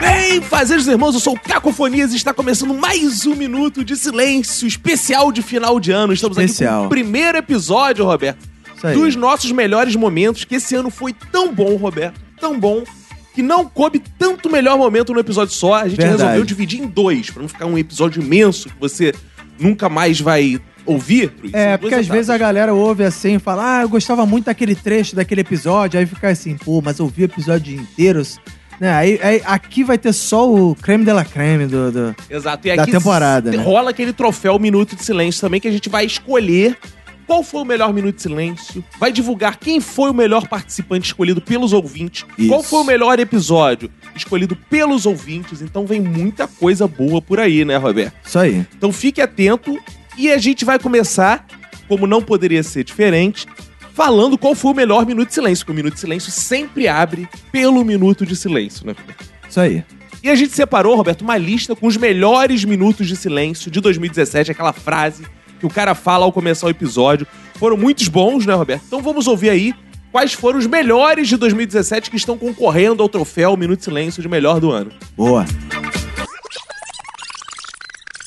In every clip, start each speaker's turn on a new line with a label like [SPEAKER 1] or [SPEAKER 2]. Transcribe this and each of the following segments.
[SPEAKER 1] Bem, fazeres irmãos, eu sou o Cacofonias e está começando mais um minuto de silêncio especial de final de ano. Estamos aqui
[SPEAKER 2] Especial.
[SPEAKER 1] com o primeiro episódio, Roberto,
[SPEAKER 2] Isso aí.
[SPEAKER 1] dos nossos melhores momentos, que esse ano foi tão bom, Roberto, tão bom, que não coube tanto melhor momento num episódio só. A gente
[SPEAKER 2] Verdade.
[SPEAKER 1] resolveu dividir em dois, pra não ficar um episódio imenso que você nunca mais vai ouvir. Cruz.
[SPEAKER 2] É,
[SPEAKER 1] São
[SPEAKER 2] porque
[SPEAKER 1] duas
[SPEAKER 2] às vezes a
[SPEAKER 1] etapas.
[SPEAKER 2] galera ouve assim e fala, ah, eu gostava muito daquele trecho, daquele episódio, aí fica assim, pô, mas eu ouvi o episódio inteiro, né? Aí, aí aqui vai ter só o creme de la creme do... do-
[SPEAKER 1] Exato. E
[SPEAKER 2] da
[SPEAKER 1] aqui
[SPEAKER 2] temporada,
[SPEAKER 1] se-
[SPEAKER 2] né?
[SPEAKER 1] rola aquele troféu Minuto de Silêncio também, que a gente vai escolher qual foi o melhor Minuto de Silêncio, vai divulgar quem foi o melhor participante escolhido pelos ouvintes,
[SPEAKER 2] Isso.
[SPEAKER 1] qual foi o melhor episódio escolhido pelos ouvintes. Então vem muita coisa boa por aí, né, Roberto?
[SPEAKER 2] Isso aí.
[SPEAKER 1] Então fique atento e a gente vai começar, como não poderia ser diferente, falando qual foi o melhor Minuto de Silêncio, porque o Minuto de Silêncio sempre abre pelo Minuto de Silêncio, né, Roberto?
[SPEAKER 2] Isso aí.
[SPEAKER 1] E a gente separou, Roberto, uma lista com os melhores minutos de silêncio de 2017, aquela frase que o cara fala ao começar o episódio. Foram muitos bons, né, Roberto? Então vamos ouvir aí quais foram os melhores de 2017 que estão concorrendo ao troféu Minuto de Silêncio de melhor do ano.
[SPEAKER 2] Boa.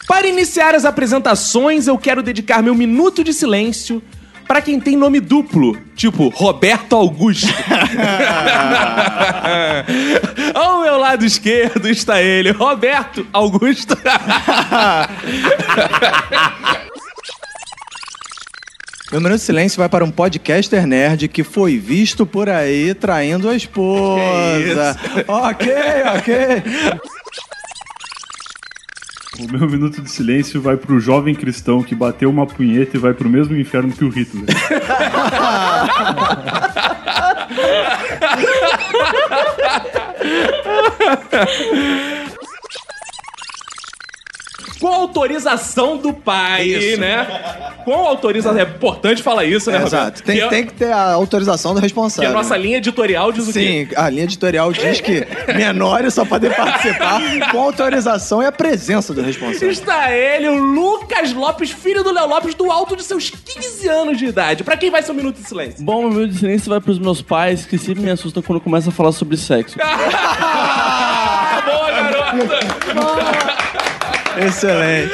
[SPEAKER 1] Para iniciar as apresentações, eu quero dedicar meu minuto de silêncio para quem tem nome duplo, tipo Roberto Augusto. Ao meu lado esquerdo está ele, Roberto Augusto.
[SPEAKER 2] Meu minuto de silêncio vai para um podcaster nerd que foi visto por aí traindo a esposa. ok, ok.
[SPEAKER 3] O meu minuto de silêncio vai pro jovem cristão que bateu uma punheta e vai pro mesmo inferno que o Hitler.
[SPEAKER 1] Com autorização do pai,
[SPEAKER 2] É
[SPEAKER 1] né? Com autorização. É importante falar isso, né,
[SPEAKER 2] Exato.
[SPEAKER 1] Roberto?
[SPEAKER 2] Tem,
[SPEAKER 1] que, é-
[SPEAKER 2] tem que ter a autorização do
[SPEAKER 1] que
[SPEAKER 2] responsável.
[SPEAKER 1] a nossa linha editorial diz o quê?
[SPEAKER 2] Sim, a linha editorial diz que menores só podem participar com autorização e a presença do responsável.
[SPEAKER 1] Está ele, o Lucas Lopes, filho do Léo Lopes, do alto de seus 15 anos de idade. Pra quem vai ser um minuto de silêncio?
[SPEAKER 4] Bom, meu minuto de silêncio vai pros meus pais, que sempre me assustam quando começa a falar sobre sexo.
[SPEAKER 1] Boa, garota!
[SPEAKER 2] Excelente.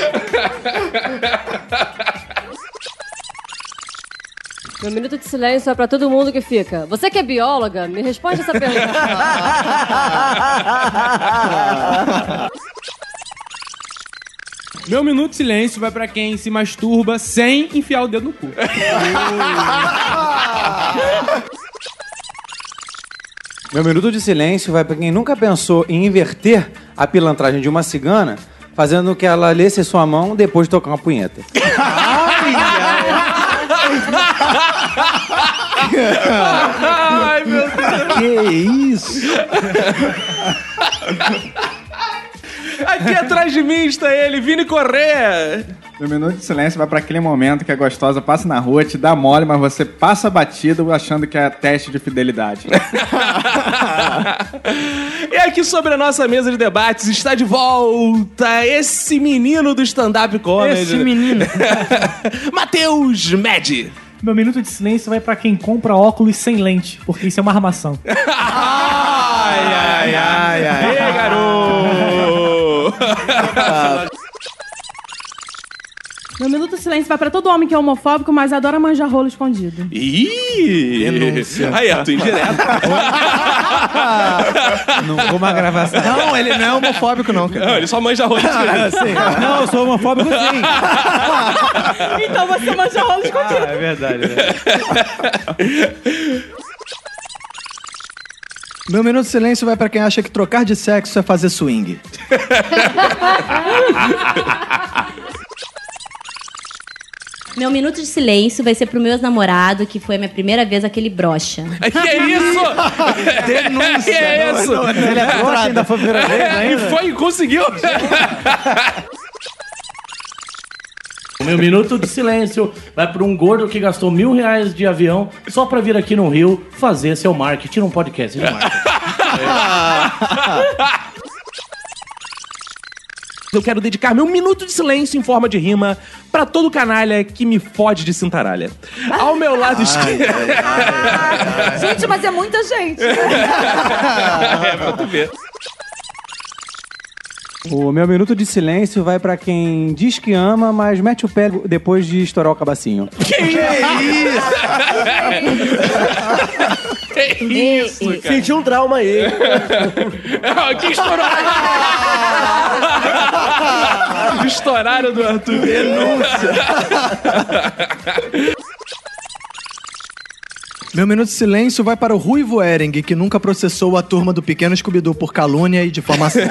[SPEAKER 5] Meu minuto de silêncio é pra todo mundo que fica. Você que é bióloga, me responde essa pergunta.
[SPEAKER 6] Meu minuto de silêncio vai pra quem se masturba sem enfiar o dedo no cu.
[SPEAKER 7] Meu minuto de silêncio vai para quem nunca pensou em inverter a pilantragem de uma cigana, fazendo que ela lesse sua mão depois de tocar uma punheta.
[SPEAKER 1] Ai, meu Deus.
[SPEAKER 2] Que isso?
[SPEAKER 1] Aqui é atrás de mim está ele, Vini Correa.
[SPEAKER 8] Meu Um minuto de silêncio vai pra aquele momento que a gostosa passa na rua, te dá mole, mas você passa batido achando que é teste de fidelidade.
[SPEAKER 1] e aqui sobre a nossa mesa de debates está de volta esse menino do stand-up comedy.
[SPEAKER 6] Esse menino.
[SPEAKER 1] Matheus Med.
[SPEAKER 6] Meu minuto de silêncio vai pra quem compra óculos sem lente, porque isso é uma armação.
[SPEAKER 1] Ai, ai,
[SPEAKER 2] Ai, ai.
[SPEAKER 1] Ei, garoto!
[SPEAKER 9] Meu minuto de silêncio vai pra todo homem que é homofóbico, mas adora manjar rolo escondido.
[SPEAKER 1] Ih!
[SPEAKER 2] Denúncia.
[SPEAKER 1] Aí, é tu indireto.
[SPEAKER 2] Não vou uma gravação. Não, ele não é homofóbico, não, cara.
[SPEAKER 1] Não, ele só manja rosto.
[SPEAKER 10] Ah,
[SPEAKER 2] Não, eu sou homofóbico sim.
[SPEAKER 9] Então você manja rolo escondido.
[SPEAKER 2] É verdade, né? Meu minuto de silêncio vai pra quem acha que trocar de sexo é fazer swing.
[SPEAKER 7] Meu minuto de silêncio vai ser pro meu ex-namorado, que foi a minha primeira vez aquele brocha.
[SPEAKER 1] Que é isso?
[SPEAKER 7] Denúncia,
[SPEAKER 1] que é
[SPEAKER 10] né?
[SPEAKER 7] não,
[SPEAKER 1] isso?
[SPEAKER 7] não, não, ele é trouxa, ainda foi a primeira vez, ainda.
[SPEAKER 1] E foi e conseguiu.
[SPEAKER 11] O meu minuto de silêncio vai para um gordo que gastou mil reais de avião só para vir aqui no Rio fazer seu marketing num podcast de marketing.
[SPEAKER 1] Eu quero dedicar meu minuto de silêncio em forma de rima pra todo canalha que me fode de cintaralha. Ao meu lado esquerdo.
[SPEAKER 12] Gente, mas é muita gente. né?
[SPEAKER 1] é, pra tu ver.
[SPEAKER 13] O meu minuto de silêncio vai pra quem diz que ama, mas mete o pé depois de estourar o cabacinho.
[SPEAKER 1] Que
[SPEAKER 9] Que isso, cara. Senti um trauma aí.
[SPEAKER 1] Ah, que estouraram! estouraram do Arthur. Denúncia.
[SPEAKER 2] Meu minuto de silêncio vai para o Ruivo Ering, que nunca processou a turma do Pequeno scooby por calúnia e difamação.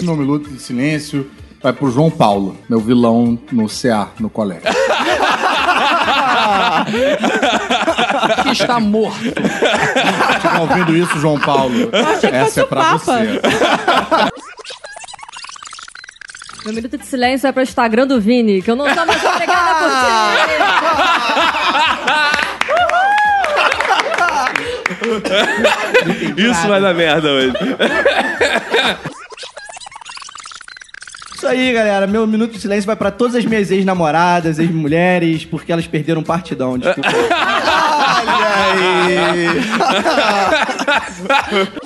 [SPEAKER 4] Meu minuto de silêncio vai pro João Paulo, meu vilão no CA, no colégio.
[SPEAKER 2] que está morto.
[SPEAKER 4] Tá ouvindo isso, João Paulo? Essa é pra você.
[SPEAKER 14] Meu minuto de silêncio é pro Instagram do Vini, que eu não tô mais obrigada por ti.
[SPEAKER 1] Isso vai dar merda hoje.
[SPEAKER 9] Isso aí, galera. Meu minuto de silêncio vai pra todas as minhas ex-namoradas, ex-mulheres, porque elas perderam um partidão. Desculpa.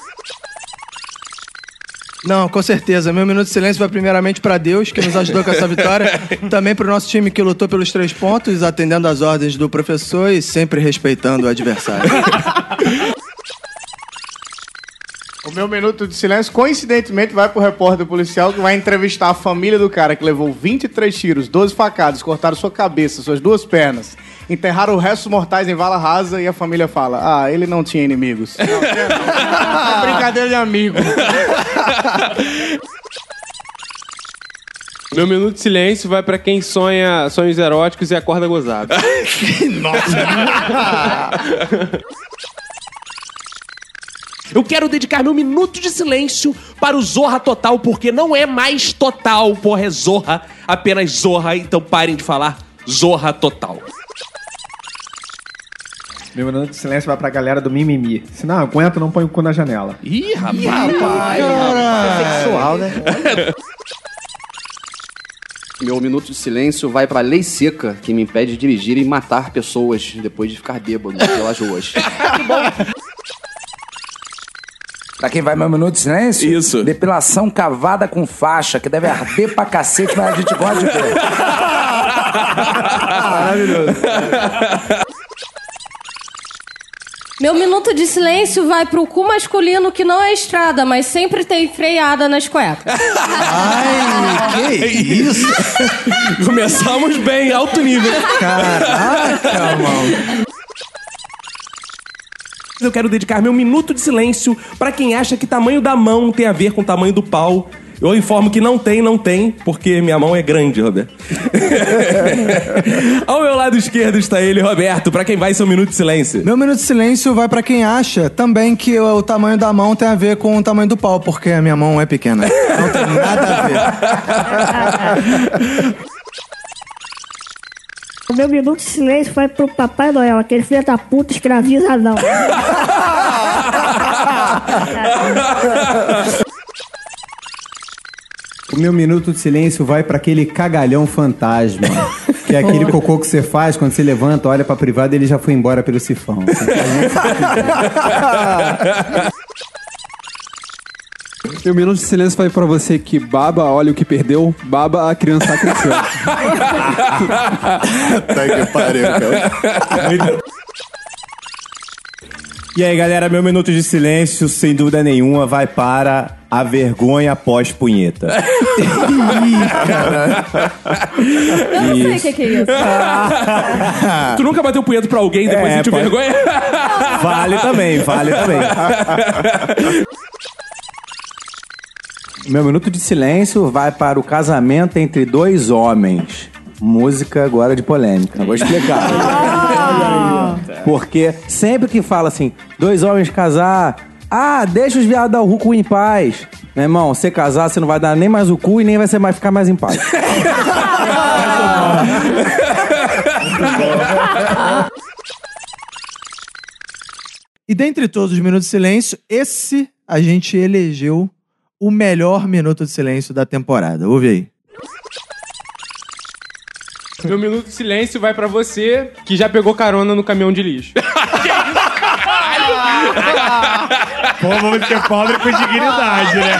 [SPEAKER 2] Não, com certeza. Meu minuto de silêncio vai primeiramente para Deus, que nos ajudou com essa vitória. Também para o nosso time que lutou pelos três pontos, atendendo às ordens do professor e sempre respeitando o adversário.
[SPEAKER 15] O meu minuto de silêncio, coincidentemente, vai pro repórter policial que vai entrevistar a família do cara que levou 23 tiros, 12 facadas, cortaram sua cabeça, suas duas pernas, enterraram restos mortais em vala rasa e a família fala: Ah, ele não tinha inimigos. Brincadeira de amigo.
[SPEAKER 16] Meu minuto de silêncio vai pra quem sonha sonhos eróticos e acorda gozado.
[SPEAKER 1] Eu quero dedicar meu minuto de silêncio para o Zorra Total, porque não é mais total, porra, é Zorra, apenas Zorra, então parem de falar Zorra Total.
[SPEAKER 15] Meu minuto de silêncio vai pra galera do mimimi. Se não aguenta, não põe o cu na janela.
[SPEAKER 1] Ih, rapaz!
[SPEAKER 15] Ih, rapaz,
[SPEAKER 9] rapaz. É sexual, né?
[SPEAKER 5] Meu minuto de silêncio vai pra lei seca que me impede de dirigir e matar pessoas depois de ficar bêbado pelas ruas.
[SPEAKER 17] Pra quem vai meu minuto de silêncio? Isso. Depilação cavada com faixa, que deve arder pra cacete, mas a gente gosta de ver.
[SPEAKER 9] Maravilhoso.
[SPEAKER 14] Meu minuto de silêncio vai pro cu masculino que não é estrada, mas sempre tem freada nas cuecas.
[SPEAKER 1] Que isso? Começamos bem, alto nível. Caraca, mano. Eu quero dedicar meu minuto de silêncio pra quem acha que tamanho da mão tem a ver com tamanho do pau. Eu informo que não tem, não tem, porque minha mão é grande, Roberto. Ao meu lado esquerdo está ele, Roberto. Pra quem vai, seu minuto de silêncio.
[SPEAKER 2] Meu minuto de silêncio vai para quem acha também que o tamanho da mão tem a ver com o tamanho do pau, porque a minha mão é pequena.
[SPEAKER 8] O meu minuto de silêncio foi pro Papai Noel, aquele filho da puta escravizadão.
[SPEAKER 18] Tá
[SPEAKER 19] O meu minuto de silêncio vai pra aquele cagalhão fantasma. Que é aquele cocô que você faz quando você levanta, olha pra privada e ele já foi embora pelo sifão.
[SPEAKER 10] Meu minuto de silêncio vai pra você que baba, olha o que perdeu, baba, a criança tá crescendo.
[SPEAKER 6] Tá que pariu, cara.
[SPEAKER 20] E aí, galera, meu minuto de silêncio, sem dúvida nenhuma, vai para a vergonha após punheta.
[SPEAKER 14] Eu não sei é. o que, que é isso.
[SPEAKER 1] Tu nunca bateu punheta pra alguém e
[SPEAKER 11] É,
[SPEAKER 1] depois sentiu vergonha?
[SPEAKER 20] Vale também, vale também.
[SPEAKER 19] Meu minuto de silêncio vai para o casamento entre dois homens. Música agora de polêmica. Vou explicar. Porque sempre que fala assim, dois homens casar, ah, deixa os viados dar o cu em paz. Meu irmão, você casar, você não vai dar nem mais o cu e nem vai ser mais, ficar mais em paz.
[SPEAKER 2] E dentre todos os minutos de silêncio, esse a gente elegeu o melhor minuto de silêncio da temporada. Ouve aí.
[SPEAKER 15] Meu minuto de silêncio vai pra você que já pegou carona no caminhão de lixo.
[SPEAKER 11] Como que é pobre com dignidade, né?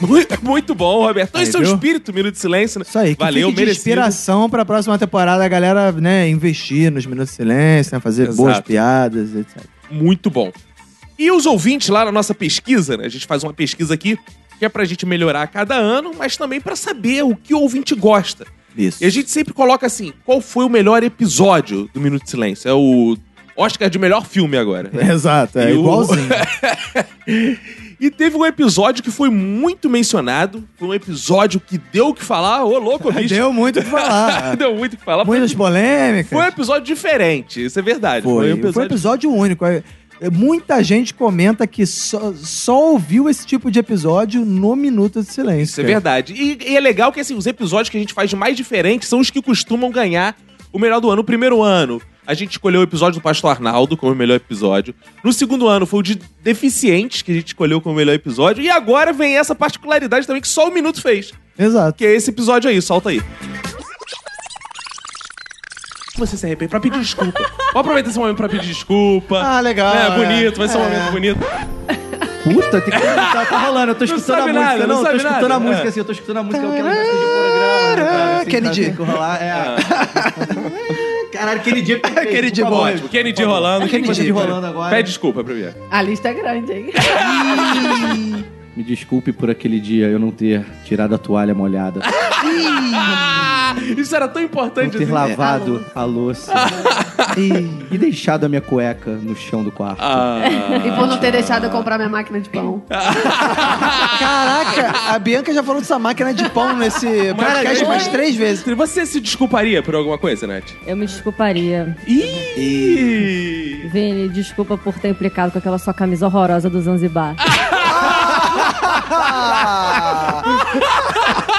[SPEAKER 1] Muito, muito bom, Roberto. Então,
[SPEAKER 2] Aí,
[SPEAKER 1] esse é o
[SPEAKER 2] viu?
[SPEAKER 1] espírito, Minuto de Silêncio. né?
[SPEAKER 2] Isso aí, que
[SPEAKER 1] Valeu,
[SPEAKER 2] fique de
[SPEAKER 1] merecido.
[SPEAKER 2] inspiração pra próxima temporada a galera, né, investir nos minutos de silêncio, né, fazer
[SPEAKER 1] Exato.
[SPEAKER 2] boas piadas, etc.
[SPEAKER 1] Muito bom. E os ouvintes lá na nossa pesquisa, né? A gente faz uma pesquisa aqui que é pra gente melhorar a cada ano, mas também pra saber o que o ouvinte gosta.
[SPEAKER 2] Isso.
[SPEAKER 1] E a gente sempre coloca assim, qual foi o melhor episódio do Minuto de Silêncio? É o Oscar de melhor filme agora. né?
[SPEAKER 2] Exato, é
[SPEAKER 1] E o-
[SPEAKER 2] igualzinho.
[SPEAKER 1] E teve um episódio que foi muito mencionado, foi um episódio que deu o que falar, ô louco, bicho.
[SPEAKER 2] Deu muito o que falar.
[SPEAKER 1] deu muito o que falar.
[SPEAKER 2] Muitas polêmicas.
[SPEAKER 1] Foi um episódio diferente, isso é verdade.
[SPEAKER 2] Foi,
[SPEAKER 1] um
[SPEAKER 2] foi um episódio único. É, é, Muita gente comenta que só, só ouviu esse tipo de episódio no Minuto de Silêncio.
[SPEAKER 1] Isso é verdade. E, e é legal que assim, os episódios que a gente faz de mais diferentes são os que costumam ganhar o melhor do ano. O primeiro ano, a gente escolheu o episódio do Pastor Arnaldo como o melhor episódio. No segundo ano, foi o de Deficientes que a gente escolheu como o melhor episódio. E agora vem essa particularidade também que só o Minuto fez.
[SPEAKER 2] Exato.
[SPEAKER 1] Que é esse episódio aí, solta aí. Você se arrepende pra pedir desculpa. Vou aproveitar esse momento pra pedir desculpa.
[SPEAKER 11] Ah, legal,
[SPEAKER 1] É,
[SPEAKER 11] é.
[SPEAKER 1] bonito, vai ser um
[SPEAKER 11] É.
[SPEAKER 1] momento bonito.
[SPEAKER 10] Puta, tem que comentar, tá rolando. Eu tô
[SPEAKER 1] Não
[SPEAKER 10] escutando a
[SPEAKER 1] sabe
[SPEAKER 10] música.
[SPEAKER 1] nada, não
[SPEAKER 10] não, eu tô
[SPEAKER 1] sabe
[SPEAKER 10] escutando
[SPEAKER 1] nada.
[SPEAKER 10] a música
[SPEAKER 1] É.
[SPEAKER 10] assim, eu tô escutando a música, eu quero música de programa. cara, assim,
[SPEAKER 2] Kennedy.
[SPEAKER 10] tá, tem que rolar, é. Caralho, Kennedy. é
[SPEAKER 1] Kennedy
[SPEAKER 10] por favor.
[SPEAKER 1] ótimo. Kennedy rolando.
[SPEAKER 10] Kennedy
[SPEAKER 1] Kennedy
[SPEAKER 10] rolando agora.
[SPEAKER 1] Pede É, desculpa pra mim.
[SPEAKER 5] A lista é grande, hein?
[SPEAKER 10] Me desculpe por aquele dia eu não ter tirado a toalha molhada.
[SPEAKER 1] Isso era tão importante.
[SPEAKER 10] Não ter
[SPEAKER 1] assim.
[SPEAKER 10] lavado
[SPEAKER 5] É.
[SPEAKER 10] a louça. e, e deixado a minha cueca no chão do quarto.
[SPEAKER 5] Ah. E por não ter deixado eu comprar minha máquina de pão.
[SPEAKER 2] Caraca, a Bianca já falou dessa máquina de pão nesse podcast
[SPEAKER 1] Cara,
[SPEAKER 2] umas três vezes.
[SPEAKER 1] Você se desculparia por alguma coisa, Nath?
[SPEAKER 14] Eu me desculparia.
[SPEAKER 1] Ih!
[SPEAKER 14] Vini, desculpa por ter implicado com aquela sua camisa horrorosa do Zanzibar.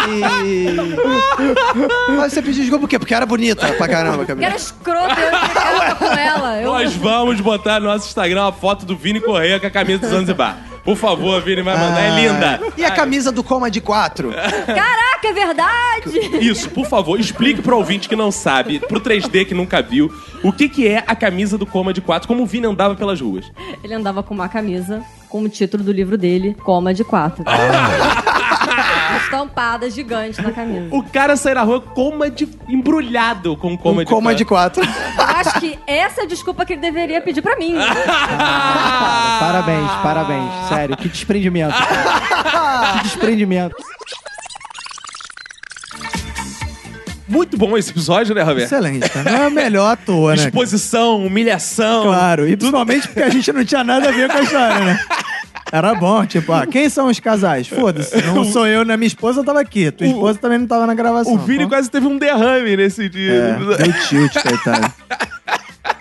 [SPEAKER 2] E... Mas você pediu desculpa por quê? Porque era bonita pra caramba,
[SPEAKER 14] Que era
[SPEAKER 2] Camila.
[SPEAKER 14] escroto, eu implicava com ela. Eu...
[SPEAKER 1] Nós vamos botar no nosso Instagram uma foto do Vini Correia com a camisa do Zanzibar. Por favor, Vini, vai mandar.
[SPEAKER 10] Ah.
[SPEAKER 1] É linda.
[SPEAKER 2] E a camisa do Coma de 4?
[SPEAKER 14] Caraca, é verdade!
[SPEAKER 1] Isso, por favor, explique pro ouvinte que não sabe, pro 3D que nunca viu, o que, que é a camisa do Coma de 4, como o Vini andava pelas ruas.
[SPEAKER 14] Ele andava com uma camisa com o título do livro dele, Coma de Quatro.
[SPEAKER 1] Ah.
[SPEAKER 14] Estampada gigante na camisa.
[SPEAKER 1] O cara sai na rua coma de... embrulhado com coma de
[SPEAKER 2] coma de 4.
[SPEAKER 14] Eu acho que essa é a desculpa que ele deveria pedir pra mim.
[SPEAKER 1] Ah.
[SPEAKER 2] Ah.
[SPEAKER 10] Parabéns, parabéns. Sério, que desprendimento. que desprendimento.
[SPEAKER 1] Muito bom esse episódio, né, Roberto?
[SPEAKER 2] Excelente, tá? Não é o melhor à toa, né?
[SPEAKER 1] Exposição, humilhação.
[SPEAKER 2] Claro, e principalmente porque a gente não tinha nada a ver com a história, né? Era bom, tipo, ah, quem são os casais? Foda-se, não sou eu, né? Minha esposa tava aqui, tua esposa também não tava na gravação. tá?
[SPEAKER 1] O Vini quase teve um derrame nesse dia.
[SPEAKER 2] É, deu tilt, coitado.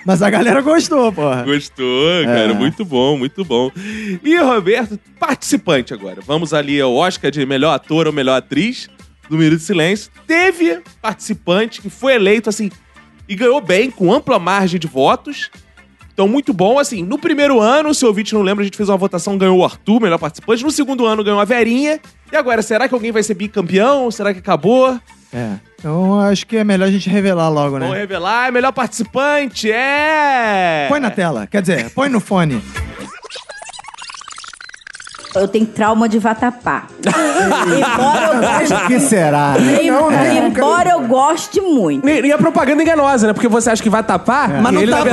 [SPEAKER 2] Mas a galera gostou, porra.
[SPEAKER 1] Gostou,
[SPEAKER 2] É.
[SPEAKER 1] cara. Muito bom, muito bom. E, Roberto, participante agora. Vamos ali ao Oscar de melhor ator ou melhor atriz do Minuto de Silêncio. Teve participante que foi eleito, assim, e ganhou bem, com ampla margem de votos. Então, muito bom. Assim, no primeiro ano, se o ouvinte não lembra, a gente fez uma votação, ganhou o Arthur, melhor participante. No segundo ano, ganhou a Verinha. E agora, será que alguém vai ser bicampeão? Será que acabou?
[SPEAKER 2] É. Então acho que é melhor a gente revelar logo,
[SPEAKER 1] Vamos
[SPEAKER 2] né?
[SPEAKER 1] revelar. é Melhor participante é...
[SPEAKER 2] Põe na tela, quer dizer, põe no fone.
[SPEAKER 3] Eu tenho trauma de vatapá.
[SPEAKER 21] O que será?
[SPEAKER 3] Em- Embora eu goste muito.
[SPEAKER 11] E a
[SPEAKER 1] é
[SPEAKER 11] propaganda enganosa, né? Porque você acha que vai tapar, mas não
[SPEAKER 1] tá
[SPEAKER 11] tapa.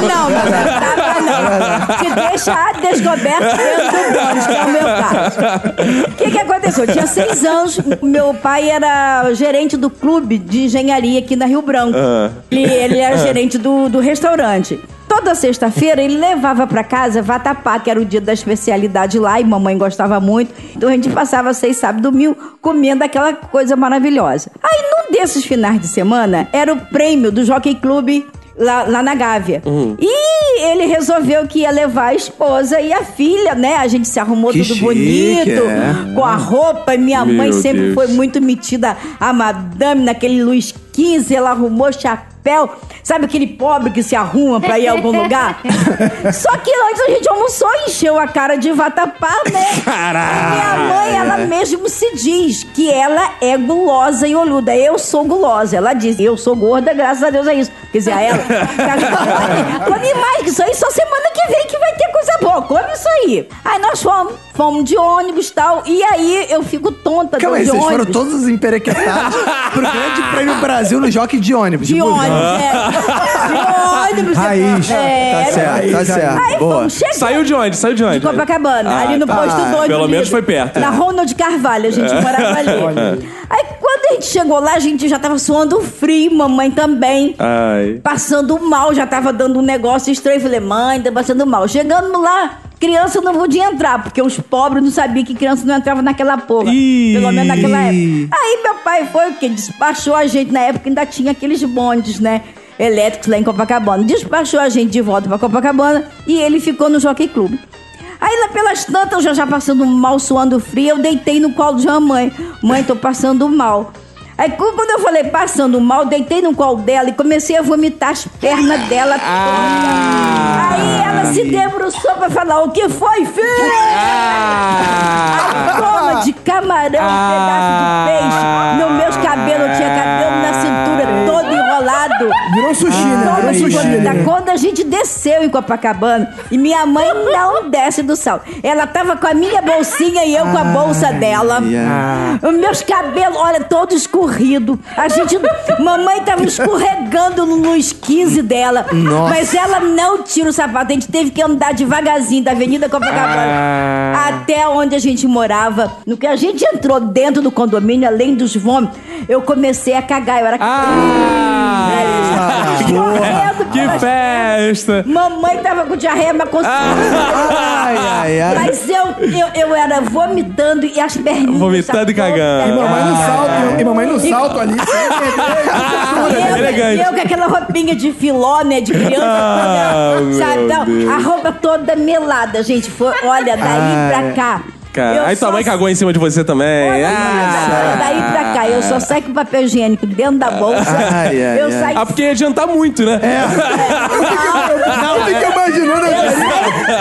[SPEAKER 3] Não, mas tapa não. Te deixa a descoberto dentro do bônus, que é o meu caso. O que, que aconteceu? Eu tinha seis anos, meu pai era gerente do clube de engenharia aqui na Rio Branco.
[SPEAKER 11] Ah.
[SPEAKER 3] E ele é era
[SPEAKER 4] É.
[SPEAKER 11] Ah.
[SPEAKER 3] gerente do, do restaurante. toda sexta-feira ele levava pra casa vatapá, que era o dia da especialidade lá, e mamãe gostava muito. Então a gente passava seis sábados e domingo comendo aquela coisa maravilhosa. Aí num desses finais de semana era o prêmio do Jockey Club lá, lá na Gávea.
[SPEAKER 4] Uhum.
[SPEAKER 3] E ele resolveu que ia levar a esposa e a filha, né? A gente se arrumou
[SPEAKER 4] Que
[SPEAKER 3] tudo
[SPEAKER 4] chique,
[SPEAKER 3] bonito,
[SPEAKER 4] é.
[SPEAKER 3] com a roupa. E Minha
[SPEAKER 4] Meu
[SPEAKER 3] mãe sempre
[SPEAKER 4] Deus.
[SPEAKER 3] foi muito metida a madame naquele Luiz XV, ela arrumou chapéu. Sabe aquele pobre que se arruma pra ir a algum lugar? Só que antes a gente almoçou e encheu a cara de vatapá, né? Minha mãe, ela
[SPEAKER 2] É.
[SPEAKER 3] mesmo se diz que ela é gulosa e olhuda. Eu sou gulosa. Ela diz, eu sou gorda, graças a Deus é isso. Quer dizer, a ela. Come mais que isso aí, só semana que vem que vai ter coisa boa. Come isso aí. Aí nós fomos, fomos de ônibus e tal. E aí eu fico tonta
[SPEAKER 2] Calma
[SPEAKER 3] do
[SPEAKER 2] aí,
[SPEAKER 3] de
[SPEAKER 2] vocês
[SPEAKER 3] ônibus.
[SPEAKER 2] foram todos emperequetados pro Grande Prêmio Brasil no Jockey de ônibus.
[SPEAKER 3] De
[SPEAKER 2] busão.
[SPEAKER 3] ônibus, é. De ônibus.
[SPEAKER 2] Raiz.
[SPEAKER 3] É,
[SPEAKER 2] Tá certo, tá certo.
[SPEAKER 3] Aí,
[SPEAKER 2] Boa.
[SPEAKER 1] Saiu de onde? Saiu de onde?
[SPEAKER 3] De Copacabana,
[SPEAKER 1] Ah,
[SPEAKER 3] ali no
[SPEAKER 1] tá.
[SPEAKER 3] posto 2.
[SPEAKER 1] Pelo menos foi perto. É.
[SPEAKER 3] Na Ronald Carvalho, a gente morava ali. Aí quando a gente chegou lá, a gente já tava suando frio, mamãe também.
[SPEAKER 1] Ai.
[SPEAKER 3] Passando mal, já tava dando um negócio estranho. Falei, mãe, tá passando mal. Chegando lá, criança não podia entrar, porque os pobres não sabiam que criança não entrava naquela porra. Pelo menos naquela época. Aí meu pai foi o quê? Despachou a gente. Na época ainda tinha aqueles bondes, né? Elétricos lá em Copacabana. Despachou a gente de volta pra Copacabana e ele ficou no Jockey Club. Aí lá pelas tantas, eu já, já passando mal, suando frio, eu deitei no colo de minha mãe. Mãe, tô passando mal. Aí cu- quando eu falei passando mal, deitei no colo dela e comecei a vomitar as pernas dela. todas. Aí ela se debruçou pra falar, o que foi, filho? Aí, toma de camarão, um pedaço de peixe. Meu, meus cabelos, eu tinha cabelo na cintura, todo enrolado.
[SPEAKER 2] Virou sushi, né?
[SPEAKER 3] Toma
[SPEAKER 2] Virou
[SPEAKER 3] de
[SPEAKER 2] sushi,
[SPEAKER 3] bonita.
[SPEAKER 2] né?
[SPEAKER 3] Quando a gente desceu em Copacabana e minha mãe não desce do sal. Ela tava com a minha bolsinha e eu
[SPEAKER 2] Ah.
[SPEAKER 3] com a bolsa dela.
[SPEAKER 4] yeah.
[SPEAKER 3] Os meus cabelos, olha, todo escorrido. A gente. mamãe tava escorregando no Luiz 15 dela.
[SPEAKER 4] Nossa.
[SPEAKER 3] Mas ela não tira o sapato. A gente teve que andar devagarzinho da Avenida Copacabana
[SPEAKER 2] Ah.
[SPEAKER 3] até onde a gente morava. No que a gente entrou dentro do condomínio, além dos vômitos, eu comecei a cagar. Eu era. Ah,
[SPEAKER 1] que festa!
[SPEAKER 3] Mamãe tava com diarreia, mas conseguiu.
[SPEAKER 4] Ai, ai, ai.
[SPEAKER 3] Mas eu, eu, eu era vomitando e as perninhas.
[SPEAKER 1] Vomitando e cagando.
[SPEAKER 3] E mamãe
[SPEAKER 22] Ah.
[SPEAKER 17] Ah, é.
[SPEAKER 1] no
[SPEAKER 22] né?
[SPEAKER 3] salto,
[SPEAKER 2] e mamãe no salto ali.
[SPEAKER 3] eu,
[SPEAKER 1] Elegante.
[SPEAKER 3] eu com aquela roupinha de filó, né? De criança.
[SPEAKER 4] Ah,
[SPEAKER 3] toda, sabe?
[SPEAKER 1] meu
[SPEAKER 3] Então,
[SPEAKER 1] Deus.
[SPEAKER 3] a roupa toda melada, gente. Foi, olha, daí pra
[SPEAKER 1] Ai.
[SPEAKER 3] cá.
[SPEAKER 1] Cara, aí tua mãe cagou em cima de você também. Ah.
[SPEAKER 3] Daí pra cá, eu só saio com papel higiênico dentro da bolsa.
[SPEAKER 1] Ai, ai,
[SPEAKER 3] eu
[SPEAKER 1] ai.
[SPEAKER 3] saio
[SPEAKER 1] Ah, porque ia adiantar muito, né?
[SPEAKER 2] Ah.
[SPEAKER 4] Não
[SPEAKER 3] fica
[SPEAKER 2] né,
[SPEAKER 4] imaginando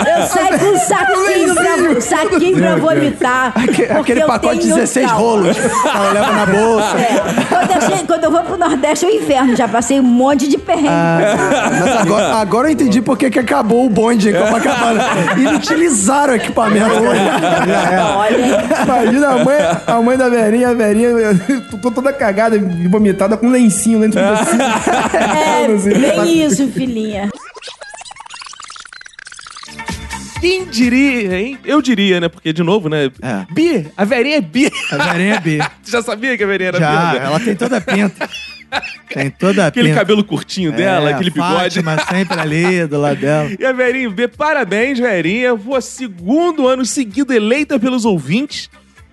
[SPEAKER 3] Eu saio com um saquinho pra, saquinho pra vomitar.
[SPEAKER 2] Aque-
[SPEAKER 3] porque
[SPEAKER 2] Aquele
[SPEAKER 3] eu
[SPEAKER 2] pacote de
[SPEAKER 3] tenho
[SPEAKER 2] 16
[SPEAKER 3] trauma.
[SPEAKER 2] rolos. Ela leva na bolsa.
[SPEAKER 3] É. Quando eu, chego- quando eu vou pro Nordeste, é o inferno. Já passei um monte de perrengue.
[SPEAKER 2] Ah. Mas agora, agora eu entendi por que que acabou o bonde em Copacabana. Inutilizaram o equipamento.
[SPEAKER 9] Imagina a mãe, a mãe da velhinha, a velhinha, tô toda cagada, vomitada
[SPEAKER 22] um
[SPEAKER 9] com lencinho dentro do vestido.
[SPEAKER 22] Assim,
[SPEAKER 3] É, bem isso, filhinha.
[SPEAKER 1] Quem diria, hein? Eu diria, né? Porque, de novo, né? Bi, a verinha é bi.
[SPEAKER 2] A verinha é bi.
[SPEAKER 1] tu já sabia que a verinha era
[SPEAKER 2] Já,
[SPEAKER 1] bi?
[SPEAKER 2] ela tem toda a pinta. Tem toda a
[SPEAKER 1] Aquele
[SPEAKER 2] pinta.
[SPEAKER 1] cabelo curtinho dela, aquele bigode.
[SPEAKER 2] Mas sempre ali, do lado dela.
[SPEAKER 1] E a Verinha B, parabéns, Verinha. Vou segundo ano seguido eleita pelos ouvintes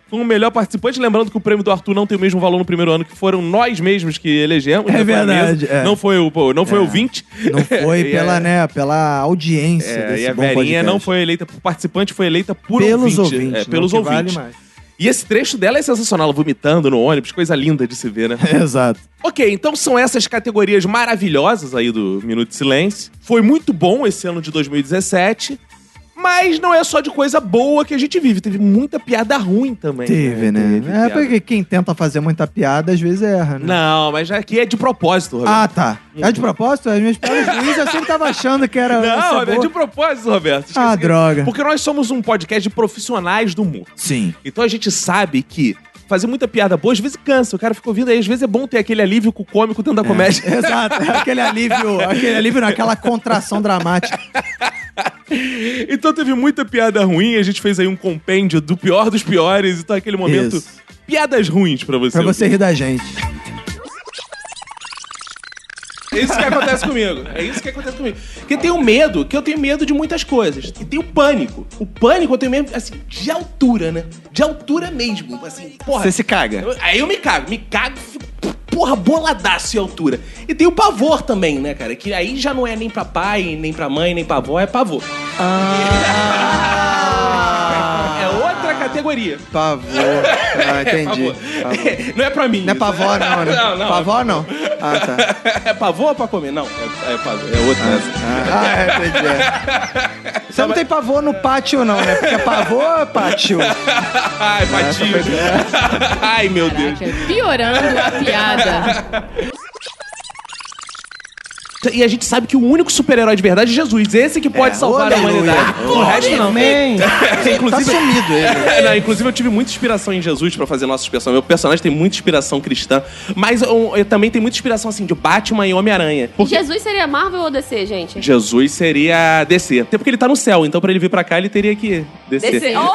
[SPEAKER 1] como melhor participante. Lembrando que o prêmio do Arthur não tem o mesmo valor no primeiro ano, que foram nós mesmos que elegemos. né,
[SPEAKER 2] É
[SPEAKER 1] foi a
[SPEAKER 2] verdade,
[SPEAKER 1] mesa.
[SPEAKER 2] é.
[SPEAKER 1] Não foi o, pô, não foi o ouvinte.
[SPEAKER 2] Não foi
[SPEAKER 1] E
[SPEAKER 2] pela,
[SPEAKER 1] é-
[SPEAKER 2] né, pela audiência
[SPEAKER 1] é,
[SPEAKER 2] desse
[SPEAKER 1] e a
[SPEAKER 2] bom
[SPEAKER 1] Verinha
[SPEAKER 2] podcast.
[SPEAKER 1] não foi eleita por participante, foi eleita por
[SPEAKER 2] Pelos
[SPEAKER 1] ouvinte.
[SPEAKER 2] ouvintes,
[SPEAKER 1] É,
[SPEAKER 2] né,
[SPEAKER 1] pelos
[SPEAKER 2] o que vale
[SPEAKER 1] ouvintes.
[SPEAKER 2] mais.
[SPEAKER 1] E esse trecho dela é sensacional, ela vomitando no ônibus, coisa linda de se ver, né?
[SPEAKER 2] Exato.
[SPEAKER 1] Ok, então são essas categorias maravilhosas aí do Minuto de Silêncio. Foi muito bom esse ano de 2017, mas não é só de coisa boa que a gente vive. Teve muita piada ruim também.
[SPEAKER 2] Teve, né? é
[SPEAKER 1] piada.
[SPEAKER 2] porque quem tenta fazer muita piada às vezes erra, né?
[SPEAKER 1] Não, mas aqui é de propósito, Roberto.
[SPEAKER 2] Ah, tá. É de propósito? As minhas piadas ruins eu sempre tava achando que era. ia ser
[SPEAKER 1] Não, é
[SPEAKER 2] boa.
[SPEAKER 1] de propósito, Roberto. Esqueci
[SPEAKER 2] Ah,
[SPEAKER 1] que-
[SPEAKER 2] droga.
[SPEAKER 1] Porque nós somos um podcast de profissionais do humor.
[SPEAKER 2] Sim.
[SPEAKER 1] Então a gente sabe que fazer muita piada boa, às vezes cansa. O cara fica ouvindo aí, às vezes é bom ter aquele alívio com o cômico dentro da comédia.
[SPEAKER 2] É, Exato, é aquele alívio, aquele alívio naquela contração dramática.
[SPEAKER 1] Então teve muita piada ruim, a gente fez aí um compêndio do pior dos piores, então aquele momento.
[SPEAKER 2] Isso.
[SPEAKER 1] Piadas ruins pra você.
[SPEAKER 2] Pra você
[SPEAKER 1] ouvir.
[SPEAKER 2] rir da gente.
[SPEAKER 1] É isso que acontece comigo. É isso que acontece comigo. Porque tem um medo, que eu tenho medo de muitas coisas. E tem o pânico. O pânico eu tenho medo, assim, de altura, né? De altura mesmo. Assim, porra.
[SPEAKER 19] Você se caga?
[SPEAKER 1] Eu- aí eu me cago, me cago, fico, porra, boladaço em altura. E tem o pavor também, né, cara? Que aí já não é nem pra pai, nem pra mãe, nem pra avó, é pavor. é outra categoria.
[SPEAKER 2] Ah.
[SPEAKER 1] É
[SPEAKER 2] Pavor. Ah, entendi. Pavor.
[SPEAKER 1] Não é pra mim.
[SPEAKER 2] Não é pavor, não, né?
[SPEAKER 1] Não, não.
[SPEAKER 2] Pavor, não. Ah, tá.
[SPEAKER 1] É pavor ou pra comer? Não, é, é pavor. É outra.
[SPEAKER 2] Ah, é, entendi. é. Você não tem pavor no pátio, não, né? Porque pavor é pátio. Ah,
[SPEAKER 1] Ai, patinho. Ai, meu Deus.
[SPEAKER 14] Piorando a piada.
[SPEAKER 1] Então, E a gente sabe que o único super-herói de verdade é Jesus. Esse que pode
[SPEAKER 19] É.
[SPEAKER 1] salvar a
[SPEAKER 19] Aleluia.
[SPEAKER 1] humanidade. O
[SPEAKER 19] Oh,
[SPEAKER 1] resto não.
[SPEAKER 19] amém.
[SPEAKER 1] inclusive, É,
[SPEAKER 19] Tá sumido ele.
[SPEAKER 1] Não, inclusive, eu tive muita inspiração em Jesus pra fazer nossos personagens. Meu personagem tem muita inspiração cristã. Mas eu, eu também tenho muita inspiração, assim, de Batman e Homem-Aranha. Porque
[SPEAKER 14] Jesus seria Marvel ou DC, gente?
[SPEAKER 1] Jesus seria descer. Até porque ele tá no céu, então pra ele vir pra cá, ele teria que descer.
[SPEAKER 14] DC. Oh!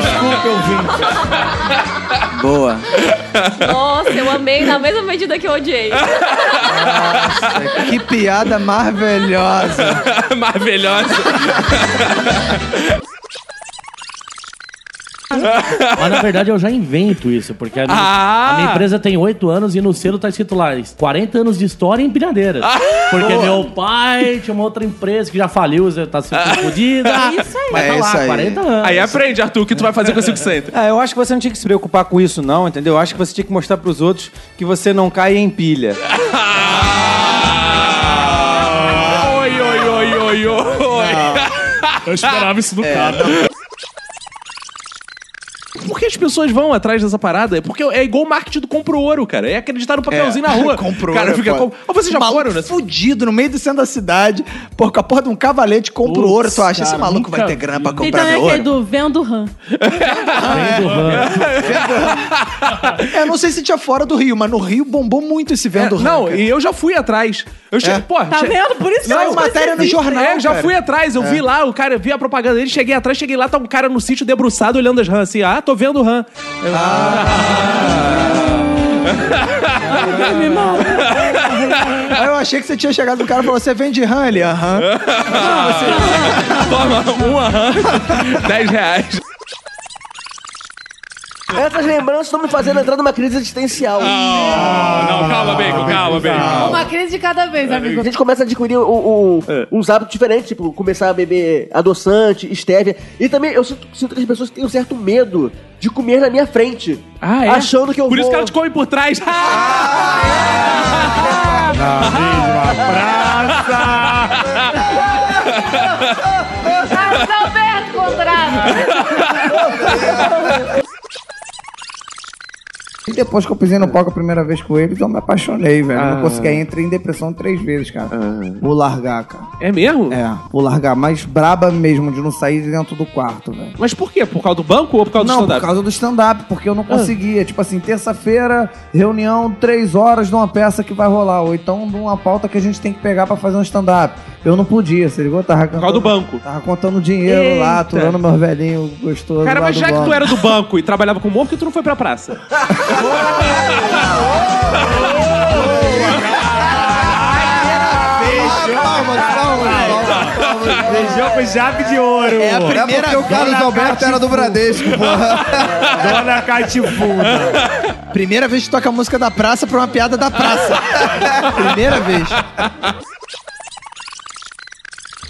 [SPEAKER 1] Desculpa, eu vim.
[SPEAKER 2] Boa.
[SPEAKER 14] Nossa, eu amei na mesma medida que eu odiei.
[SPEAKER 2] Que piada maravilhosa.
[SPEAKER 1] Maravilhosa.
[SPEAKER 10] Mas na verdade eu já invento isso, porque a minha,
[SPEAKER 1] Ah!
[SPEAKER 10] a minha empresa tem oito anos e no selo tá escrito lá 40 anos de história em empilhadeira.
[SPEAKER 1] Ah!
[SPEAKER 10] porque
[SPEAKER 14] Boa.
[SPEAKER 10] meu pai tinha uma outra empresa que já faliu, já tá sendo fodida.
[SPEAKER 14] Isso aí.
[SPEAKER 10] Mas tá
[SPEAKER 19] É
[SPEAKER 10] lá,
[SPEAKER 19] isso aí.
[SPEAKER 10] 40 anos.
[SPEAKER 1] Aí aprende, Arthur, o que tu vai fazer com esse 5%.
[SPEAKER 19] Ah, eu acho que você não tinha que se preocupar com isso, não, entendeu? Eu acho que você tinha que mostrar pros outros que você não cai em pilha.
[SPEAKER 1] Ah. Oi, oi, oi, oi, oi.
[SPEAKER 23] Eu esperava isso do
[SPEAKER 2] É.
[SPEAKER 23] cara.
[SPEAKER 1] Por que as pessoas vão atrás dessa parada? É Porque é igual o marketing do compro ouro, cara. É acreditar no papelzinho
[SPEAKER 2] É.
[SPEAKER 1] na rua.
[SPEAKER 2] Compro
[SPEAKER 1] cara,
[SPEAKER 2] ouro,
[SPEAKER 1] fica
[SPEAKER 2] pô.
[SPEAKER 1] com... Ah, vocês já
[SPEAKER 2] Maluco
[SPEAKER 1] foram, né?
[SPEAKER 2] Fudido, no meio do centro da cidade, por com a porra de um cavalete, compra o ouro. Tu acha, esse
[SPEAKER 10] cara,
[SPEAKER 2] maluco
[SPEAKER 10] nunca
[SPEAKER 2] vai ter grana pra
[SPEAKER 10] vi.
[SPEAKER 24] Tem
[SPEAKER 14] Então é
[SPEAKER 2] comprar
[SPEAKER 24] também
[SPEAKER 2] meu
[SPEAKER 24] Então é aquele
[SPEAKER 2] ouro?
[SPEAKER 24] do Vendo Ram.
[SPEAKER 10] Vendo Ram.
[SPEAKER 2] Eu É, não sei se tinha fora do Rio, mas no Rio bombou muito esse vendo
[SPEAKER 1] É,
[SPEAKER 2] Ram.
[SPEAKER 1] não,
[SPEAKER 2] cara.
[SPEAKER 1] e eu já fui atrás. Eu cheguei,
[SPEAKER 2] É?
[SPEAKER 1] pô,
[SPEAKER 2] Tá
[SPEAKER 1] che-
[SPEAKER 2] vendo? Por isso que
[SPEAKER 1] Não,
[SPEAKER 2] saiu matéria no jornal,
[SPEAKER 1] É, eu já
[SPEAKER 2] cara.
[SPEAKER 1] fui atrás, eu
[SPEAKER 2] É.
[SPEAKER 1] vi lá, o cara, vi a propaganda dele, cheguei atrás, cheguei lá, tá um cara no sítio debruçado olhando as RAM assim, ah, tô vendo RAM.
[SPEAKER 2] Aí eu achei que você tinha chegado no cara e falou: você vende RAM? Ele, aham. Ah.
[SPEAKER 1] Toma um aham, 10 reais.
[SPEAKER 9] Essas lembranças estão me fazendo entrar numa crise existencial.
[SPEAKER 1] não,
[SPEAKER 2] Ah,
[SPEAKER 1] calma, Bacon, calma, Bacon. calma.
[SPEAKER 9] Uma crise de cada vez, amigo. A gente começa a adquirir um- um-
[SPEAKER 1] É.
[SPEAKER 9] uns hábitos diferentes, tipo, começar a beber adoçante, estévia. E também eu sinto, sinto que as pessoas têm um certo medo de comer na minha frente.
[SPEAKER 1] Ah, é?
[SPEAKER 9] Achando que eu
[SPEAKER 1] Por isso
[SPEAKER 9] vou...
[SPEAKER 1] que ela te come por trás. Ah,
[SPEAKER 23] Na mesma
[SPEAKER 10] Alberto
[SPEAKER 5] E depois que eu pisei no palco a primeira vez com ele, então eu me apaixonei, velho.
[SPEAKER 1] É. Ah.
[SPEAKER 5] Não consegui. Aí entrei em depressão três vezes, cara. Vou largar, cara.
[SPEAKER 1] É mesmo?
[SPEAKER 5] É, vou largar. Mas braba mesmo, de não sair de dentro do quarto, velho.
[SPEAKER 1] Mas por quê? Por causa do banco ou por causa do
[SPEAKER 5] Não, por
[SPEAKER 1] stand-up? Ah.
[SPEAKER 5] causa do stand-up, porque eu não conseguia. Tipo assim, terça-feira, reunião, três horas de uma peça que vai rolar. Ou então de uma pauta que a gente tem que pegar pra fazer um stand-up. Eu não podia, você ligou? Tava
[SPEAKER 1] Por causa do
[SPEAKER 5] cantando,
[SPEAKER 1] banco.
[SPEAKER 5] tava contando dinheiro
[SPEAKER 1] Eita.
[SPEAKER 5] lá, aturando meus velhinhos gostosos.
[SPEAKER 1] Cara,
[SPEAKER 5] lá
[SPEAKER 1] mas
[SPEAKER 5] do
[SPEAKER 1] já que
[SPEAKER 5] banco.
[SPEAKER 1] tu era do banco e trabalhava com humor, por que tu não foi pra praça?
[SPEAKER 23] Beijou com chave de ouro.
[SPEAKER 5] É a primeira
[SPEAKER 23] porque o Carlos
[SPEAKER 5] Dona
[SPEAKER 23] Alberto era do Bradesco, porra. Dona Catifunda.
[SPEAKER 2] Primeira vez que toca a música da praça pra uma piada da praça. Primeira vez.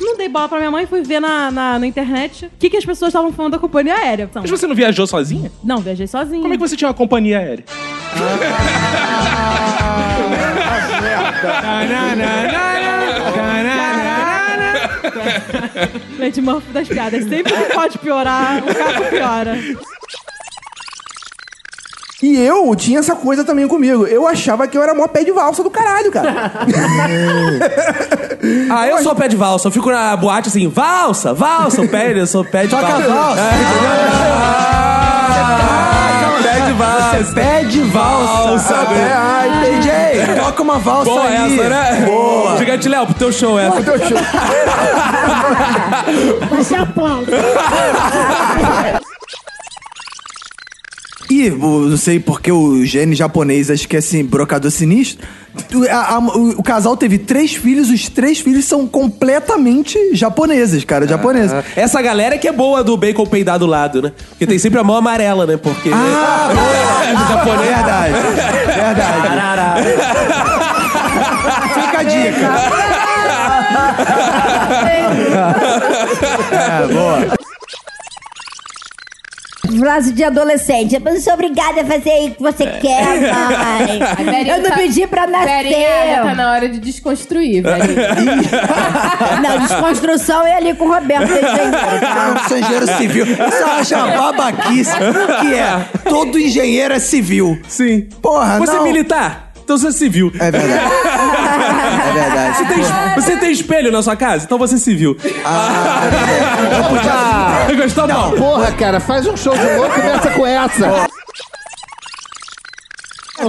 [SPEAKER 24] Não dei bola pra minha mãe, fui ver na, na, na internet o que, que as pessoas estavam falando da companhia aérea. Então,
[SPEAKER 1] Mas você não viajou sozinha?
[SPEAKER 24] Não, viajei sozinha.
[SPEAKER 1] Como é que você tinha uma companhia aérea?
[SPEAKER 24] Lady Murphy das piadas. Sempre que pode piorar, o caco piora.
[SPEAKER 22] E eu tinha essa coisa também comigo. Eu achava que eu era mó pé de valsa do caralho, cara.
[SPEAKER 25] Ah, eu sou pé de valsa. Eu fico na boate assim, valsa, valsa, o pé, eu sou pé de valsa.
[SPEAKER 17] Pede valsa. Você pede valsa.
[SPEAKER 1] né?
[SPEAKER 25] Ah,
[SPEAKER 17] entendi.
[SPEAKER 25] Toca uma valsa Boa
[SPEAKER 17] aí.
[SPEAKER 25] essa, né?
[SPEAKER 17] Boa.
[SPEAKER 25] Diga, Tileo, pro teu show essa.
[SPEAKER 17] Pro teu show.
[SPEAKER 25] Você aplaude.
[SPEAKER 2] E o- não sei porque o gene japonês, acho que é assim, brocador sinistro. tu- a- a- o, o casal teve três filhos, os três filhos são completamente japoneses, cara, japoneses.
[SPEAKER 1] Ah, Essa galera que é boa do bacon peidar do lado, né? Porque tem sempre a mão amarela, né? Porque. Ah, do japonês.
[SPEAKER 2] Verdade. Fica a
[SPEAKER 10] É, boa.
[SPEAKER 3] Frase de adolescente. Eu não sou obrigada a fazer o que você quer, mãe.
[SPEAKER 7] Verinha
[SPEAKER 3] Eu não
[SPEAKER 7] tá-
[SPEAKER 3] pedi pra nascer.
[SPEAKER 7] Verinha, já tá na hora de desconstruir, velho.
[SPEAKER 3] Não, desconstrução é ali com o Roberto. é engenheiro, tá?
[SPEAKER 2] Eu sou engenheiro civil. Isso acha uma babaquice que é todo engenheiro é civil.
[SPEAKER 1] Sim.
[SPEAKER 10] Ah,
[SPEAKER 2] Porra,
[SPEAKER 1] Você é
[SPEAKER 2] não.
[SPEAKER 1] militar? Então você é civil.
[SPEAKER 2] É verdade. É verdade.
[SPEAKER 1] Você tem, você tem espelho na sua casa? Então você é civil. Ah, Gostou, Paulo?
[SPEAKER 8] Porra, cara, faz um show de louco e começa com essa.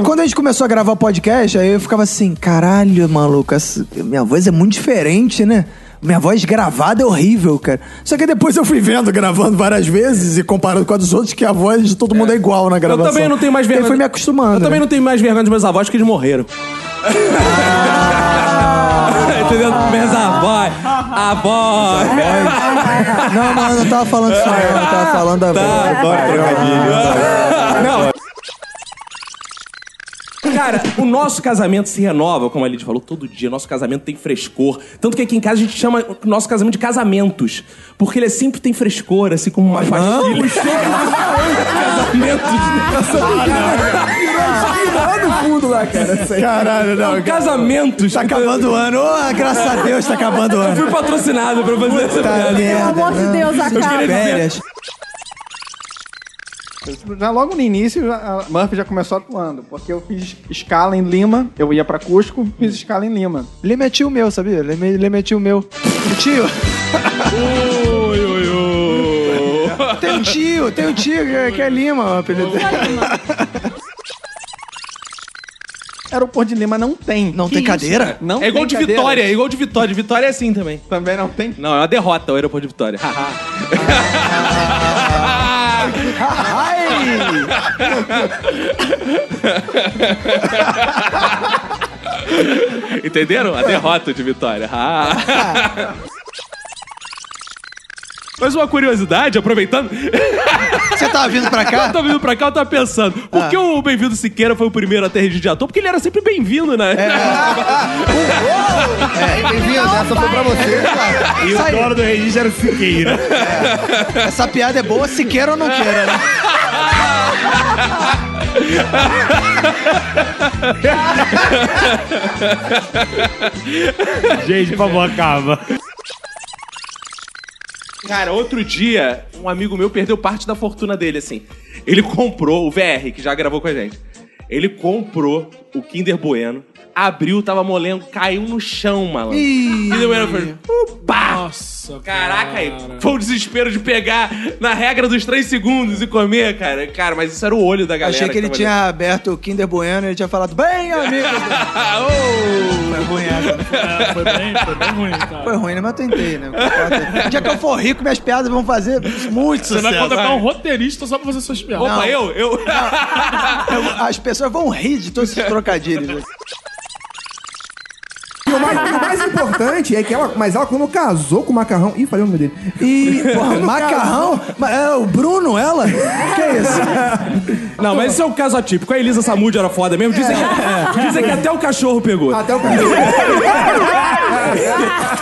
[SPEAKER 2] Quando a gente começou a gravar podcast, aí eu ficava assim, caralho, maluco, essa- minha voz é muito diferente, né? Minha voz gravada é horrível, cara. Só que depois eu fui vendo, gravando várias vezes e comparando com a dos outros, que a voz de todo mundo é igual na gravação.
[SPEAKER 1] Eu também não tenho mais vergonha.
[SPEAKER 2] Eu fui me acostumando. né?
[SPEAKER 1] Eu também não tenho mais vergonha dos meus avós porque eles morreram. Entendeu? Meus avós. Avós.
[SPEAKER 2] Não, não, eu não tava falando isso, não. Eu
[SPEAKER 1] Tá,
[SPEAKER 2] tava falando da voz.
[SPEAKER 1] Não. Cara, o nosso casamento se renova, como a Lid falou, todo dia. Nosso casamento tem frescor. Tanto que aqui em casa a gente chama o nosso casamento de casamentos. Porque ele é sempre tem frescor, assim como uma pastilha.
[SPEAKER 2] Ah, Caralho, não.
[SPEAKER 1] Casamentos.
[SPEAKER 2] Tá acabando o ano. Oh, graças a Deus, tá acabando o ano. Tá né?
[SPEAKER 1] Eu fui patrocinado pra fazer essa piada.
[SPEAKER 2] não. Eu queria dizer-
[SPEAKER 8] Já logo no início, já- a Murphy já começou atuando, porque eu fiz escala em Lima, eu ia pra Cusco, fiz escala em Lima.
[SPEAKER 2] Lima é tio meu, sabia? Lima, Lima é tio meu. Tio.
[SPEAKER 8] Oi, oi, oi.
[SPEAKER 2] Tem um tio, tem um tio que, que é Lima, o apelido dele.
[SPEAKER 8] Aeroporto de Lima não tem.
[SPEAKER 2] Não
[SPEAKER 8] Que
[SPEAKER 2] tem
[SPEAKER 8] isso?
[SPEAKER 2] cadeira?
[SPEAKER 8] Não
[SPEAKER 1] é igual
[SPEAKER 8] tem
[SPEAKER 1] de
[SPEAKER 8] cadeira.
[SPEAKER 1] Vitória, é igual de Vitória. De Vitória é assim também.
[SPEAKER 8] Também não tem.
[SPEAKER 1] Não, é uma derrota o aeroporto de Vitória. Entenderam? A derrota de Vitória. Ah. Mas uma curiosidade, aproveitando.
[SPEAKER 2] Você tava vindo pra cá? Ah.
[SPEAKER 1] Eu tava vindo pra cá, eu tava pensando. Por que o Bem-vindo Siqueira foi o primeiro a ter registro de ator? Porque ele era sempre bem-vindo, né?
[SPEAKER 8] É, bem-vindo, essa foi pra você.
[SPEAKER 1] E o dono
[SPEAKER 2] do registro era o Siqueira. Essa piada é boa se queira ou não queira, né?
[SPEAKER 11] Gente, por favor, acaba.
[SPEAKER 1] Cara, outro dia, um amigo meu perdeu parte da fortuna dele, assim. Ele comprou, o VR, que já gravou com a gente. Ele comprou o Kinder Bueno, abriu, tava molengo, caiu no chão, malandro.
[SPEAKER 11] Ih.
[SPEAKER 1] Kinder Bueno foi. Opa! Nossa! Caraca, aí. Foi o desespero de pegar na regra dos três segundos e comer, cara. Cara, mas isso era o olho da
[SPEAKER 2] Eu
[SPEAKER 1] galera.
[SPEAKER 2] Achei que ele
[SPEAKER 1] tava
[SPEAKER 2] tinha aberto o Kinder Bueno e ele tinha falado, bem, amigo. Foi ruim, essa. Foi bem, foi bem ruim, cara. Foi ruim, né? Mas eu tentei, né? O dia que eu for rico, minhas piadas vão fazer muito
[SPEAKER 11] Você
[SPEAKER 2] sucesso.
[SPEAKER 11] vai contratar
[SPEAKER 2] Não.
[SPEAKER 11] um roteirista só pra fazer suas piadas.
[SPEAKER 2] Não.
[SPEAKER 1] Eu...
[SPEAKER 2] Eu- As pessoas vão rir de todos esses trocadilhos.
[SPEAKER 22] O mais, o mais importante é que ela. Mas ela, quando casou com o macarrão. Ih, falei o nome dele. E.
[SPEAKER 2] Porra, macarrão? Mas é o Bruno, ela? Que é isso?
[SPEAKER 1] Não, mas esse é um caso atípico. A Elisa Samud era foda mesmo. Dizem, que, dizem que até o cachorro pegou.
[SPEAKER 22] Até o cachorro.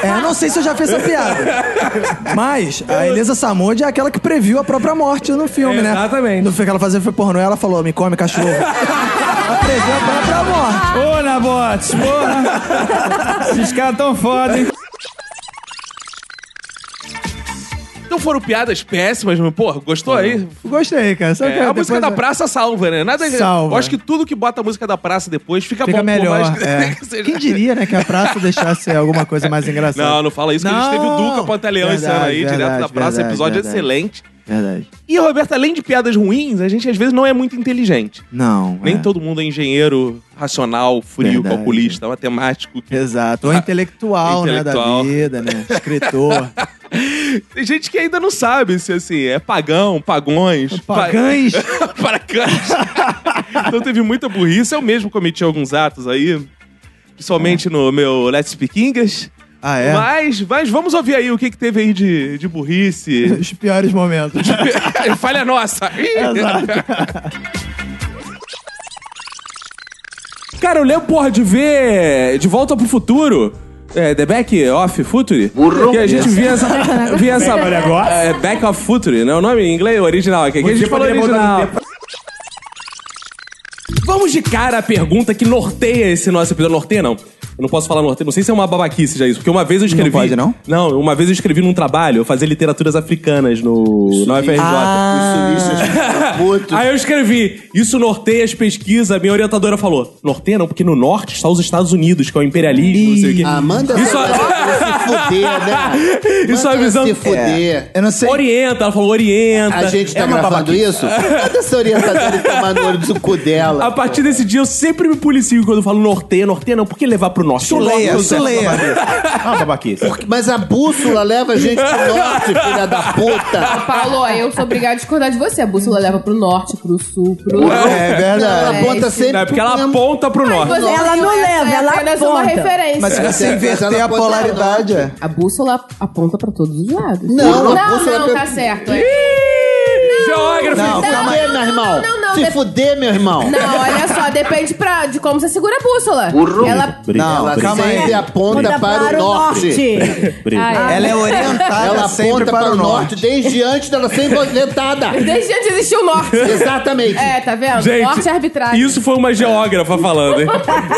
[SPEAKER 2] É, eu não sei se eu já fiz essa piada. assim. Mas a Elisa Samud é aquela que previu a própria morte no filme, né? Exatamente. No filme que ela fazia foi pornô, ela falou: me come cachorro. ela previu a própria morte.
[SPEAKER 17] Ô, Nabotes, porra! Esses caras tão foda, hein?
[SPEAKER 1] Então foram piadas péssimas, mas, pô, gostou aí?
[SPEAKER 2] Gostei, cara. Só
[SPEAKER 1] É,
[SPEAKER 2] que
[SPEAKER 1] a
[SPEAKER 2] depois
[SPEAKER 1] música da
[SPEAKER 2] eu-
[SPEAKER 1] praça salva, né? Nada
[SPEAKER 2] Salva.
[SPEAKER 1] Eu acho que tudo que bota a música da praça depois fica,
[SPEAKER 2] Fica
[SPEAKER 1] bom. por
[SPEAKER 2] melhor.
[SPEAKER 1] mais que-
[SPEAKER 2] é.
[SPEAKER 1] que seja-
[SPEAKER 2] Quem diria, né, que a praça deixasse alguma coisa mais engraçada?
[SPEAKER 1] Não, não fala isso, que a gente teve o Duca Pantaleão esse ano aí,
[SPEAKER 2] Verdade,
[SPEAKER 1] direto da praça.
[SPEAKER 2] verdade,
[SPEAKER 1] episódio
[SPEAKER 2] verdade.
[SPEAKER 1] excelente.
[SPEAKER 2] Verdade.
[SPEAKER 1] E, Roberto, além de piadas ruins, a gente às vezes não é muito inteligente.
[SPEAKER 2] Não.
[SPEAKER 1] Nem todo mundo é engenheiro racional, frio,
[SPEAKER 2] Verdade.
[SPEAKER 1] calculista, matemático.
[SPEAKER 2] Exato. Ou intelectual, né, da
[SPEAKER 1] Intelectual.
[SPEAKER 2] vida, né? Escritor.
[SPEAKER 1] Tem gente que ainda não sabe se, assim, é pagão, pagões. pa-
[SPEAKER 2] Pagães?
[SPEAKER 1] para cães. então teve muita burrice. Eu mesmo cometi alguns atos aí, principalmente no meu Let's Piquingas.
[SPEAKER 2] É. Ah, é?
[SPEAKER 1] Mas, mas vamos ouvir aí o que, que teve aí de, de burrice.
[SPEAKER 2] Os piores momentos.
[SPEAKER 1] Falha nossa. Ih! Cara, eu lembro, porra, de ver De Volta pro Futuro. É, The Back of Future?
[SPEAKER 26] Burro.
[SPEAKER 1] Que a gente via essa. via essa
[SPEAKER 26] Olha agora.
[SPEAKER 1] É, Back of Future, não é o nome em inglês original. Aqui, aqui a
[SPEAKER 26] Você
[SPEAKER 1] gente falou
[SPEAKER 26] poderia botar
[SPEAKER 1] original.
[SPEAKER 26] no tempo.
[SPEAKER 1] Vamos de cara à pergunta que norteia esse nosso episódio. Norteia, não. Eu não posso falar norteia, não sei se é uma babaquice já isso, porque uma vez eu escrevi. Não pode, não? Não, uma vez eu escrevi num trabalho, eu fazia literaturas africanas no, na UFRJ. Ah. Aí eu escrevi, isso norteia as pesquisas, a minha orientadora falou, norteia não, porque no norte está os Estados Unidos, que é o imperialismo, não sei o quê.
[SPEAKER 5] Amanda
[SPEAKER 1] isso,
[SPEAKER 5] fuder, né?
[SPEAKER 1] isso é uma visão...
[SPEAKER 5] se fuder.
[SPEAKER 1] É, eu não sei. Orienta, ela falou orienta.
[SPEAKER 5] A gente tá
[SPEAKER 1] É uma
[SPEAKER 5] gravando
[SPEAKER 1] babaquice.
[SPEAKER 5] isso? Manda essa orientadora tomar no olho do cu dela.
[SPEAKER 1] A partir desse dia eu sempre me policio quando eu falo norteia, norteia não, por que levar pro norte?
[SPEAKER 5] Chuleia,
[SPEAKER 1] Norte é o certo,
[SPEAKER 5] chuleia.
[SPEAKER 1] babaquice. Ah, babaquice.
[SPEAKER 5] Mas a bússola leva a gente pro norte, filha da puta.
[SPEAKER 11] Paulo, ó, eu sou obrigada a discordar de você. A bússola leva pro norte, pro sul, pro.
[SPEAKER 5] É verdade. Ela aponta sempre
[SPEAKER 1] Não, é porque ela aponta pro norte.
[SPEAKER 11] Mas você-
[SPEAKER 3] Ela não
[SPEAKER 11] essa
[SPEAKER 3] leva,
[SPEAKER 11] é
[SPEAKER 3] ela
[SPEAKER 11] apenas uma
[SPEAKER 3] aponta.
[SPEAKER 11] referência.
[SPEAKER 2] Mas se
[SPEAKER 11] é,
[SPEAKER 2] você inverter a polaridade. é.
[SPEAKER 11] A bússola aponta pra todos os lados.
[SPEAKER 5] Não,
[SPEAKER 11] né? não,
[SPEAKER 5] a bússola
[SPEAKER 11] não,
[SPEAKER 5] pe-
[SPEAKER 11] tá certo. é.
[SPEAKER 1] é Geógrafo.
[SPEAKER 5] Não, calma aí, meu irmão.
[SPEAKER 11] não, não,
[SPEAKER 5] Se
[SPEAKER 11] de-
[SPEAKER 5] fuder, meu irmão.
[SPEAKER 11] Não, olha só, depende pra, de como você segura a bússola. Ela.
[SPEAKER 5] Não, ela
[SPEAKER 2] calma aí.
[SPEAKER 5] sempre aponta
[SPEAKER 2] Aponta
[SPEAKER 5] para o
[SPEAKER 2] para o
[SPEAKER 5] norte.
[SPEAKER 11] Ah,
[SPEAKER 2] Ela é orientada
[SPEAKER 5] Ela
[SPEAKER 2] sempre
[SPEAKER 5] aponta para o norte desde antes dela ser inventada.
[SPEAKER 11] Desde antes existiu o norte.
[SPEAKER 5] Exatamente.
[SPEAKER 11] É, tá vendo?
[SPEAKER 1] Gente,
[SPEAKER 11] norte é arbitrário.
[SPEAKER 1] Isso foi uma geógrafa falando, hein?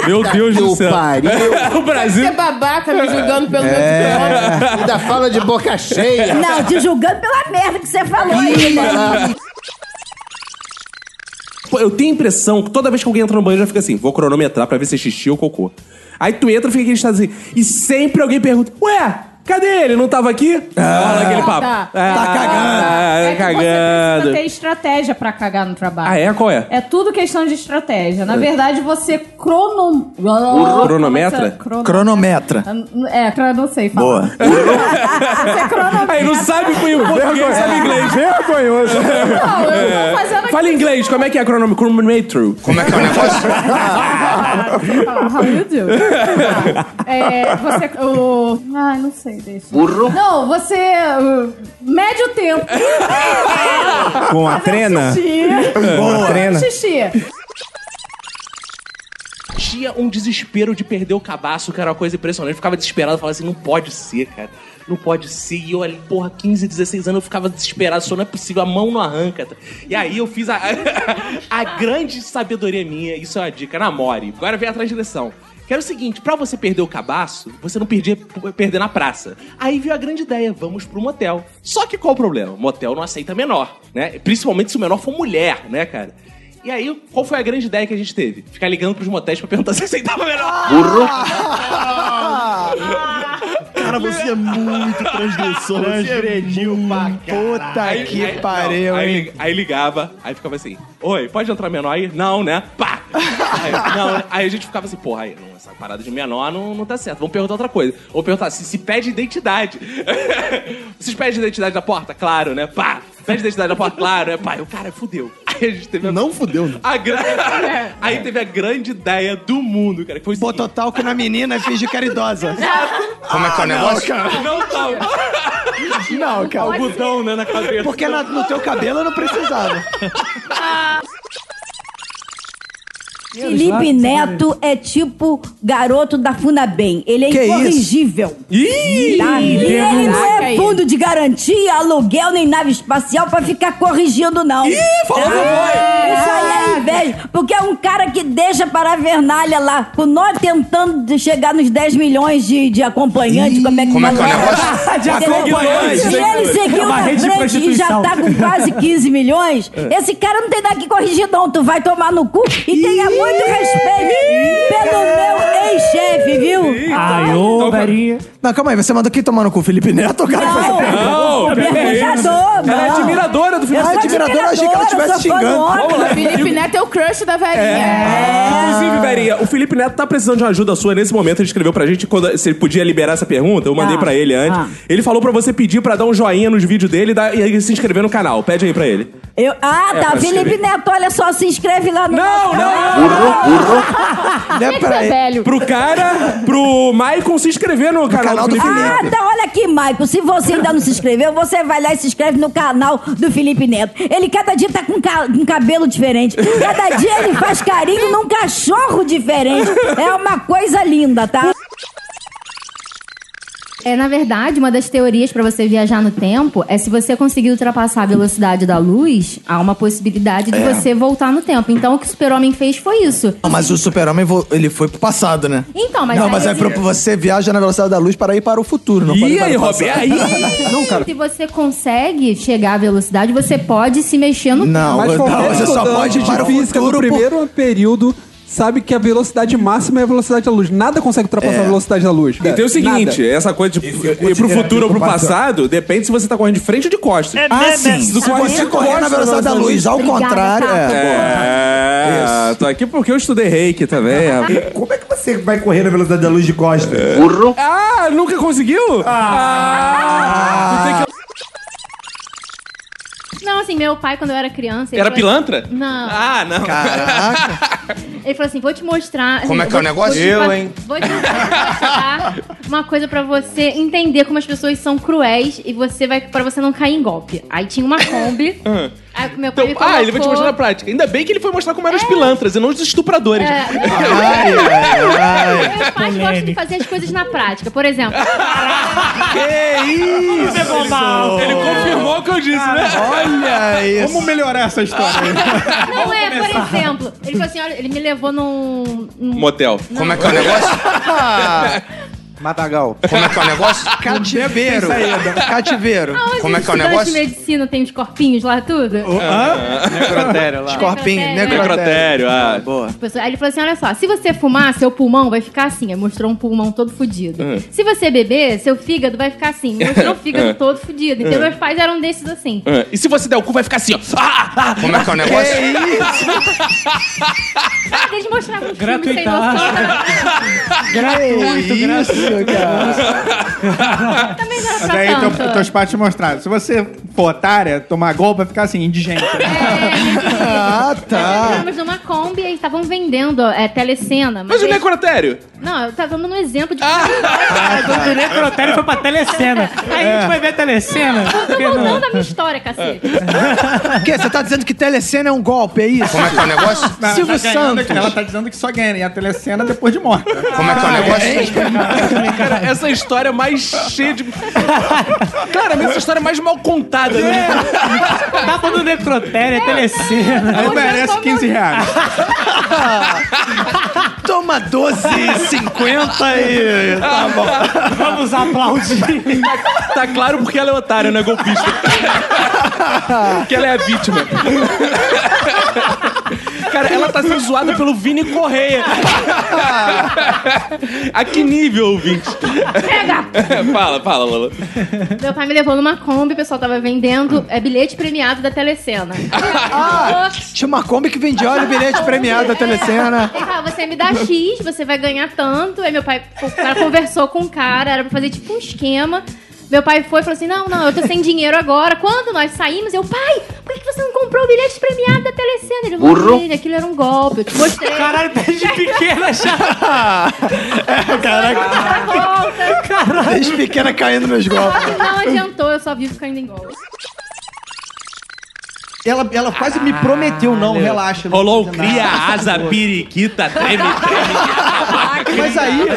[SPEAKER 1] Meu Deus do céu. o Brasil.
[SPEAKER 11] Você é babaca me julgando pelo
[SPEAKER 1] É.
[SPEAKER 11] meu nome.
[SPEAKER 5] É. Ainda fala de boca cheia.
[SPEAKER 3] Não, te julgando pela merda que você falou aí, né?
[SPEAKER 1] Pô, Eu tenho a impressão que toda vez que alguém entra no banheiro já fica assim: vou cronometrar pra ver se é xixi ou cocô. Aí tu entra e fica aquele estado assim. E sempre alguém pergunta: ué, cadê ele? Não tava aqui? Rola aquele papo.
[SPEAKER 18] Tá.
[SPEAKER 1] Ah,
[SPEAKER 18] É
[SPEAKER 1] tá
[SPEAKER 18] que Você precisa
[SPEAKER 1] cagando.
[SPEAKER 18] ter estratégia pra cagar no trabalho.
[SPEAKER 1] Ah, é? Qual é?
[SPEAKER 18] É tudo questão de estratégia. Na
[SPEAKER 1] É.
[SPEAKER 18] verdade, você crono...
[SPEAKER 1] Cronometra?
[SPEAKER 18] Crono-
[SPEAKER 2] Cronometra.
[SPEAKER 18] É, cro- não sei falar.
[SPEAKER 2] Boa.
[SPEAKER 1] Aí não sabe foi o português,
[SPEAKER 5] É.
[SPEAKER 1] sabe inglês. É.
[SPEAKER 2] Vergonhoso.
[SPEAKER 18] Não, eu tô fazendo aqui-
[SPEAKER 1] Fala em inglês, como é que é cronome? Cronometro. Como é que é o negócio?
[SPEAKER 24] Ah,
[SPEAKER 18] How you do? É, você... o-
[SPEAKER 24] Ah,
[SPEAKER 18] Ai, não sei, deixa.
[SPEAKER 1] Burro.
[SPEAKER 18] Não, você... uh, Mede o tempo.
[SPEAKER 27] Com
[SPEAKER 5] é um
[SPEAKER 27] a trena?
[SPEAKER 18] Xixi.
[SPEAKER 27] Com a trena?
[SPEAKER 18] Xixi.
[SPEAKER 1] Tinha um desespero de perder o cabaço, que era uma coisa impressionante. Eu ficava desesperado, falava assim, não pode ser, cara. Não pode ser. E eu ali, porra, 15, 16 anos, eu ficava desesperado. Só não é possível, a mão não arranca. E aí eu fiz a, a grande sabedoria minha. Isso é uma dica, namore. Agora vem a transgressão. Que era o seguinte, pra você perder o cabaço, você não perdia perder na praça. Aí veio a grande ideia, vamos pro motel. Só que qual o problema? Motel não aceita menor, né? Principalmente se o menor for mulher, né, cara? E aí, qual foi a grande ideia que a gente teve? Ficar ligando pros motéis pra perguntar se aceitava melhor.
[SPEAKER 26] Burro.
[SPEAKER 1] Cara, você é muito transgressor.
[SPEAKER 28] um Transgrediu pra Puta que pariu,
[SPEAKER 1] aí,
[SPEAKER 28] hein?
[SPEAKER 1] li- aí ligava, aí ficava assim: Oi, pode entrar menor aí? Não, né? Pá! Aí, não, né? Aí a gente ficava assim: Porra, aí, não, essa parada de menor não, não tá certo. Vamos perguntar outra coisa. Ou perguntar se se pede identidade. Vocês pedem identidade da porta? Claro, né? Pá! Pede identidade da porta? Claro, né? Pá! E o cara fudeu. Aí a gente teve a... Não fudeu, né? A gra...
[SPEAKER 28] É.
[SPEAKER 1] Aí teve a grande ideia do mundo, cara. Que foi Botou
[SPEAKER 5] talco na menina e fingiu que era idosa.
[SPEAKER 26] Como é que é o negócio?
[SPEAKER 1] Não, calma.
[SPEAKER 5] Não, cara.
[SPEAKER 1] Algodão, né, na cabeça.
[SPEAKER 5] Porque na- no teu cabelo eu não precisava.
[SPEAKER 26] Ah.
[SPEAKER 3] Felipe Neto é tipo garoto da Funabem. Ele é
[SPEAKER 26] né? Que isso?
[SPEAKER 3] incorrigível.
[SPEAKER 26] Ih,
[SPEAKER 3] Tá? E ele não
[SPEAKER 26] temos-
[SPEAKER 3] é fundo de garantia, aluguel nem nave espacial pra ficar corrigindo, não. Ih,
[SPEAKER 26] falou Ah. que foi.
[SPEAKER 3] Isso aí é inveja. Porque é um cara que deixa para a vernalha lá, com nós tentando de chegar nos 10 milhões de, de acompanhantes, como é que
[SPEAKER 26] Como é que é o
[SPEAKER 3] fala?
[SPEAKER 26] negócio? De acompanhantes. É
[SPEAKER 3] E ele seguiu
[SPEAKER 26] Uma
[SPEAKER 3] na
[SPEAKER 26] rede de
[SPEAKER 3] frente e já
[SPEAKER 26] prostituição.
[SPEAKER 3] tá com quase 15 milhões.
[SPEAKER 26] É.
[SPEAKER 3] Esse cara não tem nada que corrigir, não. Tu vai tomar no cu e tenha muito respeito pelo meu ex-chefe, viu?
[SPEAKER 2] Ai,
[SPEAKER 1] Então,
[SPEAKER 3] ô,
[SPEAKER 2] Verinha. Não, calma aí, você mandou quem tomar no cu, Felipe Neto ou o cara que faz a pergunta?
[SPEAKER 26] Não,
[SPEAKER 2] Eu
[SPEAKER 26] peraí.
[SPEAKER 2] perguntador,
[SPEAKER 26] Ela é
[SPEAKER 2] não.
[SPEAKER 26] admiradora do Felipe
[SPEAKER 2] Ela é
[SPEAKER 26] Neto.
[SPEAKER 2] admiradora, achei que ela
[SPEAKER 26] Admiradora,
[SPEAKER 2] estivesse
[SPEAKER 26] eu sou fã do
[SPEAKER 2] xingando.
[SPEAKER 26] homem.
[SPEAKER 2] Vamos lá.
[SPEAKER 11] Felipe Neto é o crush da velhinha.
[SPEAKER 2] É.
[SPEAKER 17] Ah.
[SPEAKER 1] Inclusive, galerinha, o Felipe Neto tá precisando de uma ajuda sua nesse momento. Ele escreveu pra gente quando, se ele podia liberar essa pergunta. Eu mandei
[SPEAKER 6] Ah,
[SPEAKER 1] pra ele antes.
[SPEAKER 6] ah.
[SPEAKER 1] Ele falou pra você pedir pra dar um joinha nos vídeos dele e dar- e se inscrever no canal. Pede aí pra ele.
[SPEAKER 3] Eu, ah,
[SPEAKER 1] É,
[SPEAKER 3] tá.
[SPEAKER 1] pra
[SPEAKER 3] Felipe
[SPEAKER 1] escrever.
[SPEAKER 3] Neto, olha só, se inscreve lá no. Não, não,
[SPEAKER 1] Né,
[SPEAKER 3] Tem que ser velho.
[SPEAKER 1] Pro cara, pro Maicon se inscrever no canal, do Felipe
[SPEAKER 3] Ah,
[SPEAKER 1] Neto.
[SPEAKER 3] então olha aqui, Maicon. Se você ainda não se inscreveu, você vai lá e se inscreve no canal do Felipe Neto. Ele cada dia tá com ca- um cabelo diferente. Cada dia ele faz carinho num cachorro diferente. É uma coisa linda, tá?
[SPEAKER 7] É, na verdade, uma das teorias pra você viajar no tempo é se você conseguir ultrapassar a velocidade da luz, há uma possibilidade de
[SPEAKER 2] É.
[SPEAKER 7] você voltar no tempo. Então, o que o super-homem fez foi isso.
[SPEAKER 2] Não, mas o super-homem, vo- ele foi pro passado, né?
[SPEAKER 7] Então, mas
[SPEAKER 2] não,
[SPEAKER 7] aí
[SPEAKER 2] mas é
[SPEAKER 7] existe-
[SPEAKER 2] pro, você viaja na velocidade da luz para ir para o futuro, não
[SPEAKER 7] Ih,
[SPEAKER 2] pode ir para
[SPEAKER 7] aí,
[SPEAKER 2] o passado.
[SPEAKER 7] Roberto, Se você consegue chegar à velocidade, você pode se mexer no
[SPEAKER 2] Não,
[SPEAKER 7] tempo.
[SPEAKER 17] Mas qualquer
[SPEAKER 2] você só
[SPEAKER 17] estudante
[SPEAKER 2] pode ir para o
[SPEAKER 17] de física
[SPEAKER 2] futuro
[SPEAKER 17] do
[SPEAKER 2] por-
[SPEAKER 17] primeiro período sabe que a velocidade máxima é a velocidade da luz. Nada consegue
[SPEAKER 22] É.
[SPEAKER 17] ultrapassar a velocidade da luz.
[SPEAKER 1] E tem o seguinte, essa coisa de ir pro futuro ou pro passado, depende se você tá correndo de frente ou de costas.
[SPEAKER 17] É, Ah, né, sim. né?
[SPEAKER 1] Se
[SPEAKER 17] Se você
[SPEAKER 1] você
[SPEAKER 17] correr
[SPEAKER 1] correr
[SPEAKER 17] na velocidade da luz, ao Obrigada, contrário, tá?
[SPEAKER 1] É, tô aqui porque eu estudei reiki também. rapaz.
[SPEAKER 27] Como é que você vai correr na velocidade da luz de costa?
[SPEAKER 1] Ah, nunca conseguiu? Ah! Tu tem
[SPEAKER 7] Não, assim, meu pai, quando eu era criança... ele
[SPEAKER 1] Era
[SPEAKER 7] falou-
[SPEAKER 1] pilantra?
[SPEAKER 7] Não.
[SPEAKER 1] Ah, não.
[SPEAKER 7] Caraca. Ele falou assim, vou te mostrar...
[SPEAKER 1] Como é que é
[SPEAKER 7] vou
[SPEAKER 1] o
[SPEAKER 7] te-
[SPEAKER 1] negócio?
[SPEAKER 7] Vou te,
[SPEAKER 1] Eu, hein?
[SPEAKER 7] Vou te mostrar uma coisa pra você entender como as pessoas são cruéis e você vai... pra você não cair em golpe. Aí tinha uma Kombi...
[SPEAKER 1] que... Ah.
[SPEAKER 7] aí meu pai
[SPEAKER 1] Então,
[SPEAKER 7] me
[SPEAKER 1] ah, ele vai te
[SPEAKER 7] colocou-
[SPEAKER 1] mostrar na prática. Ainda bem que ele foi mostrar como eram os pilantras e não os estupradores.
[SPEAKER 7] É.
[SPEAKER 1] Ai, ai, ai.
[SPEAKER 7] Meus pais gostam de fazer as coisas na prática. Por exemplo...
[SPEAKER 1] Que isso!
[SPEAKER 7] pegou
[SPEAKER 1] mal. Ele confirmou o que eu disse, né?
[SPEAKER 8] Olha isso. Vamos melhorar essa história.
[SPEAKER 7] Não é, por exemplo, ele falou assim, olha, ele me levou num... num-
[SPEAKER 1] Motel. Ah. Como é que é o negócio?
[SPEAKER 29] Matagal.
[SPEAKER 14] Como é que é o negócio?
[SPEAKER 2] Cativeiro.
[SPEAKER 14] Sem saída.
[SPEAKER 2] Cativeiro.
[SPEAKER 7] Aonde
[SPEAKER 2] Como é que é o
[SPEAKER 7] estudante
[SPEAKER 2] negócio? Ah,
[SPEAKER 7] de medicina tem os corpinhos lá tudo?
[SPEAKER 2] Hã?
[SPEAKER 1] Necrotério lá.
[SPEAKER 2] Escorpinho,
[SPEAKER 7] Necrotério. É.
[SPEAKER 1] Necrotério, ah. Boa.
[SPEAKER 7] Pessoa- Aí ele falou assim, olha só, se você fumar, seu pulmão vai ficar assim. Aí mostrou um pulmão todo fudido.
[SPEAKER 1] Hum.
[SPEAKER 7] Se você beber, seu fígado vai ficar assim. Mostrou o fígado
[SPEAKER 1] Hum.
[SPEAKER 7] todo fudido. Então
[SPEAKER 1] Hum.
[SPEAKER 7] meus pais eram desses assim.
[SPEAKER 1] Ah, E se você der o cu, vai ficar assim, ó. Como é que é o
[SPEAKER 7] Ah, eles mostravam um filme sem
[SPEAKER 1] Gratuitaço.
[SPEAKER 7] noção. tá?
[SPEAKER 8] Gratuito, gratuito,
[SPEAKER 1] É
[SPEAKER 8] cara.
[SPEAKER 7] Também não era pra
[SPEAKER 8] Daí
[SPEAKER 7] tanto.
[SPEAKER 1] então,
[SPEAKER 8] teu- teus pais te mostraram. Se você for otária, tomar golpe vai ficar assim, indigente.
[SPEAKER 7] ah,
[SPEAKER 8] tá.
[SPEAKER 7] Entramos numa Kombi e estavam vendendo é, telecena.
[SPEAKER 1] Mas o necrotério?
[SPEAKER 7] Não, eu tava dando um exemplo de...
[SPEAKER 20] O É necrotério foi pra telecena. Aí
[SPEAKER 2] É.
[SPEAKER 20] a gente vai ver a telecena.
[SPEAKER 7] Tô contando Tá a minha história, cacete.
[SPEAKER 2] O quê? Você tá dizendo que telecena é um golpe, é isso?
[SPEAKER 14] Como é que é o negócio?
[SPEAKER 2] Silvio
[SPEAKER 8] tá ganhando-
[SPEAKER 2] Santos.
[SPEAKER 8] Ela tá dizendo que só ganha, e a telecena depois de morta.
[SPEAKER 14] Como é que é o
[SPEAKER 8] negócio?
[SPEAKER 1] Cara, essa história é mais cheia de. Cara, mas essa história é mais mal contada, né?
[SPEAKER 20] Tá falando necrotério, é telecena.
[SPEAKER 8] Aí merece 15 reais.
[SPEAKER 2] Toma 12,50 e. Tá bom. Vamos aplaudir.
[SPEAKER 1] Tá claro porque ela é otária, não é golpista. Porque ela é a vítima. Cara, ela tá sendo zoada pelo Vini Correia. A que nível, ouvinte? fala, fala, Lola.
[SPEAKER 7] Meu pai me levou numa Kombi, o pessoal tava vendendo é, bilhete premiado da Telecena. Ah,
[SPEAKER 2] Tinha uma Kombi que vendia olha o bilhete premiado da telecena.
[SPEAKER 7] Ele falou, você me dá X, você vai ganhar tanto. Aí meu pai o cara conversou com o cara, era pra fazer tipo um esquema. Meu pai foi e falou assim: não, não, eu tô sem dinheiro agora. Quando nós saímos, eu, pai, por que que você não comprou o bilhete premiado da Telecena? Ele falou,
[SPEAKER 2] Burro.
[SPEAKER 7] filho, aquilo era um golpe, eu te mostrei. Caralho,
[SPEAKER 20] desde pequena já. É,
[SPEAKER 7] Tá
[SPEAKER 2] Caraca.
[SPEAKER 7] Volta.
[SPEAKER 2] Desde pequena caindo nos golpes.
[SPEAKER 7] Só que não adiantou, eu só vivo caindo em golpe.
[SPEAKER 22] Ela, ela quase me prometeu, não, relaxa. né? não
[SPEAKER 1] Rolou
[SPEAKER 22] vou
[SPEAKER 1] um
[SPEAKER 22] fazer nada.
[SPEAKER 1] cria, asa, periquita, treme, treme.
[SPEAKER 22] Mas aí,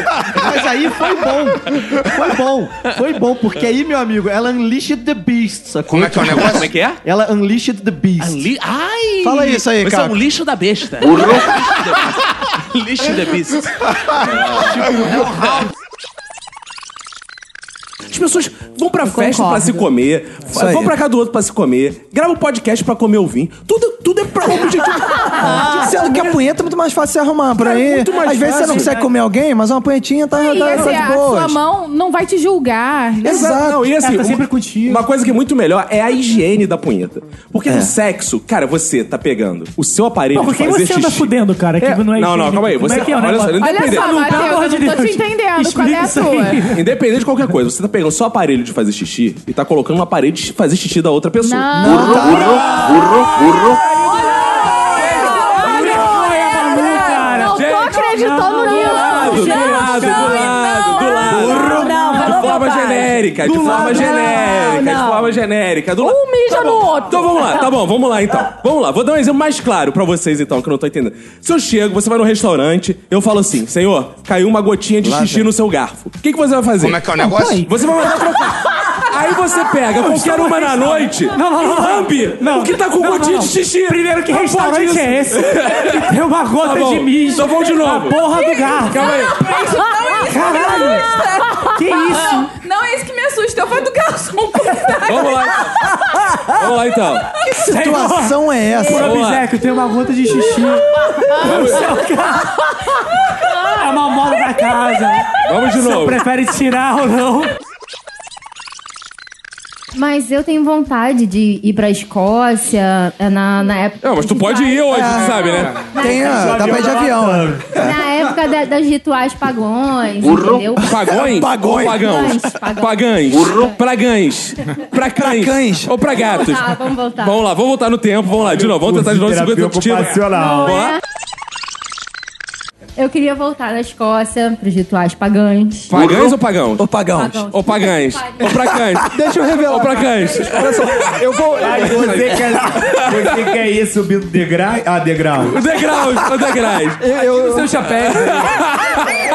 [SPEAKER 22] mas aí foi bom. Foi bom. Foi bom, porque aí, meu amigo, ela unleashed the beast, sacou?
[SPEAKER 1] Como é que é o negócio? Como é que é?
[SPEAKER 22] Ela unleashed the beast.
[SPEAKER 1] Ai!
[SPEAKER 22] Fala isso aí,
[SPEAKER 1] Você
[SPEAKER 22] cara.
[SPEAKER 1] é um lixo da besta. É lixo da besta. Lixo da besta. um As pessoas vão pra festa
[SPEAKER 27] concordo.
[SPEAKER 1] pra se comer,
[SPEAKER 27] Isso aí.
[SPEAKER 1] vão pra casa do outro pra se comer, gravam podcast pra comer ou vinho. Tudo, tudo é pra um objetivo.
[SPEAKER 2] Sendo que a punheta é muito mais fácil de arrumar pra mim.
[SPEAKER 27] muito mais
[SPEAKER 2] Às vezes você
[SPEAKER 27] fácil,
[SPEAKER 2] não consegue
[SPEAKER 27] né?
[SPEAKER 2] comer alguém, mas uma punhetinha tá,
[SPEAKER 11] Sim,
[SPEAKER 2] tá,
[SPEAKER 11] esse
[SPEAKER 2] tá
[SPEAKER 11] é-
[SPEAKER 2] de
[SPEAKER 11] a
[SPEAKER 2] boa.
[SPEAKER 11] sua mão não vai te julgar. né?
[SPEAKER 1] Não, e assim,
[SPEAKER 11] Ela tá sempre
[SPEAKER 1] uma, uma coisa que é muito melhor é a higiene da punheta. Porque no sexo, cara, você tá pegando o seu aparelho
[SPEAKER 20] Pô,
[SPEAKER 1] de
[SPEAKER 20] quem
[SPEAKER 1] fazer
[SPEAKER 20] você
[SPEAKER 1] xixi.
[SPEAKER 20] anda fudendo, cara? Que
[SPEAKER 1] É.
[SPEAKER 20] não é
[SPEAKER 1] Não, não,
[SPEAKER 20] higiênico.
[SPEAKER 1] calma aí.
[SPEAKER 20] Como
[SPEAKER 1] Você,
[SPEAKER 20] é que é o
[SPEAKER 1] olha só,
[SPEAKER 20] negócio?
[SPEAKER 11] Olha
[SPEAKER 1] independente.
[SPEAKER 11] só, Matheus, eu não tô te entendendo. Qual é a sua?
[SPEAKER 1] Independente de qualquer coisa, você tá pegando só aparelho de fazer xixi e tá colocando no aparelho de fazer xixi da outra pessoa.
[SPEAKER 11] Não.
[SPEAKER 1] Burro, burro, burro, burro.
[SPEAKER 11] Não tô acreditando
[SPEAKER 1] Do
[SPEAKER 11] nisso.
[SPEAKER 1] lado, do lado, do lado. de forma genérica, de forma genérica, de forma genérica. Do lado.
[SPEAKER 11] Um mija
[SPEAKER 1] tá bom.
[SPEAKER 11] no outro.
[SPEAKER 1] Então vamos lá, tá bom, vamos lá então. Vamos lá, vou dar um exemplo mais claro pra vocês então, que eu não tô entendendo. Se eu chego, você vai num restaurante, eu falo assim, senhor, caiu uma gotinha de xixi no seu garfo. O que, que você vai fazer? Como é que é o negócio? Você vai mandar trocar. Aí você pega qualquer uma na noite
[SPEAKER 20] Não, não, não,
[SPEAKER 1] e lambe
[SPEAKER 20] não.
[SPEAKER 1] o que tá com
[SPEAKER 20] Não,
[SPEAKER 1] gotinha
[SPEAKER 20] não.
[SPEAKER 1] de xixi.
[SPEAKER 20] Primeiro, que
[SPEAKER 1] Não pode
[SPEAKER 20] restaurante
[SPEAKER 1] isso.
[SPEAKER 20] é esse? Tem uma gota
[SPEAKER 1] Tá bom,
[SPEAKER 20] de mijo.
[SPEAKER 1] Então vamos de
[SPEAKER 20] na
[SPEAKER 1] novo.
[SPEAKER 20] porra do garfo.
[SPEAKER 1] Calma aí.
[SPEAKER 20] Caralho. Que isso?
[SPEAKER 11] Não, não é isso que me assusta. Foi do garçom.
[SPEAKER 1] Vamos
[SPEAKER 11] então.
[SPEAKER 1] lá. Vamos lá então.
[SPEAKER 2] Que situação é essa?
[SPEAKER 20] Por
[SPEAKER 1] Vamos lá.
[SPEAKER 20] obséquio, tem uma gota de xixi.
[SPEAKER 1] Vamos-
[SPEAKER 20] É uma moda da casa.
[SPEAKER 1] Vamos de novo.
[SPEAKER 20] Você prefere tirar ou não?
[SPEAKER 7] Mas eu tenho vontade de ir pra Escócia é, na, na época.
[SPEAKER 1] Não, mas tu pode ir hoje,
[SPEAKER 22] Ah,
[SPEAKER 1] tu sabe, né?
[SPEAKER 2] Tem a- dá pra ir de avião, né?
[SPEAKER 7] Na época da- das rituais pagões, entendeu?
[SPEAKER 1] Pagões?
[SPEAKER 2] Pagões.
[SPEAKER 1] Ou pagãos?
[SPEAKER 7] Pagões.
[SPEAKER 1] Pagães. Pragães. Pra cães. Ou pra gatos.
[SPEAKER 7] Vamos voltar, vamos voltar.
[SPEAKER 1] Vamos lá, vamos voltar no tempo, vamos lá, de novo. Vamos tentar de novo
[SPEAKER 27] Terapia
[SPEAKER 1] 50 tiros.
[SPEAKER 27] ocupacional.
[SPEAKER 1] Vamos lá?
[SPEAKER 7] Eu queria voltar na Escócia pros rituais pagães.
[SPEAKER 1] Pagães ou pagão? Ou
[SPEAKER 2] pagãos.
[SPEAKER 1] Ou pagães. Ou pra cães.
[SPEAKER 2] Deixa eu revelar.
[SPEAKER 1] Ou pra cães.
[SPEAKER 27] Olha só, eu vou. você, quer, você quer ir subindo degrau? Ah, degrau.
[SPEAKER 1] O degraus, o degraus.
[SPEAKER 27] Eu,
[SPEAKER 1] Seu chapéu.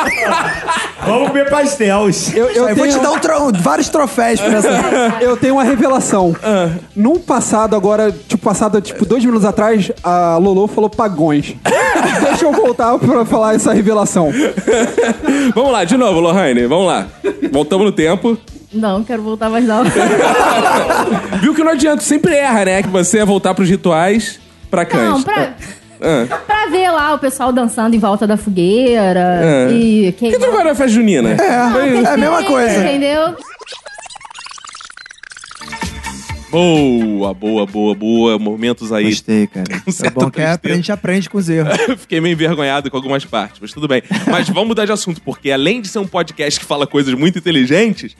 [SPEAKER 27] Vamos ver pastéis.
[SPEAKER 17] Eu, eu
[SPEAKER 2] Eu vou te dar um tro- vários troféus pra essa. Ah.
[SPEAKER 17] Eu tenho uma revelação. Num passado, agora, tipo, passado, tipo, dois minutos atrás, a Lolo falou pagões. Deixa eu voltar pra falar essa revelação.
[SPEAKER 1] Vamos lá, de novo, Lohane. Vamos lá. Voltamos no tempo.
[SPEAKER 7] Não, quero voltar mais não.
[SPEAKER 1] Viu que não adianta, tu sempre erra, né? Que você ia voltar pros rituais pra cães.
[SPEAKER 7] Não, pra,
[SPEAKER 1] Ah.
[SPEAKER 7] pra ver lá o pessoal dançando em volta da fogueira.
[SPEAKER 1] É.
[SPEAKER 7] E
[SPEAKER 1] Por que tu não vai na festa junina?
[SPEAKER 2] É, é a mesma coisa.
[SPEAKER 7] Entendeu?
[SPEAKER 1] Boa, boa, boa, boa. Momentos aí.
[SPEAKER 2] Gostei, cara.
[SPEAKER 1] É
[SPEAKER 2] bom que a gente aprende com os erros.
[SPEAKER 1] Fiquei meio envergonhado com algumas partes, mas tudo bem. Mas vamos mudar de assunto, porque além de ser um podcast que fala coisas muito inteligentes,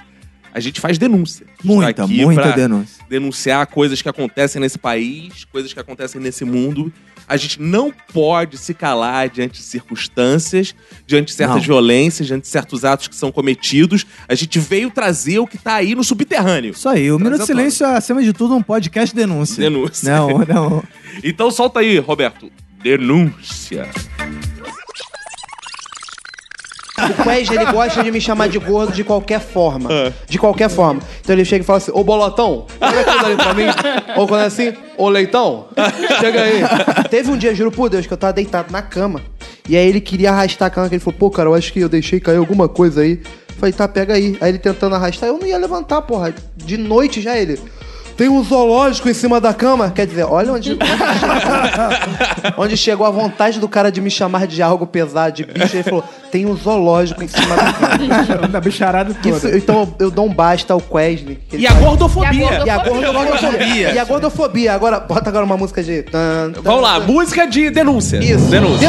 [SPEAKER 1] a gente faz denúncia. A gente tá
[SPEAKER 2] Muita,
[SPEAKER 1] aqui
[SPEAKER 2] muita
[SPEAKER 1] pra
[SPEAKER 2] denúncia.
[SPEAKER 1] Denunciar coisas que acontecem nesse país, coisas que acontecem nesse mundo. A gente não pode se calar diante de circunstâncias, diante de certas
[SPEAKER 2] Não.
[SPEAKER 1] violências, diante de certos atos que são cometidos. A gente veio trazer o que tá aí no subterrâneo.
[SPEAKER 2] Isso aí, o Minuto de
[SPEAKER 1] Trazer a
[SPEAKER 2] Silêncio é, acima de tudo, um podcast denúncia.
[SPEAKER 1] Denúncia.
[SPEAKER 2] Não, não.
[SPEAKER 1] Então solta aí, Roberto. Denúncia.
[SPEAKER 5] O Quest, ele gosta de me chamar de gordo de qualquer forma. De qualquer forma. Então ele chega e fala assim, ô bolotão, olha aquilo ali pra mim. Ou quando é assim, ô leitão, chega aí. Teve um dia, juro por Deus, que eu tava deitado na cama. E aí ele queria arrastar a cama, que ele falou, pô, cara, eu acho que eu deixei cair alguma coisa aí. Falei, tá, pega aí. Aí ele tentando arrastar, eu não ia levantar, porra. De noite já ele. Tem um zoológico em cima da cama. Quer dizer, olha onde, onde chegou a vontade do cara de me chamar de algo pesado, de bicho. Ele falou: tem um zoológico em cima da cama.
[SPEAKER 8] Da bicharada toda.
[SPEAKER 5] Isso, então eu dou um basta ao Quesley. que ele
[SPEAKER 1] E a
[SPEAKER 5] faz-
[SPEAKER 1] gordofobia.
[SPEAKER 5] E a gordofobia.
[SPEAKER 1] Gordofobia.
[SPEAKER 5] E a gordofobia. Agora, bota agora uma música de. Tan, tan,
[SPEAKER 1] Vamos lá,
[SPEAKER 5] tan.
[SPEAKER 1] música de denúncia.
[SPEAKER 5] Isso.
[SPEAKER 1] Denúncia.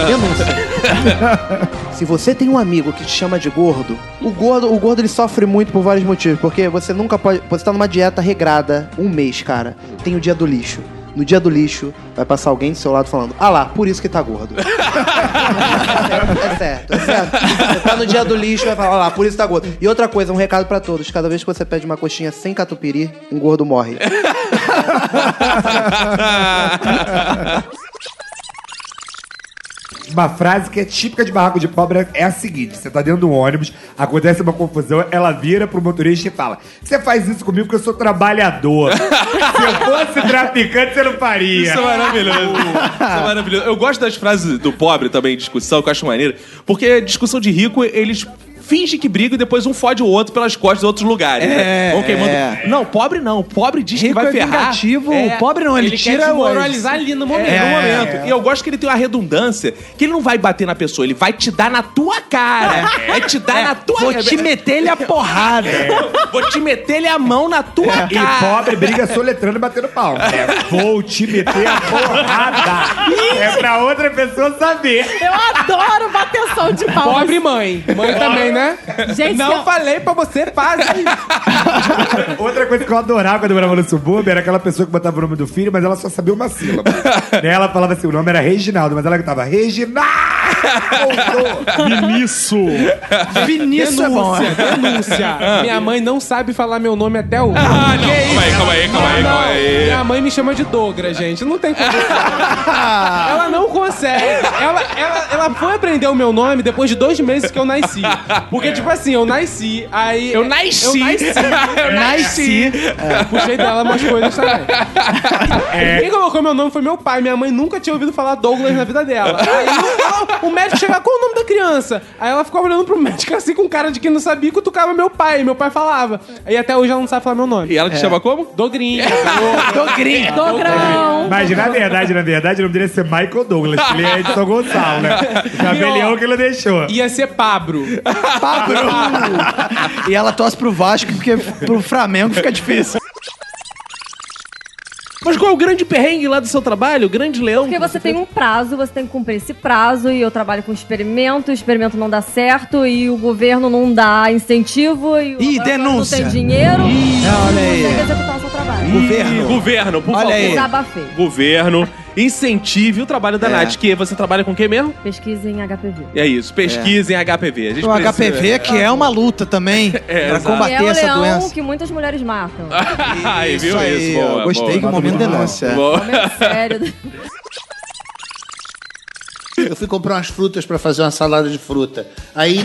[SPEAKER 1] Ah.
[SPEAKER 5] Denúncia. Denúncia. Se você tem um amigo que te chama de gordo, o gordo, o gordo ele sofre muito por vários motivos, porque você nunca pode, você tá numa dieta regrada um mês, cara. Tem o dia do lixo. No dia do lixo, vai passar alguém do seu lado falando: "Ah lá, por isso que tá gordo". é certo, é certo. Você tá no dia do lixo, vai falar: "Ah lá, por isso tá gordo". E outra coisa, um recado pra todos, cada vez que você pede uma coxinha sem catupiry, um gordo morre.
[SPEAKER 27] Uma frase que é típica de barraco de pobre é a seguinte: você tá dentro de um ônibus, acontece uma confusão, ela vira pro motorista e fala: Você faz isso comigo porque eu sou trabalhador. Se eu fosse traficante, você não faria.
[SPEAKER 1] Isso é maravilhoso. Isso é maravilhoso. Eu gosto das frases do pobre também, discussão, que eu acho maneiro. Porque discussão de rico, eles
[SPEAKER 10] finge que briga e depois um fode o outro pelas costas de outros lugares. né?
[SPEAKER 1] É,
[SPEAKER 10] Vão queimando-
[SPEAKER 1] é.
[SPEAKER 10] Não, pobre não. Pobre diz que
[SPEAKER 1] Rico
[SPEAKER 10] vai
[SPEAKER 1] é
[SPEAKER 10] ferrar.
[SPEAKER 1] vingativo, pobre não, ele
[SPEAKER 10] quer
[SPEAKER 1] tira o-
[SPEAKER 10] desmoralizar ali no momento.
[SPEAKER 1] É.
[SPEAKER 10] no momento. E eu gosto que ele tem uma redundância que ele não vai bater na pessoa, ele vai te dar na tua cara. Vai te dar na tua
[SPEAKER 1] vou
[SPEAKER 10] cara.
[SPEAKER 1] te meter-lhe a porrada.
[SPEAKER 10] Vou te meter-lhe a mão na tua
[SPEAKER 27] É.
[SPEAKER 10] cara.
[SPEAKER 27] E pobre briga soletrando e batendo pau. É, vou te meter a porrada. é pra outra pessoa saber.
[SPEAKER 24] Eu adoro bater som de pau.
[SPEAKER 1] Pobre mãe.
[SPEAKER 27] Mãe também, né?
[SPEAKER 24] Gente,
[SPEAKER 27] Não
[SPEAKER 1] falei pra você, faz
[SPEAKER 27] Outra coisa que eu adorava quando eu morava no subúrbio era aquela pessoa que botava o nome do filho, mas ela só sabia uma sílaba. né? Ela falava assim, o nome era Reginaldo, mas ela gritava Reginaldo!
[SPEAKER 11] Vinícius!
[SPEAKER 30] Vinícius é bom,
[SPEAKER 11] denúncia,
[SPEAKER 30] é.
[SPEAKER 11] denúncia.
[SPEAKER 30] Ah.
[SPEAKER 11] Minha mãe não sabe falar meu nome até hoje.
[SPEAKER 1] Ah, não, é calma aí, calma aí, calma aí, calma aí.
[SPEAKER 11] Minha mãe me chama de Dogra, gente. Não tem como.
[SPEAKER 1] Ah.
[SPEAKER 11] ela não consegue. Ela, ela, ela foi aprender o meu nome depois de dois meses que eu nasci. Porque, tipo assim, eu nasci, aí.
[SPEAKER 1] Eu nasci.
[SPEAKER 11] Eu nasci.
[SPEAKER 1] Eu nasci.
[SPEAKER 11] É, puxei dela umas coisas também.
[SPEAKER 1] É.
[SPEAKER 11] Quem colocou meu nome foi meu pai. Minha mãe nunca tinha ouvido falar Douglas na vida dela. Aí ela- o médico chegava, qual o nome da criança? Aí ela ficou olhando pro médico assim com cara de que não sabia que tocava meu pai. Meu pai falava. Aí até hoje ela não sabe falar meu nome. É.
[SPEAKER 1] E ela te
[SPEAKER 10] É.
[SPEAKER 1] chama como?
[SPEAKER 11] Dogrinha.
[SPEAKER 1] Dogrinha.
[SPEAKER 27] Dogrão. Mas na verdade, na verdade, o nome dele ia ser Michael Douglas, que ele é de São Gonçalo, né? O Cabelhão que ele deixou.
[SPEAKER 11] Ia ser Pabro.
[SPEAKER 5] Pabro! e ela torce pro Vasco, porque pro Flamengo fica difícil.
[SPEAKER 10] Mas qual é o grande perrengue lá do seu trabalho? O grande leão?
[SPEAKER 14] Porque você tem um prazo, você tem que cumprir esse prazo, e eu trabalho com experimento, o experimento não dá certo, e o governo não dá incentivo, e o
[SPEAKER 5] Ih,
[SPEAKER 14] laboratório
[SPEAKER 5] denúncia.
[SPEAKER 14] não tem dinheiro.
[SPEAKER 5] Ih, olha aí.
[SPEAKER 14] Você executar o seu trabalho.
[SPEAKER 1] Governo. Governo, por
[SPEAKER 14] Olha aí.
[SPEAKER 1] favor.
[SPEAKER 14] Desabafei.
[SPEAKER 1] Governo, incentive o trabalho da Nath, que você trabalha com o quê mesmo?
[SPEAKER 14] Pesquisa em HPV.
[SPEAKER 1] É isso, pesquisem HPV. A gente
[SPEAKER 5] O
[SPEAKER 1] precisa-
[SPEAKER 5] HPV, que
[SPEAKER 2] um
[SPEAKER 5] é uma luta também
[SPEAKER 1] né? É,
[SPEAKER 5] pra
[SPEAKER 1] exato.
[SPEAKER 5] combater
[SPEAKER 14] é o
[SPEAKER 5] essa
[SPEAKER 14] leão
[SPEAKER 5] doença.
[SPEAKER 14] que muitas mulheres matam.
[SPEAKER 1] Aí, viu
[SPEAKER 5] Isso aí,
[SPEAKER 1] isso?
[SPEAKER 5] ó,
[SPEAKER 1] Boa,
[SPEAKER 5] gostei
[SPEAKER 1] boa.
[SPEAKER 5] que o
[SPEAKER 29] tá
[SPEAKER 5] momento
[SPEAKER 10] é.
[SPEAKER 5] denúncia.
[SPEAKER 1] Boa.
[SPEAKER 14] Sério.
[SPEAKER 29] Eu fui comprar umas frutas pra fazer uma salada de fruta. Aí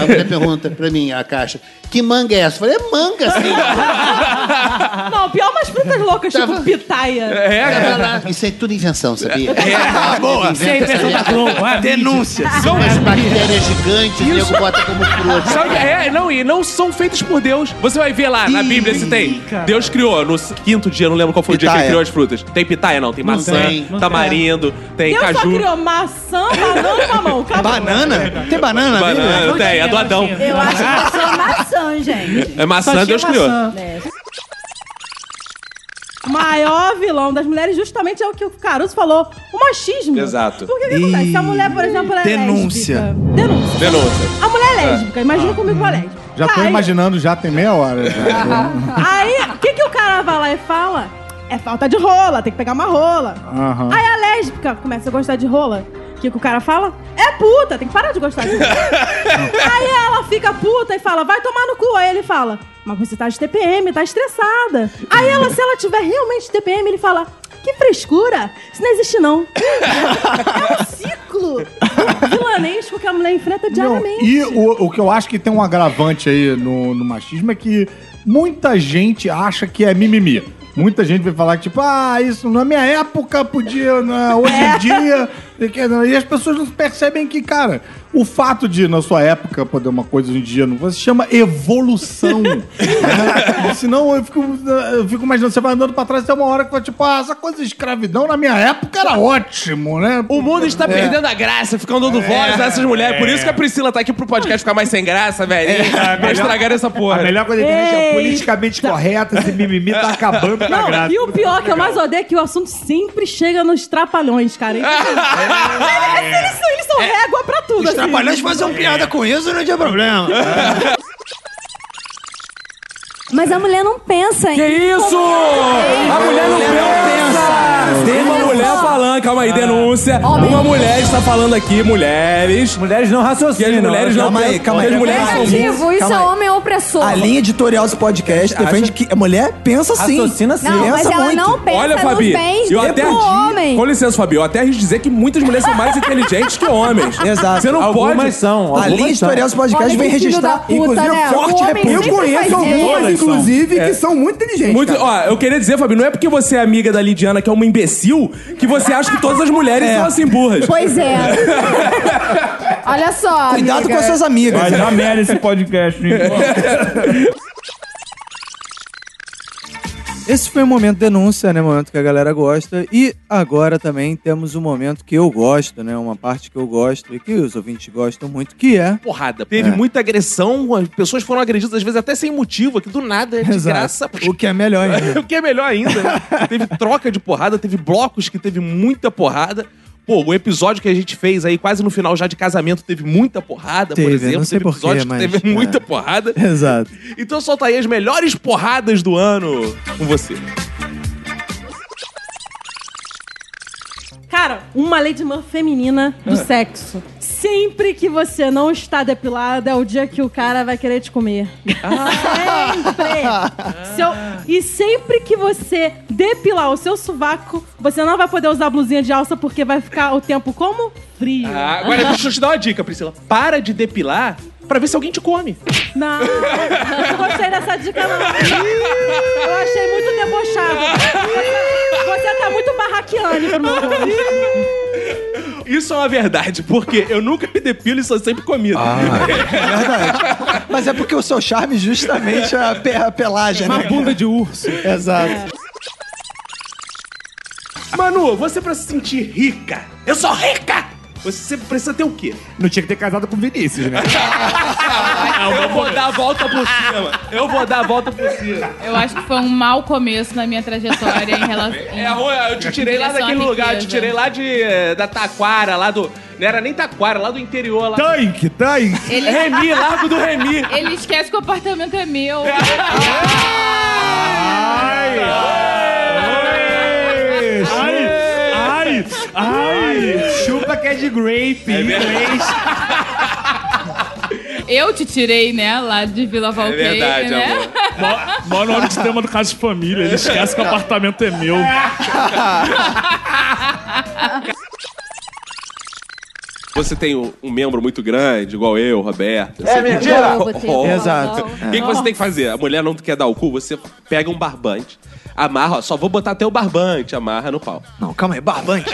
[SPEAKER 29] a mulher pergunta pra mim, a caixa, que manga é essa? Eu falei, é manga, sim.
[SPEAKER 24] Não, pior umas frutas loucas, tipo pitaia.
[SPEAKER 29] Tava lá. Isso é tudo invenção, sabia?
[SPEAKER 24] É.
[SPEAKER 29] Ah,
[SPEAKER 24] Boa.
[SPEAKER 29] inventa
[SPEAKER 24] Isso é invenção
[SPEAKER 29] essa
[SPEAKER 24] da
[SPEAKER 29] merda.
[SPEAKER 24] Globo, a mídia.
[SPEAKER 29] Denúncia. São
[SPEAKER 11] é
[SPEAKER 29] umas bactérias gigantes, o nego bota como fruta.
[SPEAKER 1] Sabe, é, não, e não são feitos por Deus. Você vai ver lá na Bíblia se tem. Deus criou no quinto dia, não lembro qual foi o dia que
[SPEAKER 10] Pitaia.
[SPEAKER 1] ele criou as frutas. Tem pitaia, não. Tem
[SPEAKER 10] Não
[SPEAKER 1] maçã,
[SPEAKER 10] tem, não
[SPEAKER 1] tamarindo, tem
[SPEAKER 10] tá
[SPEAKER 24] Deus só
[SPEAKER 1] caju.
[SPEAKER 24] criou maçã, banana e mamão. Acabou.
[SPEAKER 1] Tem banana? Banana, tem. É do Adão.
[SPEAKER 31] Eu acho que é só maçã, gente.
[SPEAKER 1] É maçã,
[SPEAKER 31] Só tinha
[SPEAKER 1] Deus criou.
[SPEAKER 31] maçã.
[SPEAKER 24] É. Maior vilão das mulheres justamente é o que o Caruso falou, o machismo.
[SPEAKER 10] Exato.
[SPEAKER 24] Por que, que acontece? Se a mulher, por exemplo, ela é
[SPEAKER 4] Denúncia.
[SPEAKER 24] lésbica.
[SPEAKER 10] Denúncia.
[SPEAKER 24] A mulher é lésbica, imagina comigo uma lésbica.
[SPEAKER 4] Já tô
[SPEAKER 24] Ai.
[SPEAKER 4] imaginando, já tem meia hora. né?
[SPEAKER 24] Ah,
[SPEAKER 4] já.
[SPEAKER 24] Aí, o que, que o cara vai lá e fala? É falta de rola, tem que pegar uma rola.
[SPEAKER 4] Aham.
[SPEAKER 24] Aí a lésbica começa a gostar de rola. O que, que o cara fala? É puta, tem que parar de gostar de rola. Aí ela fica puta e fala, vai tomar no cu. Aí ele fala, mas você tá de TPM, tá estressada. Aí ela, se ela tiver realmente de TPM, ele fala, que frescura, isso não existe não. é um ciclo vilanesco que a mulher enfrenta diariamente.
[SPEAKER 4] E o, o que eu acho que tem um agravante aí no, no machismo é que muita gente acha que é mimimi. Muita gente vai falar, tipo, ah, isso na minha época podia, na- hoje em dia. E as pessoas não percebem que, cara, o fato de na sua época poder uma coisa hoje em dia não você chama evolução. né? Senão eu fico, né, eu fico imaginando, você vai andando pra trás, tem uma hora que vai, tipo, ah, essa coisa de escravidão na minha época era ótimo, né?
[SPEAKER 10] O mundo está perdendo a graça, ficando
[SPEAKER 11] É.
[SPEAKER 10] dando voz a
[SPEAKER 2] É.
[SPEAKER 10] essas mulheres. Por isso que a Priscila tá aqui pro podcast ficar mais sem graça, velho.
[SPEAKER 1] tá
[SPEAKER 27] É, a
[SPEAKER 10] Pra
[SPEAKER 27] melhor-
[SPEAKER 10] estragar essa porra.
[SPEAKER 27] A melhor coisa que existe é
[SPEAKER 24] Eita.
[SPEAKER 27] politicamente correto, esse mimimi tá acabando com a
[SPEAKER 24] Não,
[SPEAKER 27] graça.
[SPEAKER 24] e o pior que eu mais odeio é que o assunto sempre chega nos trapalhões, cara. Eles, eles- eles são- eles são régua pra
[SPEAKER 29] assim.
[SPEAKER 24] tudo.
[SPEAKER 5] É.
[SPEAKER 24] assim.
[SPEAKER 5] Os trapalhões faziam piada com isso, não tinha problema.
[SPEAKER 31] Mas a mulher não pensa, hein? Que
[SPEAKER 1] isso?
[SPEAKER 31] A
[SPEAKER 1] mulher não pensa. Tem uma mulher falando, calma
[SPEAKER 2] Ah.
[SPEAKER 1] aí, denúncia. Uma mulher está falando aqui, mulheres. Mulheres não raciocinam. as mulheres não
[SPEAKER 2] Calma aí,
[SPEAKER 1] pensam,
[SPEAKER 2] calma
[SPEAKER 1] que
[SPEAKER 2] aí.
[SPEAKER 1] As mulheres são
[SPEAKER 2] Negativo,
[SPEAKER 1] burras.
[SPEAKER 2] isso é
[SPEAKER 14] homem opressor.
[SPEAKER 2] A linha editorial desse podcast defende que a mulher pensa sim.
[SPEAKER 1] Raciocina sim.
[SPEAKER 2] Pensa muito.
[SPEAKER 1] Olha, Fabi, eu até Com licença, Fabi, eu até arrisco dizer que muitas mulheres são mais inteligentes que homens.
[SPEAKER 2] Exato.
[SPEAKER 1] Você não
[SPEAKER 2] Algumas
[SPEAKER 1] pode...
[SPEAKER 2] são, algumas A linha são. editorial desse podcast Homem vem filho registrar, da puta, inclusive, né? forte O homem repúdio.
[SPEAKER 32] Eu
[SPEAKER 2] sempre
[SPEAKER 32] conheço algumas, inclusive, que são muito inteligentes.
[SPEAKER 1] É. Muito,
[SPEAKER 32] cara.
[SPEAKER 1] ó, eu queria dizer, Fabi, não é porque você é amiga da Lidiana, que é uma
[SPEAKER 26] É.
[SPEAKER 29] É.
[SPEAKER 1] assim imbecil, que você acha que todas as mulheres são assim burras.
[SPEAKER 31] Pois é.
[SPEAKER 11] é. Olha só.
[SPEAKER 2] Cuidado
[SPEAKER 11] amiga.
[SPEAKER 2] com as suas amigas.
[SPEAKER 26] Vai
[SPEAKER 29] Ah.
[SPEAKER 26] dar merda esse podcast, hein?
[SPEAKER 2] Esse foi o momento denúncia, né? Momento que a galera gosta. E agora também temos um momento que eu gosto, né? Uma parte que eu gosto e que os ouvintes gostam muito, que é.
[SPEAKER 1] Porrada. Teve
[SPEAKER 2] É.
[SPEAKER 1] muita agressão, as pessoas foram agredidas, às vezes até sem motivo, aqui do nada, de
[SPEAKER 2] Exato.
[SPEAKER 1] graça.
[SPEAKER 2] O que é melhor ainda.
[SPEAKER 1] o que é melhor ainda, né? teve troca de porrada, teve blocos que teve muita porrada. Pô, o episódio que a gente fez aí, quase no final já de casamento, teve muita porrada, por
[SPEAKER 2] Teve,
[SPEAKER 1] exemplo.
[SPEAKER 2] não sei
[SPEAKER 1] teve
[SPEAKER 2] por quê,
[SPEAKER 1] episódio
[SPEAKER 2] mas,
[SPEAKER 1] que teve
[SPEAKER 2] é.
[SPEAKER 1] muita porrada.
[SPEAKER 2] Exato.
[SPEAKER 1] Então solta aí as melhores porradas do ano com você.
[SPEAKER 24] Cara, uma Lady Murphy feminina
[SPEAKER 5] Ah.
[SPEAKER 24] do sexo. Sempre que você não está depilada, é o dia que o cara vai querer te comer.
[SPEAKER 5] Ah.
[SPEAKER 24] sempre! Seu- E sempre que você depilar o seu sovaco, você não vai poder usar blusinha de alça porque vai ficar o tempo como? Frio.
[SPEAKER 1] Ah, agora deixa eu te dar uma dica, Priscila. Para de depilar pra ver se alguém te come.
[SPEAKER 24] Não, não gostei dessa dica, não. Eu achei muito debochado. Você tá muito barraquiane pro meu gosto.
[SPEAKER 1] Isso é uma verdade, porque eu nunca me depilo e sou sempre comido.
[SPEAKER 2] Ah, Mas é porque o seu charme justamente é a, pe- a pelagem, né?
[SPEAKER 1] Uma bunda de urso.
[SPEAKER 2] Exato.
[SPEAKER 1] É. Manu, você pra se sentir rica, eu sou rica! Você precisa ter o quê?
[SPEAKER 27] Não tinha que ter casado com o Vinícius, né?
[SPEAKER 1] eu vou dar a volta por cima. Eu vou dar a volta por cima.
[SPEAKER 11] Eu acho que foi um mau começo na minha trajetória em relação.
[SPEAKER 1] É ruim, eu te tirei lá
[SPEAKER 11] Direção à
[SPEAKER 1] daquele lugar, eu te
[SPEAKER 11] riqueza.
[SPEAKER 1] tirei lá de, eh, da Taquara, lá do... Não era nem Taquara, lá do interior. Lá...
[SPEAKER 27] Tanque, tanque.
[SPEAKER 11] Ele-
[SPEAKER 1] Remi, Largo do Remi.
[SPEAKER 11] Ele esquece que o apartamento é meu.
[SPEAKER 27] Ai, ai, ai. Chupa que é de grape. É inglês.
[SPEAKER 11] Eu te tirei, né? Lá de Vila Valqueira,
[SPEAKER 26] É verdade,
[SPEAKER 11] né?
[SPEAKER 26] amor. Mó nome de tema do caso de família. Ele esquece que o apartamento é meu.
[SPEAKER 1] Você tem um, um membro muito grande, igual eu, Roberto.
[SPEAKER 15] É mentira! Eu botei
[SPEAKER 1] Oh.
[SPEAKER 15] no
[SPEAKER 2] Exato.
[SPEAKER 1] O que, que você tem que fazer? A mulher não quer dar o cu, você pega um barbante, amarra, ó, só vou botar até o barbante, amarra no pau.
[SPEAKER 2] Não, calma aí, barbante?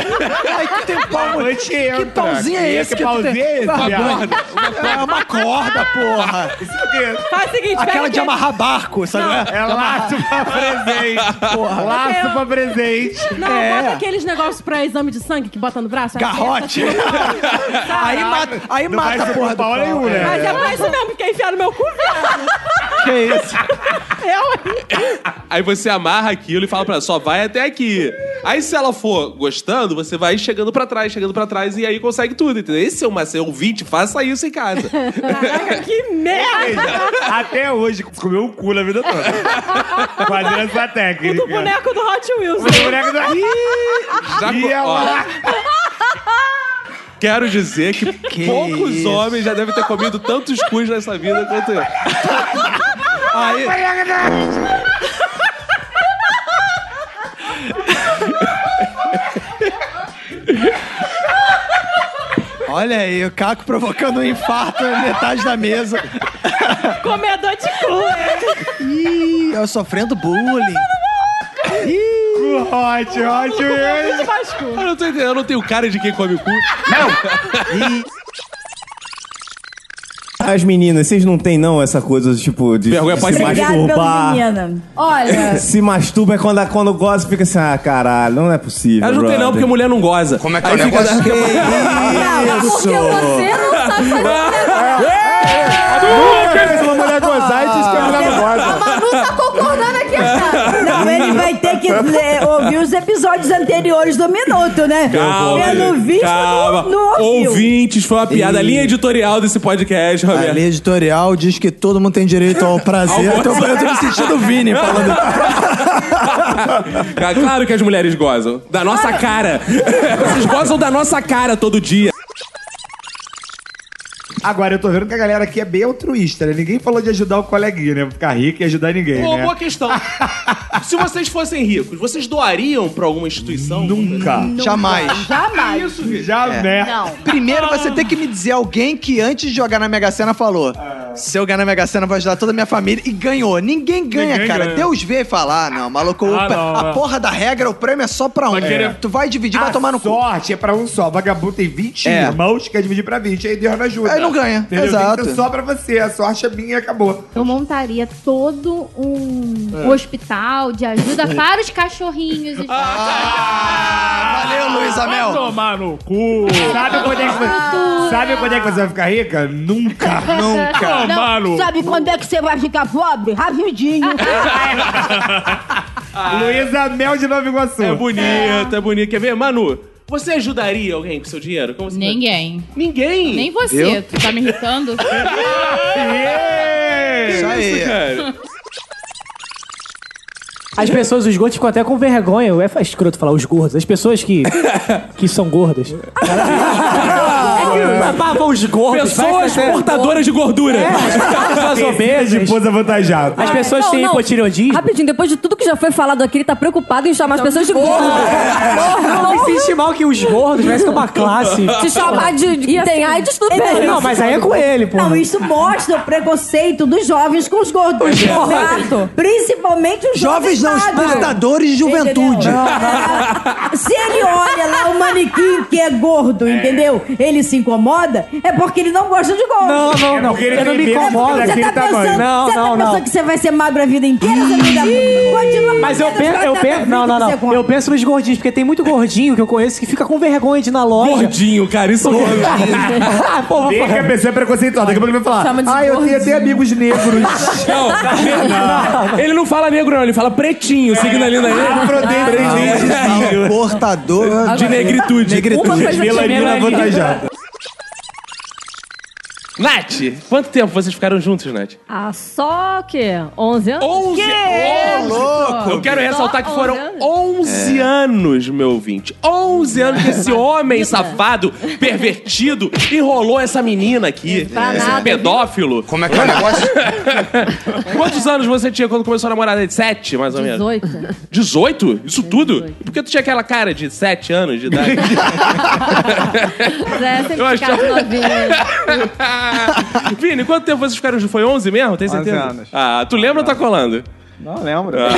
[SPEAKER 2] Ai, que tem pau, mano. Que pauzinho é
[SPEAKER 1] cara.
[SPEAKER 2] esse
[SPEAKER 1] Que
[SPEAKER 2] que, tu
[SPEAKER 1] pauzinho
[SPEAKER 2] tem?
[SPEAKER 1] é esse,
[SPEAKER 2] Uma
[SPEAKER 1] viado?
[SPEAKER 2] corda. É uma corda, porra.
[SPEAKER 24] Faz o seguinte,
[SPEAKER 2] Aquela
[SPEAKER 24] pega
[SPEAKER 2] de
[SPEAKER 24] aquele-
[SPEAKER 2] amarrar barco, sabe?
[SPEAKER 24] Não.
[SPEAKER 2] é?
[SPEAKER 24] É laço
[SPEAKER 27] pra presente.
[SPEAKER 2] Porra.
[SPEAKER 27] Laço pra presente.
[SPEAKER 24] Não,
[SPEAKER 2] É.
[SPEAKER 24] bota aqueles negócios pra exame de sangue que bota no braço.
[SPEAKER 2] Garrote. aí mata, aí
[SPEAKER 24] Não
[SPEAKER 2] mata
[SPEAKER 24] vai
[SPEAKER 2] a porra do pau.
[SPEAKER 1] um,
[SPEAKER 24] nenhum,
[SPEAKER 1] né?
[SPEAKER 2] é.
[SPEAKER 24] Mas é pra isso mesmo, porque enfiar no meu cu.
[SPEAKER 2] Que isso?
[SPEAKER 24] Eu, hein?
[SPEAKER 1] Aí você amarra aquilo e fala pra ela, só vai até aqui. Aí se ela for gostando, você vai chegando pra trás, chegando pra trás, e aí consegue tudo, entendeu? Esse é o macete, ouvinte, faça isso em casa.
[SPEAKER 24] Caraca, que merda!
[SPEAKER 27] Até hoje, comeu o cu na vida toda. Fazendo essa técnica.
[SPEAKER 24] Do boneco do Hot Wheels.
[SPEAKER 27] Do boneco do-
[SPEAKER 1] Já
[SPEAKER 27] E
[SPEAKER 1] co-
[SPEAKER 27] ela-
[SPEAKER 1] Quero dizer que, poucos
[SPEAKER 27] isso.
[SPEAKER 1] homens já devem ter comido tantos cus nessa vida quanto eu.
[SPEAKER 15] Aí.
[SPEAKER 2] Olha aí, o Caco provocando um infarto na metade da mesa.
[SPEAKER 24] Comedor de cu.
[SPEAKER 2] Ih, eu sofrendo bullying.
[SPEAKER 27] Cu hot, hot Wheels.
[SPEAKER 1] Eu não tô entendendo, eu não tenho cara de quem come cu. Não!
[SPEAKER 15] As meninas, vocês não tem não essa coisa, tipo, de
[SPEAKER 1] Vergonha
[SPEAKER 15] se
[SPEAKER 3] pela
[SPEAKER 15] masturbar.
[SPEAKER 3] menina. Olha.
[SPEAKER 15] Se masturba é quando, quando gosta, fica assim, ah, caralho, não é possível.
[SPEAKER 1] Ela não tem não,
[SPEAKER 15] brother.
[SPEAKER 1] porque mulher não goza. Como é que
[SPEAKER 15] é o negócio?
[SPEAKER 1] Que
[SPEAKER 3] Você
[SPEAKER 15] Isso!
[SPEAKER 3] não sabe fazer um negócio.
[SPEAKER 15] Uma mulher gozar e diz que a mulher não goza.
[SPEAKER 3] Manu tá concordando aqui, cara.
[SPEAKER 15] Não,
[SPEAKER 3] Não,
[SPEAKER 15] ele
[SPEAKER 3] ele vai ter que né, ouvir os episódios anteriores do Minuto, né? Pelo visto, não, ouviu.
[SPEAKER 1] Ouvintes, foi uma piada. A
[SPEAKER 2] Ih.
[SPEAKER 1] linha editorial desse podcast,
[SPEAKER 2] A
[SPEAKER 1] Roberto.
[SPEAKER 2] lei editorial diz que todo mundo tem direito ao prazer. Então,
[SPEAKER 1] Ao
[SPEAKER 2] Eu tô,
[SPEAKER 1] gozo.
[SPEAKER 2] eu tô me sentindo o Vini falando.
[SPEAKER 1] Cara, Claro que as mulheres gozam. Da nossa cara. Vocês gozam da nossa cara todo dia.
[SPEAKER 27] Agora eu tô vendo que a galera aqui é bem altruísta, né? Ninguém falou de ajudar o coleguinha, né? Ficar rico e ajudar ninguém,
[SPEAKER 1] Pô,
[SPEAKER 27] né?
[SPEAKER 1] boa questão. Se vocês fossem ricos, vocês doariam pra alguma instituição? Nunca.
[SPEAKER 2] Jamais. É.
[SPEAKER 3] Jamais.
[SPEAKER 1] Isso, Vitor. Jamais.
[SPEAKER 2] Primeiro você tem que me dizer alguém que antes de jogar na Mega Sena falou: Se eu ganhar na Mega Sena, eu vou ajudar toda a minha família. E ganhou. Ninguém ganha, Ninguém cara. ganha. Deus vê e fala, ah, não, maluco, Ah, o pe- não, a
[SPEAKER 1] é."
[SPEAKER 2] não. porra da regra, o prêmio é só pra um.
[SPEAKER 27] Vai querer-
[SPEAKER 2] Tu vai dividir, vai
[SPEAKER 27] A
[SPEAKER 2] tomar no cu.
[SPEAKER 27] sorte é pra um só. Vagabundo tem 20
[SPEAKER 2] É.
[SPEAKER 27] irmãos, quer dividir pra 20, aí Deus não ajuda.
[SPEAKER 2] Aí não ganha.
[SPEAKER 27] Entendeu?
[SPEAKER 2] Exato.
[SPEAKER 27] Então, só pra você, a sorte é minha e acabou.
[SPEAKER 7] Eu montaria todo um
[SPEAKER 27] É.
[SPEAKER 7] hospital de ajuda para os cachorrinhos. E...
[SPEAKER 1] Ah.
[SPEAKER 2] valeu, Luiz Amel.
[SPEAKER 33] Vai tomar no cu.
[SPEAKER 27] Sabe quando é que
[SPEAKER 3] Ah.
[SPEAKER 27] você, sabe quando é que você vai ficar rica? Nunca.
[SPEAKER 3] Não, Sabe quando é que você vai ficar pobre? Rapidinho.
[SPEAKER 27] Luísa Mel de Nova Iguaçu.
[SPEAKER 1] Ah, É bonito, é bonito. Quer ver? Manu, você ajudaria alguém com seu dinheiro? Como você...
[SPEAKER 11] Ninguém.
[SPEAKER 1] Ninguém?
[SPEAKER 11] Nem você.
[SPEAKER 1] Eu?
[SPEAKER 11] Tu tá me irritando?
[SPEAKER 1] é Isso aí.
[SPEAKER 10] As pessoas, os gordos ficam até com vergonha. É escroto falar os gordos. As pessoas que, que são gordas.
[SPEAKER 29] Ah,
[SPEAKER 10] É que É. babavam os gordos.
[SPEAKER 1] Pessoas
[SPEAKER 10] vai,
[SPEAKER 1] portadoras É. de gordura.
[SPEAKER 10] As
[SPEAKER 27] De
[SPEAKER 10] obesas.
[SPEAKER 27] pose avantajado.
[SPEAKER 10] As pessoas
[SPEAKER 14] Não,
[SPEAKER 10] têm
[SPEAKER 14] não.
[SPEAKER 10] hipotireoidismo.
[SPEAKER 14] Rapidinho, depois de tudo que já foi falado aqui, ele tá preocupado em chamar as pessoas de gordo. Gordo,
[SPEAKER 10] Não me
[SPEAKER 14] gordo.
[SPEAKER 10] sente mal que os gordos, parece que é uma classe.
[SPEAKER 14] Se chamar de. de tem AIDS, tudo bem.
[SPEAKER 10] assim, Não, mas aí é com ele, pô.
[SPEAKER 3] Não, isso mostra o preconceito dos jovens com os gordos.
[SPEAKER 10] Os jovens.
[SPEAKER 3] Exato. Principalmente os jovens.
[SPEAKER 2] Jovens não, os
[SPEAKER 3] magros.
[SPEAKER 2] portadores de juventude.
[SPEAKER 3] Se ele olha lá o manequim que é gordo, entendeu? Ele se incomoda, é porque ele não gosta de gordo.
[SPEAKER 10] Não, não, não. Eu não me incomodo.
[SPEAKER 3] Você tá pensando,
[SPEAKER 10] Não,
[SPEAKER 3] você tá
[SPEAKER 10] não,
[SPEAKER 3] pensando
[SPEAKER 10] não.
[SPEAKER 3] que você vai ser magro a vida inteira? Você vai dar- Continua
[SPEAKER 10] Mas
[SPEAKER 3] fazendo
[SPEAKER 10] eu
[SPEAKER 3] as
[SPEAKER 10] penso, eu
[SPEAKER 3] coisas da
[SPEAKER 10] penso, não,
[SPEAKER 3] vida
[SPEAKER 10] não,
[SPEAKER 3] que você
[SPEAKER 10] não. Eu penso nos gordinhos, porque tem muito gordinho que eu conheço que fica com vergonha de ir na loja.
[SPEAKER 1] Gordinho, cara, isso é
[SPEAKER 10] Ah, pô, vou
[SPEAKER 27] Vê que a
[SPEAKER 10] falar.
[SPEAKER 27] pessoa é preconceituosa. Daqui a pouco ele vai
[SPEAKER 10] Chama de
[SPEAKER 27] falar. Ah, eu tenho até amigos negros.
[SPEAKER 1] Não, não. ele não fala negro, não. Ele fala pretinho, signalando aí.
[SPEAKER 2] Não, Portador
[SPEAKER 1] De negritude.
[SPEAKER 2] Negritude.
[SPEAKER 1] Melanina avantajada. Nath, quanto tempo vocês ficaram juntos, Nath?
[SPEAKER 14] Ah, só que 11 anos? 11
[SPEAKER 1] anos! Eu quero ressaltar que foram 11 anos, meu ouvinte. 11 anos que esse homem safado, pervertido, enrolou essa menina aqui.
[SPEAKER 14] Pra
[SPEAKER 1] Esse
[SPEAKER 14] nada,
[SPEAKER 1] pedófilo. Como é que é o negócio? Quantos anos você tinha quando começou a namorar? De 7, mais ou menos?
[SPEAKER 14] 18.
[SPEAKER 1] 18? Isso tudo? E por que tu tinha aquela cara de 7 anos de idade?
[SPEAKER 5] É.
[SPEAKER 14] Zé, é, sempre
[SPEAKER 1] Eu
[SPEAKER 14] ficava
[SPEAKER 1] achava-
[SPEAKER 14] novinho.
[SPEAKER 1] Vini, quanto tempo vocês ficaram juntos? Foi 11 mesmo? Tem
[SPEAKER 8] 11
[SPEAKER 1] certeza?
[SPEAKER 8] anos.
[SPEAKER 1] Ah, tu lembra ou tá colando?
[SPEAKER 8] Não lembro.
[SPEAKER 1] Ah,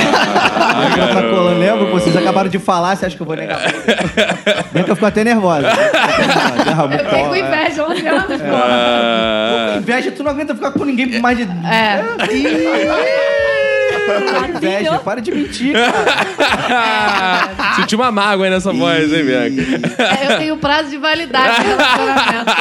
[SPEAKER 8] tá
[SPEAKER 1] garoto.
[SPEAKER 8] colando, lembro? Pô, Vocês acabaram de falar, você acha que eu vou
[SPEAKER 1] É.
[SPEAKER 8] negar? Bem que eu fico até nervosa.
[SPEAKER 27] é
[SPEAKER 8] Derramou
[SPEAKER 11] É
[SPEAKER 7] Fiquei com
[SPEAKER 8] pó, né?
[SPEAKER 7] inveja, 11 anos, pô.
[SPEAKER 1] Ah.
[SPEAKER 8] Inveja, tu não aguenta ficar com ninguém por mais de.
[SPEAKER 7] É.
[SPEAKER 8] Ih, Inveja, para de mentir.
[SPEAKER 1] Senti uma mágoa aí nessa voz, hein, Bianca?
[SPEAKER 7] É, Eu tenho prazo de validade. né, relacionamento.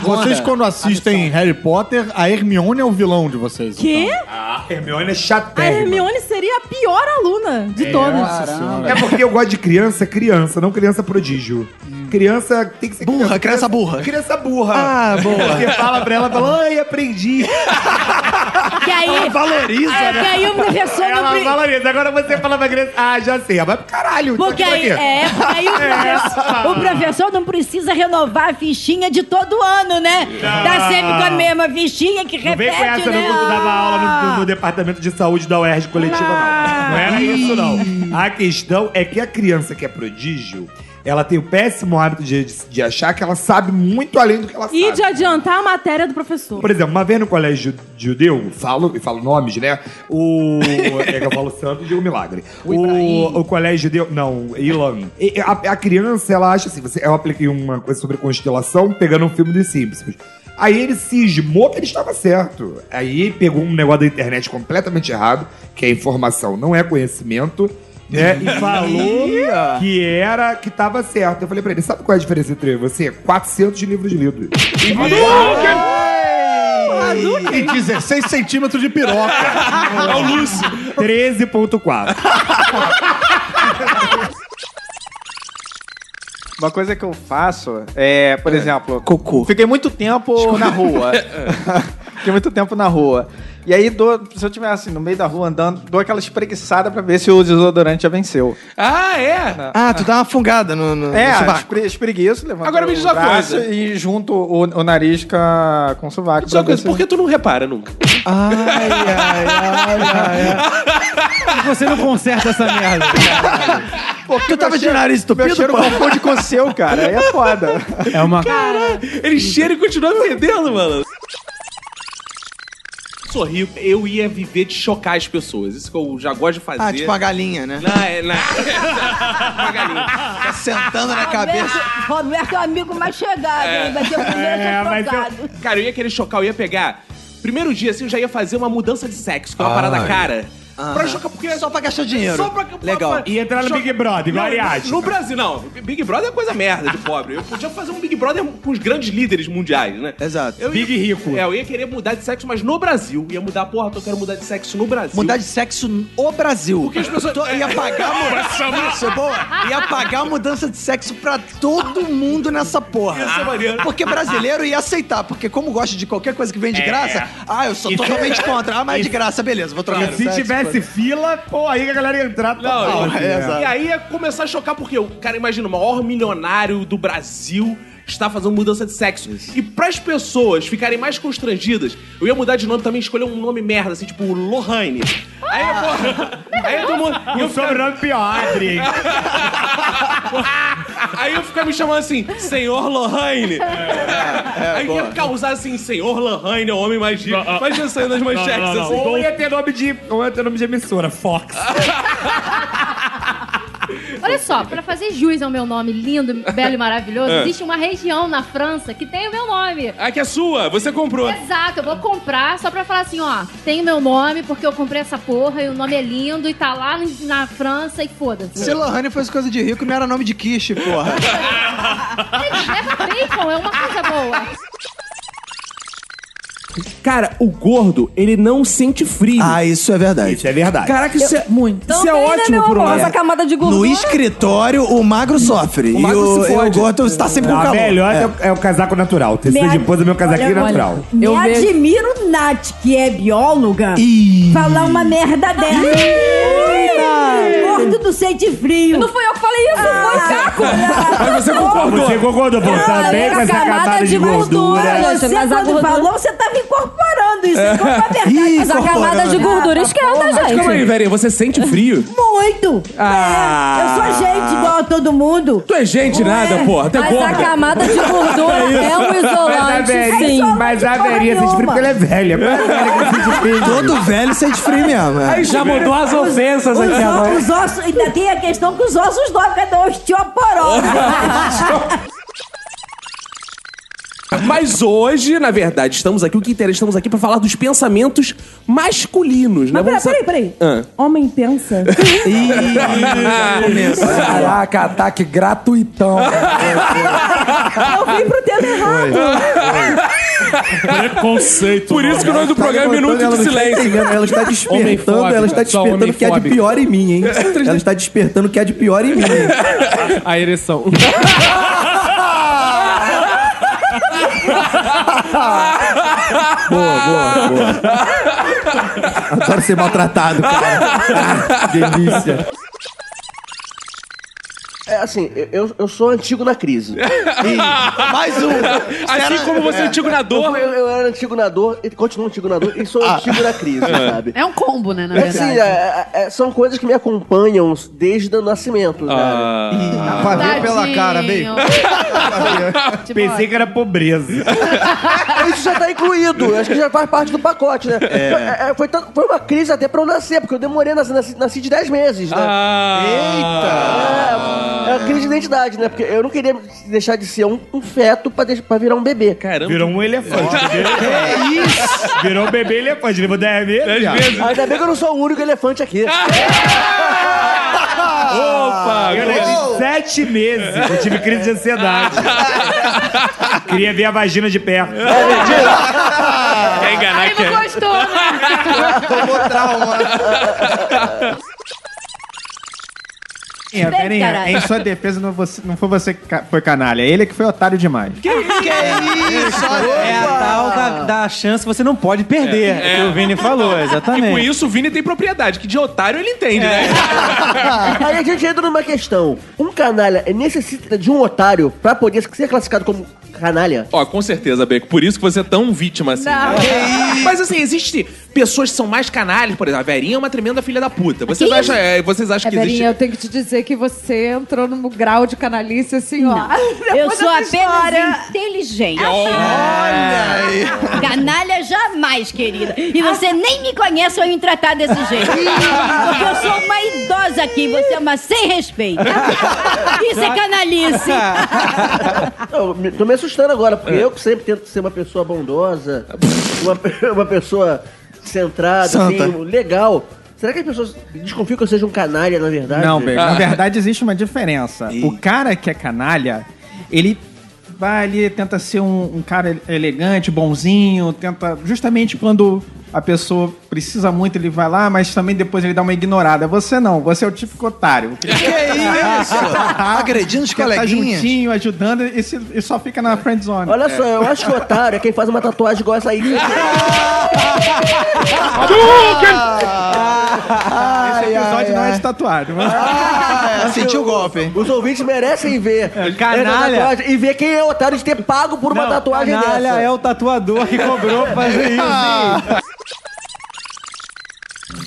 [SPEAKER 4] Vocês, quando assistem Harry Potter, a Hermione é o vilão de vocês. então.
[SPEAKER 24] Quê?
[SPEAKER 27] Ah,
[SPEAKER 4] A Hermione é
[SPEAKER 24] A
[SPEAKER 4] chatéia.
[SPEAKER 24] Hermione seria a pior aluna de
[SPEAKER 4] É,
[SPEAKER 24] todas.
[SPEAKER 4] nossa senhora.
[SPEAKER 27] É porque eu gosto de criança, criança, não criança prodígio. Criança tem que ser. Burra,
[SPEAKER 2] criança burra.
[SPEAKER 27] Criança burra.
[SPEAKER 2] Ah, boa.
[SPEAKER 27] Porque fala pra ela, fala, ai, aprendi.
[SPEAKER 3] Que aí-
[SPEAKER 27] Ela valoriza,
[SPEAKER 3] É,
[SPEAKER 27] né?
[SPEAKER 3] que aí o professor não
[SPEAKER 27] Ela
[SPEAKER 3] pre-
[SPEAKER 27] valoriza. Agora você fala pra criança, ah, já sei. Mas caralho,
[SPEAKER 3] Porque
[SPEAKER 27] então
[SPEAKER 3] aí,
[SPEAKER 27] isso aqui.
[SPEAKER 3] é, porque aí o professor, o professor não precisa renovar a fichinha de todo ano, né? Tá sempre com a mesma fichinha que
[SPEAKER 27] Não
[SPEAKER 3] repete,
[SPEAKER 27] vem com essa,
[SPEAKER 3] né? Ah.
[SPEAKER 27] não, quando dava aula no, no- no departamento de saúde da UERJ coletiva, não. Não era isso, não. A questão é que a criança que é prodígio, ela tem o péssimo hábito de, de achar que ela sabe muito além do que ela
[SPEAKER 24] E de adiantar a matéria do professor.
[SPEAKER 27] Por exemplo, uma vez no colégio ju- judeu, falo e falo nomes, né? O. é que eu falo santo e digo milagre. O, o colégio judeu. Não, Ilan. E- e A, a criança, ela acha assim. Você, eu apliquei uma coisa sobre constelação, pegando um filme dos Simpsons. Aí ele cismou que ele estava certo. Aí ele pegou um negócio da internet completamente errado, que é informação, não é conhecimento,
[SPEAKER 22] É,
[SPEAKER 27] né? E falou
[SPEAKER 2] Ia.
[SPEAKER 27] que era que estava certo. Eu falei pra ele: sabe qual é a diferença entre eu e você? 400 livros lidos.
[SPEAKER 4] E 16 centímetros de piroca.
[SPEAKER 27] É o Lúcio. 13.4.
[SPEAKER 8] Uma coisa que eu faço é,
[SPEAKER 1] É.
[SPEAKER 8] por exemplo, cocô. Fiquei muito tempo na rua. Fiquei muito tempo na rua. E aí, dou, se eu estiver assim, no meio da rua andando, dou aquela espreguiçada pra ver se o desodorante já venceu.
[SPEAKER 1] Ah, é?
[SPEAKER 8] Ah, tu dá uma
[SPEAKER 2] né?
[SPEAKER 8] fungada no, É,
[SPEAKER 1] no sovaco.
[SPEAKER 8] espre, espreguiço, levanto
[SPEAKER 1] Agora me diz
[SPEAKER 8] o
[SPEAKER 1] uma
[SPEAKER 8] braço
[SPEAKER 1] coisa.
[SPEAKER 8] E junto o, o nariz com, a- com o sovaco.
[SPEAKER 1] Só uma coisa, por que tu não repara nunca?
[SPEAKER 8] Ai, ai, ai,
[SPEAKER 1] Você não conserta essa merda.
[SPEAKER 8] tu tava de nariz entupido, Meu cheiro confunde com o seu, cara. Aí é foda.
[SPEAKER 1] É uma. Caralho, ele cheira e continua fedendo, mano. Sorri, eu ia viver de chocar as pessoas. Isso que eu já gosto de fazer.
[SPEAKER 2] Ah, tipo a galinha, né?
[SPEAKER 1] Na, é, na...
[SPEAKER 2] Tá Sentando na
[SPEAKER 3] Roberto,
[SPEAKER 2] cabeça.
[SPEAKER 3] Roberto Tá é o amigo mais chegado, hein? Vai ser o primeiro advogado.
[SPEAKER 1] É. Cara, eu ia querer chocar, eu ia pegar. Primeiro dia, assim, eu já ia fazer uma mudança de sexo, que é uma
[SPEAKER 2] Ai.
[SPEAKER 1] parada cara. Pra
[SPEAKER 2] Aham.
[SPEAKER 1] chocar, porque
[SPEAKER 2] Só pra gastar dinheiro.
[SPEAKER 1] Só pra,
[SPEAKER 2] Legal.
[SPEAKER 1] pra-
[SPEAKER 2] E entrar no
[SPEAKER 1] cho-
[SPEAKER 2] Big Brother, igual
[SPEAKER 1] Não,
[SPEAKER 2] aliás.
[SPEAKER 1] No Brasil, não. Big Brother é coisa merda de pobre. Eu podia fazer um Big Brother com os grandes líderes mundiais, né?
[SPEAKER 2] Exato.
[SPEAKER 1] Big rico. É, eu ia querer mudar de sexo, mas no Brasil. Ia mudar, porra, eu quero mudar de sexo no Brasil.
[SPEAKER 2] Mudar de sexo no Brasil.
[SPEAKER 1] Porque as pessoas-
[SPEAKER 2] Tô- ia pagar a
[SPEAKER 1] Essa
[SPEAKER 2] mudança.
[SPEAKER 1] mu-
[SPEAKER 2] Isso é boa. Ia pagar a mudança de sexo pra todo mundo nessa porra.
[SPEAKER 1] Isso é maneiro.
[SPEAKER 2] Porque brasileiro ia aceitar. Porque como gosta de qualquer coisa que vem de
[SPEAKER 27] É.
[SPEAKER 2] graça, ah, eu sou
[SPEAKER 27] E-
[SPEAKER 2] totalmente contra. Ah, mas é de
[SPEAKER 27] E-
[SPEAKER 2] graça, beleza, vou trocar.
[SPEAKER 27] E se tivesse fila, pô, aí a galera ia entrar total.
[SPEAKER 1] Não,
[SPEAKER 27] assim,
[SPEAKER 1] e,
[SPEAKER 27] né?
[SPEAKER 1] e aí ia começar a chocar, porque o cara, imagina, o maior milionário do Brasil está fazendo mudança de sexo. E para as pessoas ficarem mais constrangidas, eu ia mudar de nome também, escolher um nome merda, assim, tipo Lohane. Aí, pô, aí todo mundo.
[SPEAKER 27] Um sobrenome pior, Adri.
[SPEAKER 1] Aí eu ficava me chamando assim, Senhor
[SPEAKER 2] É,
[SPEAKER 1] Lohane. aí
[SPEAKER 27] boa.
[SPEAKER 1] ia causar assim, Senhor Lohane, o homem mais rico.
[SPEAKER 27] ah,
[SPEAKER 1] Imagina saindo nas
[SPEAKER 27] não,
[SPEAKER 1] manchetes
[SPEAKER 27] não, Então- não.
[SPEAKER 1] assim.
[SPEAKER 27] Ou Um ia ter nome de. Ou ia ter nome de emissora, Fox.
[SPEAKER 7] Olha só, pra fazer jus ao meu nome lindo, belo e maravilhoso,
[SPEAKER 1] É.
[SPEAKER 7] existe uma região na França que tem o meu nome.
[SPEAKER 1] Ah, que é sua, você comprou.
[SPEAKER 7] Exato, eu vou comprar só pra falar assim, ó, tem o meu nome porque eu comprei essa porra e o nome é lindo e tá lá na França e foda-se.
[SPEAKER 2] Se Lohane fosse coisa de rico, não era nome de quiche, porra.
[SPEAKER 7] Leva bacon, é uma coisa boa.
[SPEAKER 1] Cara, o gordo, ele não sente frio.
[SPEAKER 2] Ah, isso é verdade.
[SPEAKER 27] Isso é verdade.
[SPEAKER 1] Caraca, isso é muito.
[SPEAKER 2] Isso é ótimo
[SPEAKER 3] meu
[SPEAKER 2] por um
[SPEAKER 3] amor?
[SPEAKER 2] lado.
[SPEAKER 3] Essa camada de
[SPEAKER 2] No
[SPEAKER 3] gordura.
[SPEAKER 2] escritório, o magro sofre.
[SPEAKER 27] O
[SPEAKER 2] e
[SPEAKER 27] magro
[SPEAKER 2] o,
[SPEAKER 27] se
[SPEAKER 2] e o
[SPEAKER 27] fode.
[SPEAKER 2] gordo está sempre com
[SPEAKER 27] A
[SPEAKER 2] calor.
[SPEAKER 27] melhor é. o- é o casaco natural. O tecido de pose é meu casaquinho
[SPEAKER 3] Olha,
[SPEAKER 27] natural.
[SPEAKER 3] olha, Me admiro Nath, que é bióloga, falar uma merda dessa. Gordo do sente frio. Ah, Não fui eu que falei isso, foi Caco.
[SPEAKER 27] Mas você concordou. Você concordou, pô. Também com essa camada de gordura.
[SPEAKER 3] Você
[SPEAKER 14] mas a
[SPEAKER 3] quando
[SPEAKER 14] gordura-
[SPEAKER 3] falou, você tava incorporando isso. Isso é uma verdade. Ah,
[SPEAKER 14] Ih,
[SPEAKER 3] Essa
[SPEAKER 14] incorporando.
[SPEAKER 3] camada de gordura esquerda,
[SPEAKER 1] Mas
[SPEAKER 3] gente.
[SPEAKER 1] calma aí, velho, você sente frio?
[SPEAKER 3] Muito!
[SPEAKER 1] Ah.
[SPEAKER 3] É, eu sou gente igual a todo mundo.
[SPEAKER 1] Tu é gente
[SPEAKER 3] Não
[SPEAKER 1] nada,
[SPEAKER 3] é.
[SPEAKER 1] porra, tu é
[SPEAKER 3] Mas
[SPEAKER 1] gorda.
[SPEAKER 3] a camada de gordura é um isolante, sim.
[SPEAKER 27] Mas a velhinha sente frio porque ela é velha. Mas a velha que sente frio.
[SPEAKER 2] Todo velho sente frio mesmo. é.
[SPEAKER 3] os, os, os ossos, ainda tem a questão que os ossos dobram, cada um osteoporose.
[SPEAKER 1] Mas hoje, na verdade, estamos aqui, o que interessa, estamos aqui pra falar dos pensamentos masculinos, né?
[SPEAKER 24] Mas peraí,
[SPEAKER 1] Vamos
[SPEAKER 24] peraí,
[SPEAKER 1] sa-
[SPEAKER 24] peraí.
[SPEAKER 1] Ah.
[SPEAKER 24] Homem pensa.
[SPEAKER 10] Caraca, ataque gratuitão.
[SPEAKER 24] Eu vim pro tema errado.
[SPEAKER 11] Preconceito.
[SPEAKER 1] Por isso que o nome
[SPEAKER 11] tá
[SPEAKER 1] do programa é Minuto de
[SPEAKER 11] né?
[SPEAKER 1] Silêncio.
[SPEAKER 10] Tá Ela está despertando, ela está despertando o que é de pior em mim, hein? Ela está despertando o que é de pior em mim.
[SPEAKER 1] A ereção.
[SPEAKER 10] Boa, boa, boa. Adoro ser maltratado, cara. Ah, Delícia.
[SPEAKER 9] É assim, eu- eu, eu sou antigo na crise. E-
[SPEAKER 1] Mais um. Assim como você é antigo na dor.
[SPEAKER 9] Eu, eu era antigo na dor, e continuo antigo na dor, e sou antigo na crise,
[SPEAKER 1] É.
[SPEAKER 9] sabe?
[SPEAKER 34] É um combo, né, na
[SPEAKER 9] É assim,
[SPEAKER 34] verdade.
[SPEAKER 9] é- é- é- são coisas que me acompanham desde o nascimento, né?
[SPEAKER 1] Ah.
[SPEAKER 9] cara.
[SPEAKER 1] Dá
[SPEAKER 27] pra ver pela cara,
[SPEAKER 9] meio.
[SPEAKER 27] meio. Pensei que era pobreza.
[SPEAKER 9] Isso já tá incluído, acho que já faz parte do pacote, né?
[SPEAKER 27] É.
[SPEAKER 9] Foi, é, foi tanto- foi uma crise até pra eu nascer, porque eu demorei a nascer, nasci, nasci de 10 meses, né?
[SPEAKER 1] Ah.
[SPEAKER 9] Eita! É, é a crise de identidade, né? Porque eu não queria deixar de ser um, um feto pra, deix- pra virar um bebê.
[SPEAKER 1] Caramba.
[SPEAKER 27] Virou um elefante.
[SPEAKER 9] Que isso?
[SPEAKER 27] Virou um bebê elefante. Levou 10 meses. viado.
[SPEAKER 9] Ainda bem que eu não sou o único
[SPEAKER 27] é
[SPEAKER 9] é elefante aqui.
[SPEAKER 27] Opa! Eu levei sete meses. Eu tive crise de ansiedade. Queria ver a vagina de perto.
[SPEAKER 1] Quer enganar
[SPEAKER 7] Aí não gostou, né?
[SPEAKER 27] Tomou trauma.
[SPEAKER 8] Verinha,
[SPEAKER 10] Vem,
[SPEAKER 8] Verinha,
[SPEAKER 10] caralho.
[SPEAKER 8] em sua defesa, não, é você- não foi você que ca- foi canalha. Ele é que foi otário demais.
[SPEAKER 10] Que isso?
[SPEAKER 8] É a tal da, da chance que você não pode perder,
[SPEAKER 1] É, é.
[SPEAKER 8] que o Vini falou,
[SPEAKER 1] E com
[SPEAKER 8] exatamente. É.
[SPEAKER 1] isso o Vini tem propriedade, que de otário ele entende, né?
[SPEAKER 9] Aí a gente entra numa questão. Um canalha necessita de um otário pra poder ser classificado como canalha?
[SPEAKER 1] Ó, com certeza, Beco. Por isso que você é tão vítima assim.
[SPEAKER 9] Não.
[SPEAKER 1] Que isso? Mas assim, existe pessoas que são mais canalhas, por exemplo. A Verinha é uma tremenda filha da puta. Vocês
[SPEAKER 35] Quem?
[SPEAKER 1] acham, é, vocês acham
[SPEAKER 35] É,
[SPEAKER 1] que
[SPEAKER 35] Verinha,
[SPEAKER 1] existe.
[SPEAKER 35] eu tenho que te dizer que você entrou num grau de canalice assim, ó.
[SPEAKER 10] Eu sou apenas
[SPEAKER 35] inteligente.
[SPEAKER 11] É.
[SPEAKER 10] Olha aí.
[SPEAKER 3] assim, Canalha jamais, querida. E você nem me conhece ou me tratar desse jeito. Porque eu sou uma idosa aqui, você é uma sem respeito. Isso é canalice.
[SPEAKER 9] Eu me- tô me assustando agora,
[SPEAKER 8] É.
[SPEAKER 9] porque eu que sempre tento ser uma pessoa bondosa, uma, pe- uma pessoa centrada,
[SPEAKER 8] Santa.
[SPEAKER 9] assim, legal. Será que as pessoas desconfiam que eu seja um canalha, na verdade? Ah.
[SPEAKER 8] Não, Beco, na verdade existe uma diferença. O cara que é canalha, ele vai ali, tenta ser um, um cara elegante, bonzinho, tenta. Justamente quando a pessoa precisa muito, ele vai lá, mas também depois ele dá uma ignorada. Você não, você é o típico otário. Que
[SPEAKER 10] isso?
[SPEAKER 36] Ah,
[SPEAKER 9] Agredindo os coleguinhas?
[SPEAKER 8] Tá juntinho, ajudando e, se- e só fica na friend zone.
[SPEAKER 9] Olha só, eu acho que o otário é quem faz uma tatuagem igual essa aí.
[SPEAKER 8] Esse episódio não é de tatuagem. Mas...
[SPEAKER 9] Sentiu Ah, o golpe, hein? Os ouvintes merecem ver.
[SPEAKER 8] É, canalha.
[SPEAKER 9] essa tatuagem E ver quem é otário de ter pago por uma tatuagem
[SPEAKER 8] canalha
[SPEAKER 9] dessa.
[SPEAKER 8] é o tatuador que cobrou pra fazer isso.
[SPEAKER 1] Ah!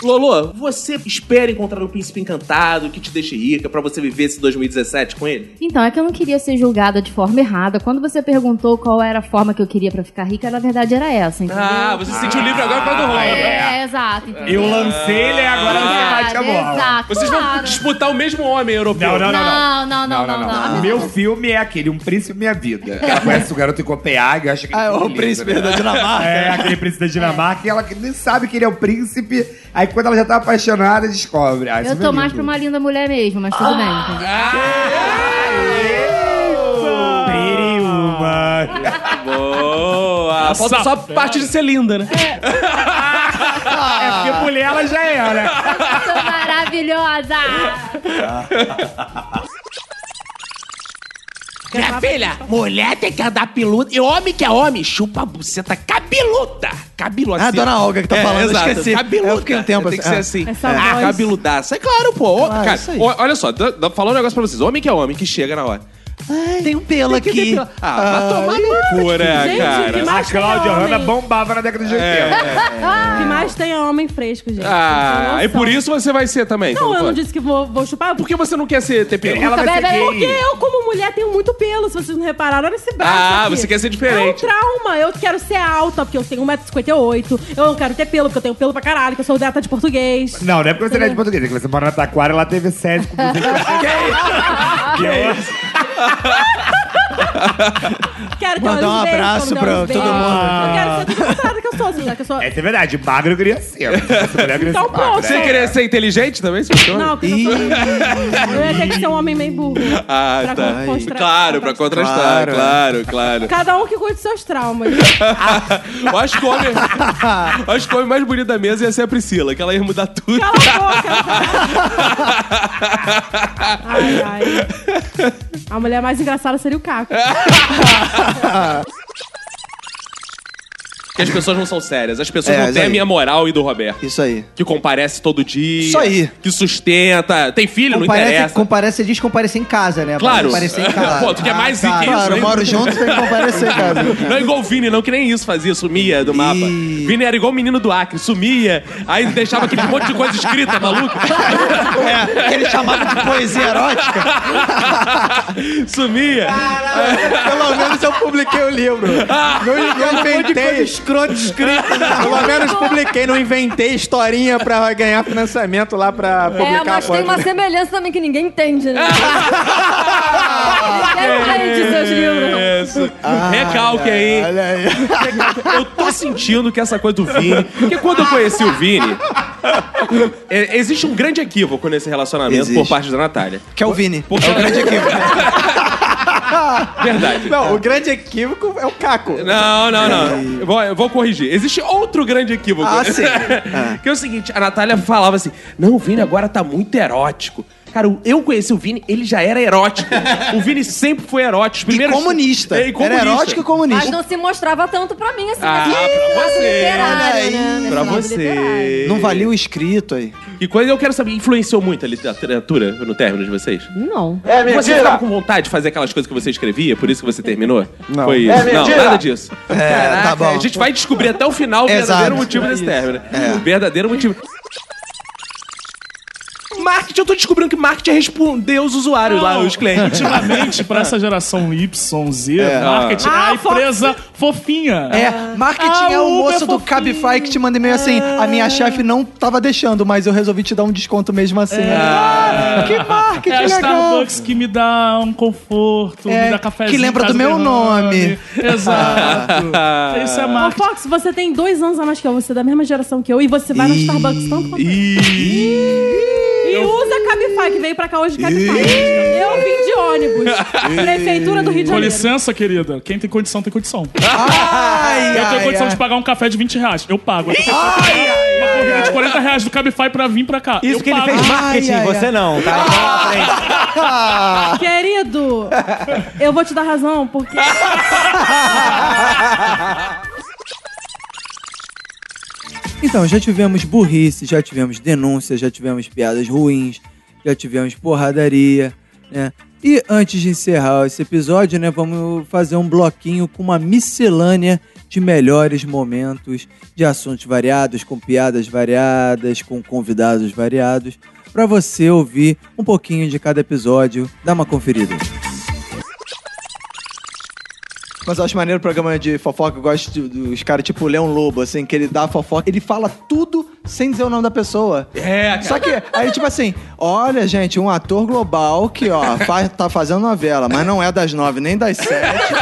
[SPEAKER 1] Lolo, você espera encontrar o príncipe encantado que te deixe rica pra você viver esse 2017 com ele?
[SPEAKER 7] Então, é que eu não queria ser julgada de forma errada. Quando você perguntou qual era a forma que eu queria pra ficar rica, na verdade era essa, entendeu?
[SPEAKER 1] Ah, você se sentiu livre agora por causa do Rony.
[SPEAKER 7] É, exato. entendeu?
[SPEAKER 1] Eu lancei ele e agora
[SPEAKER 7] você bate a bola. Exato,
[SPEAKER 1] Vocês vão
[SPEAKER 7] claro.
[SPEAKER 1] disputar o mesmo homem europeu.
[SPEAKER 7] Não, não, não, não. Não, não, não, não.
[SPEAKER 27] O meu filme é aquele, Um Príncipe Minha Vida. Ela conhece o garoto em Copenhague, acha que ele Ah, é o lindo, príncipe né? da Dinamarca. É, aquele príncipe da Dinamarca. E ela que nem sabe que ele é o príncipe. Aí quando ela já tá apaixonada, descobre. Ah, isso
[SPEAKER 7] Eu
[SPEAKER 27] foi
[SPEAKER 7] tô mais pra
[SPEAKER 27] lindo.
[SPEAKER 7] uma linda mulher mesmo, mas tudo bem. entendeu?
[SPEAKER 1] Boa! Falta só a
[SPEAKER 37] Safada.
[SPEAKER 1] parte de ser linda, né?
[SPEAKER 10] Ah.
[SPEAKER 27] É porque mulher ela já é, né?
[SPEAKER 7] Eu sou maravilhosa!
[SPEAKER 1] Minha filha, mulher tem que andar peluda e homem que é homem chupa a buceta cabeluda. assim, Cabeluda.
[SPEAKER 11] Ah, dona Olga
[SPEAKER 1] É,
[SPEAKER 11] que tá falando, eu esqueci.
[SPEAKER 1] Cabeluda.
[SPEAKER 11] Eu fiquei um tempo
[SPEAKER 1] Tem que ser
[SPEAKER 11] assim,
[SPEAKER 1] assim.
[SPEAKER 11] ah. Essa
[SPEAKER 1] Ah,
[SPEAKER 11] voz.
[SPEAKER 1] cabeludaça. É claro, pô. Ó,
[SPEAKER 11] Claro,
[SPEAKER 1] cara,
[SPEAKER 11] isso aí.
[SPEAKER 1] ó, olha só, dá- dá- falar um negócio pra vocês. Homem que é homem, que chega na hora.
[SPEAKER 11] tem um pelo
[SPEAKER 1] Tem que ter
[SPEAKER 11] aqui.
[SPEAKER 1] pelo. Ah, vai tomar no cu, né,
[SPEAKER 27] Gente,
[SPEAKER 1] cara?
[SPEAKER 27] que mais A tem Cláudia homem? Hanna
[SPEAKER 1] bombava na década de 80.
[SPEAKER 24] O que mais tem é homem fresco, gente. Vocês não
[SPEAKER 1] É, Ah, e
[SPEAKER 24] são.
[SPEAKER 1] por isso você vai ser também.
[SPEAKER 24] Não, eu não
[SPEAKER 1] pode.
[SPEAKER 24] disse que vou, vou chupar.
[SPEAKER 1] Por que você não quer ser TP? é
[SPEAKER 24] Porque eu, como mulher, tenho muito pelo, se vocês não repararam. Olha esse braço
[SPEAKER 1] Ah,
[SPEAKER 24] aqui.
[SPEAKER 1] você quer ser diferente.
[SPEAKER 24] É um trauma. Eu quero ser alta, porque eu tenho 1,58m. Eu não quero ter pelo, porque eu tenho pelo pra caralho, que eu sou data de português.
[SPEAKER 27] Não, não é porque você não é de português, é que você mora na Taquara ela teve sede com 200
[SPEAKER 24] Quero que eu
[SPEAKER 27] Mandar um
[SPEAKER 24] olhe bem,
[SPEAKER 27] abraço
[SPEAKER 24] que eu não dei
[SPEAKER 27] pra
[SPEAKER 24] uns beijos.
[SPEAKER 27] todo mundo.
[SPEAKER 24] Eu quero ser tudo contrário que eu sou, assim, já que eu sou...
[SPEAKER 27] Essa é verdade, magro eu queria ser. Essa mulher queria
[SPEAKER 24] Então,
[SPEAKER 27] ser magra,
[SPEAKER 24] pronto.
[SPEAKER 1] Você
[SPEAKER 27] né?
[SPEAKER 1] queria ser inteligente também? se você-
[SPEAKER 24] Não, porque eu, sou... eu ia ter que ser um homem meio burro.
[SPEAKER 1] Ah,
[SPEAKER 24] Pra
[SPEAKER 1] tá.
[SPEAKER 24] contrastar.
[SPEAKER 1] Claro, pra contrastar. Claro, claro.
[SPEAKER 24] Cada um que cuide dos seus traumas.
[SPEAKER 1] Eu acho que o homem, é eu acho que o homem mais bonito da mesa ia ser a Priscila, que ela ia mudar tudo.
[SPEAKER 24] Ai, ai. A mulher mais engraçada seria o Caco.
[SPEAKER 2] É.
[SPEAKER 1] Porque as pessoas não são sérias. As pessoas
[SPEAKER 11] É,
[SPEAKER 1] não
[SPEAKER 11] isso
[SPEAKER 1] temem
[SPEAKER 11] aí.
[SPEAKER 1] a moral e do Roberto.
[SPEAKER 11] Isso aí.
[SPEAKER 1] Que comparece todo dia.
[SPEAKER 11] Isso aí.
[SPEAKER 1] Que sustenta. Tem filho, não
[SPEAKER 2] Comparece,
[SPEAKER 1] interessa.
[SPEAKER 2] comparece e diz comparecer em casa, né?
[SPEAKER 1] Claro.
[SPEAKER 2] Comparecer em casa. Ah,
[SPEAKER 1] Pô, tu quer mais rico que isso,
[SPEAKER 2] Claro,
[SPEAKER 1] né?
[SPEAKER 2] eu moro junto, tem que comparecer em casa.
[SPEAKER 1] Não é igual o Vini, não, que nem isso fazia, sumia do mapa. Vini era igual o menino do Acre, sumia, aí deixava aquele monte de coisa escrita, maluco.
[SPEAKER 10] É, ele chamava de poesia erótica.
[SPEAKER 1] sumia.
[SPEAKER 10] Pelo
[SPEAKER 2] menos eu publiquei o livro.
[SPEAKER 10] Não
[SPEAKER 36] Um
[SPEAKER 8] inventei. Escroto escrito.
[SPEAKER 36] né?
[SPEAKER 8] Pelo menos publiquei, não inventei historinha pra ganhar financiamento lá pra publicar
[SPEAKER 14] É, mas
[SPEAKER 8] a
[SPEAKER 14] tem
[SPEAKER 8] porra.
[SPEAKER 14] uma semelhança também que ninguém entende, né? ninguém entende
[SPEAKER 5] É.
[SPEAKER 14] seus livros.
[SPEAKER 1] É, Isso.
[SPEAKER 2] Ah,
[SPEAKER 1] Recalque aí. Eu tô sentindo que essa coisa do Vini. Porque quando eu conheci o Vini. é, existe um grande equívoco nesse relacionamento por parte da Natália.
[SPEAKER 11] Que é o Vini.
[SPEAKER 1] Porque... É o grande equívoco. Verdade.
[SPEAKER 8] Não, o grande equívoco é o Caco.
[SPEAKER 1] Não, não, não. Eu vou, eu vou corrigir. Existe outro grande equívoco.
[SPEAKER 8] Ah, sim.
[SPEAKER 1] É. que é o seguinte, a Natália falava assim, não, o Vini agora tá muito erótico. Cara, eu conheci o Vini, ele já era erótico. o Vini sempre foi erótico. Os primeiros-
[SPEAKER 2] comunista.
[SPEAKER 1] É, e comunista.
[SPEAKER 2] Era erótico e
[SPEAKER 14] Mas não se mostrava tanto pra mim, assim.
[SPEAKER 1] Ah,
[SPEAKER 14] nesse
[SPEAKER 1] pra
[SPEAKER 14] lado
[SPEAKER 1] você.
[SPEAKER 14] literário,
[SPEAKER 1] Olha
[SPEAKER 14] né? Nesse
[SPEAKER 1] Pra
[SPEAKER 14] lado
[SPEAKER 1] você.
[SPEAKER 2] Não valia o escrito aí.
[SPEAKER 1] E coisa eu quero saber, influenciou muito a literatura no término de vocês?
[SPEAKER 14] Não.
[SPEAKER 1] É Você ficava com vontade de fazer aquelas coisas que você escrevia, por isso que você terminou?
[SPEAKER 10] Não.
[SPEAKER 1] Foi isso.
[SPEAKER 10] É
[SPEAKER 1] não,
[SPEAKER 10] mentira!
[SPEAKER 1] nada disso.
[SPEAKER 10] É,
[SPEAKER 1] Caraca,
[SPEAKER 10] tá bom.
[SPEAKER 1] a gente vai descobrir até o final o
[SPEAKER 10] Exato.
[SPEAKER 1] verdadeiro motivo
[SPEAKER 10] É
[SPEAKER 1] desse
[SPEAKER 10] isso.
[SPEAKER 1] término. né?
[SPEAKER 10] É.
[SPEAKER 1] O verdadeiro motivo. Marketing, eu tô descobrindo que marketing é responder os usuários lá, os clientes.
[SPEAKER 26] Ultimamente, pra essa geração Y, Z,
[SPEAKER 1] É.
[SPEAKER 26] marketing
[SPEAKER 1] Ah,
[SPEAKER 26] é a empresa fofinha.
[SPEAKER 2] É, marketing
[SPEAKER 26] Ah,
[SPEAKER 2] é o
[SPEAKER 26] Uber
[SPEAKER 2] moço do Cabify que te manda e-mail assim. A
[SPEAKER 26] É.
[SPEAKER 2] minha chefe não tava deixando, mas eu resolvi te dar um desconto mesmo assim. Ah, que marketing
[SPEAKER 26] é a
[SPEAKER 2] legal.
[SPEAKER 26] Starbucks que me dá um conforto,
[SPEAKER 2] É,
[SPEAKER 26] me dá cafezinho.
[SPEAKER 2] que lembra do meu
[SPEAKER 26] caseirão.
[SPEAKER 2] nome.
[SPEAKER 26] Exato.
[SPEAKER 1] Ah.
[SPEAKER 26] Isso é
[SPEAKER 24] Ô,
[SPEAKER 26] marketing.
[SPEAKER 24] Fox, você tem dois anos a mais que eu, você é da mesma geração que eu, e você vai no Starbucks tanto quanto eu. E usa Cabify, que veio pra cá hoje de Cabify. Eu vim de ônibus. Prefeitura do Rio de
[SPEAKER 26] Com
[SPEAKER 24] Janeiro.
[SPEAKER 26] licença, querida. Quem tem condição, tem condição. Quem tem
[SPEAKER 24] ai,
[SPEAKER 26] condição
[SPEAKER 24] ai.
[SPEAKER 26] de pagar um café de 20 reais, eu pago. Quem tem condição de
[SPEAKER 15] Ai,
[SPEAKER 26] pagar uma corrida de 40 reais do Cabify pra vir pra cá.
[SPEAKER 15] Isso
[SPEAKER 26] eu
[SPEAKER 15] que ele
[SPEAKER 26] pago.
[SPEAKER 15] fez marketing,
[SPEAKER 26] Ai, ai,
[SPEAKER 15] você
[SPEAKER 26] ai.
[SPEAKER 15] não, tá?
[SPEAKER 24] Querido, eu vou te dar razão, porque.
[SPEAKER 2] Então, já tivemos burrice, já tivemos denúncia, já tivemos piadas ruins, já tivemos porradaria, né? E antes de encerrar esse episódio, né, vamos fazer um bloquinho com uma miscelânea de melhores momentos, de assuntos variados, com piadas variadas, com convidados variados, para você ouvir um pouquinho de cada episódio. Dá uma conferida. Mas eu acho maneiro o programa de fofoca. Eu gosto de- dos caras tipo Leão Lobo, assim, que ele dá fofoca. Ele fala tudo sem dizer o nome da pessoa.
[SPEAKER 1] É, cara.
[SPEAKER 2] Só que aí, tipo assim, olha, gente, um ator global que, ó, faz- tá fazendo novela, mas não é das nove nem das sete.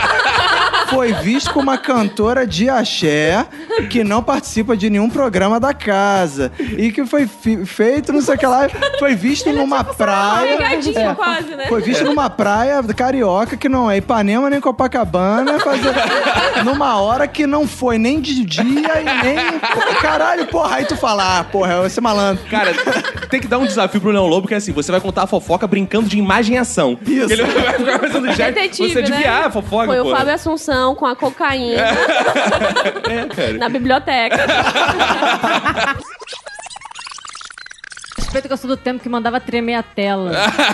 [SPEAKER 2] Foi visto como uma cantora de axé que não participa de nenhum programa da casa. E que foi fi- feito, não sei o que lá, foi visto numa praia.
[SPEAKER 5] largadinho
[SPEAKER 2] É.
[SPEAKER 5] quase, né?
[SPEAKER 2] Foi visto numa praia carioca que não é Ipanema nem Copacabana, é fazer numa hora que não foi nem de dia e nem. Pô, Caralho, porra, aí tu fala, ah, porra, esse malandro.
[SPEAKER 1] Cara, tem que dar um desafio pro Leão Lobo, que é assim, você vai contar a fofoca brincando de imagem e ação.
[SPEAKER 2] Isso.
[SPEAKER 1] Ele vai ficar fazendo gesto,
[SPEAKER 5] Detetive,
[SPEAKER 1] você adivinhar
[SPEAKER 5] né?
[SPEAKER 1] a fofoca,
[SPEAKER 5] Foi
[SPEAKER 1] pô.
[SPEAKER 5] o Fábio Assunção com a cocaína
[SPEAKER 1] É, cara.
[SPEAKER 5] na biblioteca.
[SPEAKER 14] Respeito que eu sou do tempo que mandava tremer a tela.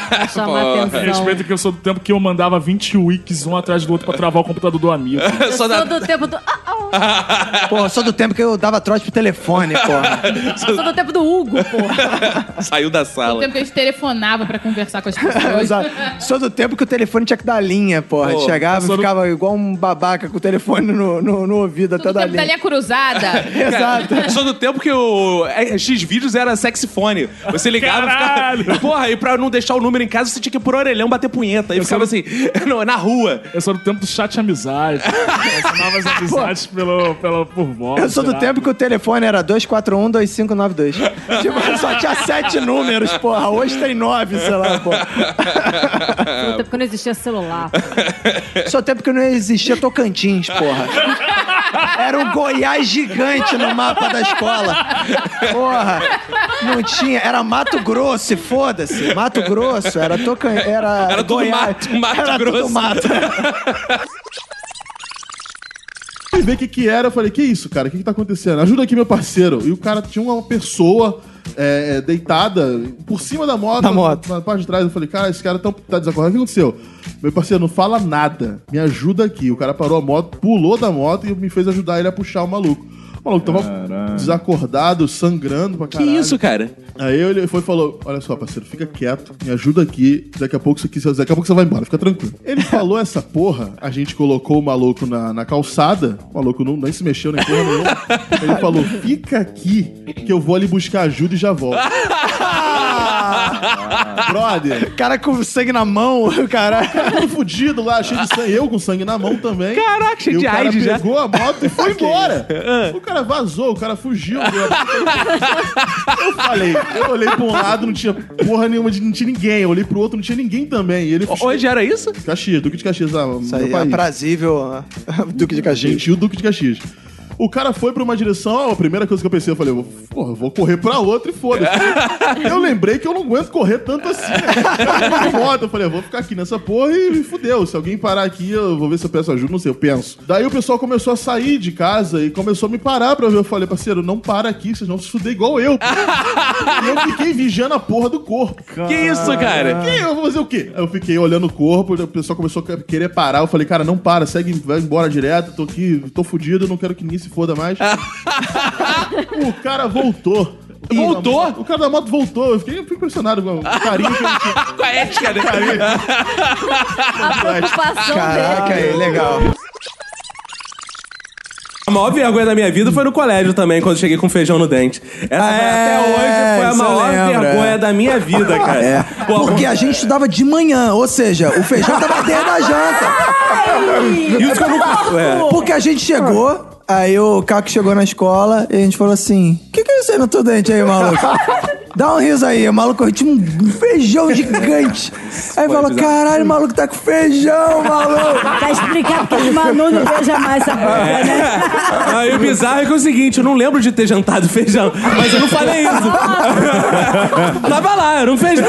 [SPEAKER 14] pra chamar
[SPEAKER 26] Pô,
[SPEAKER 14] atenção.
[SPEAKER 26] Respeito que eu sou do tempo que eu mandava 20 wikis um atrás do outro pra travar o computador do amigo.
[SPEAKER 14] Eu sou do tempo do. Ah, ah,
[SPEAKER 2] Pô, só do tempo que eu dava trote pro telefone, porra.
[SPEAKER 14] eu sou do tempo do Hugo, pô.
[SPEAKER 1] Saiu da
[SPEAKER 11] O
[SPEAKER 1] sala.
[SPEAKER 11] tempo que a gente telefonava pra conversar com as pessoas.
[SPEAKER 2] Exato. Só do tempo que o telefone tinha que dar linha, porra.
[SPEAKER 1] Pô,
[SPEAKER 2] Chegava e
[SPEAKER 1] só do-
[SPEAKER 2] ficava igual um babaca com o telefone no, no, no ouvido até dar
[SPEAKER 11] Tempo da
[SPEAKER 2] linha.
[SPEAKER 11] linha cruzada.
[SPEAKER 1] Cara, Só do tempo que o é, X-Vídeos era sexifone. Você ligava e ficava. Porra, e pra não deixar o número em casa, você tinha que ir por orelhão bater punheta. E ficava assim, não, na rua.
[SPEAKER 26] Eu sou do tempo do chat amizade. Relacionava as amizades pelo, pelo, por voz.
[SPEAKER 2] Eu sou do
[SPEAKER 26] sei lá.
[SPEAKER 2] tempo que o telefone era 241-2592. tipo, só tinha sete números, porra. Hoje tem nove, sei lá, porra.
[SPEAKER 14] Do tempo que não existia celular.
[SPEAKER 2] Só tempo que não existia Tocantins, porra. Era um Goiás gigante no mapa da escola. Porra, não tinha. Era Mato Grosso, e foda-se. Mato Grosso, era Tocantins. Era,
[SPEAKER 1] Era tudo
[SPEAKER 2] Goiás.
[SPEAKER 1] mato, Mato
[SPEAKER 2] era
[SPEAKER 1] Grosso.
[SPEAKER 2] Tudo mato.
[SPEAKER 6] Fui ver o que, que era, eu falei, que isso, cara? O que, que tá acontecendo? Ajuda aqui, meu parceiro. E o cara tinha uma pessoa é, é, deitada por cima da moto.
[SPEAKER 2] Da moto.
[SPEAKER 6] Na, parte de trás. Eu falei, cara, esse cara tá, tá desacordado. O que aconteceu? Meu parceiro, não fala nada. Me ajuda aqui. O cara parou a moto, pulou da moto e me fez ajudar ele a puxar o maluco. O maluco tava desacordado, sangrando pra caralho.
[SPEAKER 1] isso, cara?
[SPEAKER 6] Aí ele foi e falou: Olha só, parceiro, fica quieto, me ajuda aqui. Daqui a pouco isso aqui, daqui a pouco você vai embora, fica tranquilo. Ele falou essa porra, a gente colocou o maluco na, na calçada, o maluco não, nem se mexeu nem porra nenhuma. Ele falou: fica aqui, que eu vou ali buscar ajuda e já volto. Brother.
[SPEAKER 2] Cara com sangue na mão, cara.
[SPEAKER 6] Todo fudido lá, cheio de sangue. Eu com sangue na mão também.
[SPEAKER 1] Caraca, cheio
[SPEAKER 6] E
[SPEAKER 1] de
[SPEAKER 6] o cara
[SPEAKER 1] AIDS já. Ah.
[SPEAKER 6] pegou a moto e foi embora. o cara vazou, o cara fugiu. Eu falei, eu olhei pra um lado, não tinha porra nenhuma, de- não tinha ninguém. Eu olhei pro outro, não tinha ninguém também. E ele
[SPEAKER 1] Onde era isso?
[SPEAKER 6] Caxias, Duque de Caxias. Ah,
[SPEAKER 2] Isso aí é aprazível. Duque de Caxias.
[SPEAKER 6] Gentil Duque de Caxias. O cara foi pra uma direção, a primeira coisa que eu pensei, eu falei, porra, eu vou correr pra outra e foda-se. eu lembrei que eu não aguento correr tanto assim. Né? Eu, moto, eu falei, eu vou ficar aqui nessa porra e me fudeu. Se alguém parar aqui, eu vou ver se eu peço ajuda, não sei, eu penso. Daí o pessoal começou a sair de casa e começou a me parar pra ver. Eu falei, parceiro, não para aqui, vocês vão se fuder igual eu. e eu fiquei vigiando a porra do corpo.
[SPEAKER 1] Que isso, cara?
[SPEAKER 6] Que eu vou fazer o quê? Aí Eu fiquei olhando o corpo, o pessoal começou a querer parar. Eu falei, cara, não para, segue, vai embora direto, tô aqui, tô fudido, não quero que ninguém se foda mais.
[SPEAKER 1] Ah.
[SPEAKER 6] o cara voltou.
[SPEAKER 1] Voltou?
[SPEAKER 6] O cara da moto voltou. Eu fiquei impressionado com o carinho que ele tinha.
[SPEAKER 1] Com a ética, né?
[SPEAKER 6] A
[SPEAKER 1] preocupação
[SPEAKER 2] Caraca, aí, legal.
[SPEAKER 1] A maior vergonha da minha vida foi no colégio também, quando eu cheguei com feijão no dente. Essa
[SPEAKER 26] Ah,
[SPEAKER 1] foi-
[SPEAKER 26] é,
[SPEAKER 1] até hoje É, foi a
[SPEAKER 2] isso eu
[SPEAKER 1] maior
[SPEAKER 2] lembro,
[SPEAKER 1] vergonha
[SPEAKER 2] é.
[SPEAKER 1] da minha vida, cara.
[SPEAKER 2] É.
[SPEAKER 1] Pô,
[SPEAKER 2] Porque a gente estudava de manhã, ou seja, o feijão tava dentro da janta.
[SPEAKER 1] Isso que eu não- é.
[SPEAKER 2] Porque a gente chegou, aí o Caco chegou na escola e a gente falou assim: o que, que é isso aí no teu dente aí, maluco? Dá um riso aí, o maluco eu tinha um feijão gigante. Aí falou:
[SPEAKER 1] né?
[SPEAKER 2] caralho, o maluco tá com feijão, maluco.
[SPEAKER 38] Tá explicado porque os Manu não veja mais essa
[SPEAKER 1] É.
[SPEAKER 38] boca, né?
[SPEAKER 1] Aí o bizarro é que é o seguinte, eu não lembro de ter jantado feijão, mas eu não falei isso. Tava lá, era um feijão.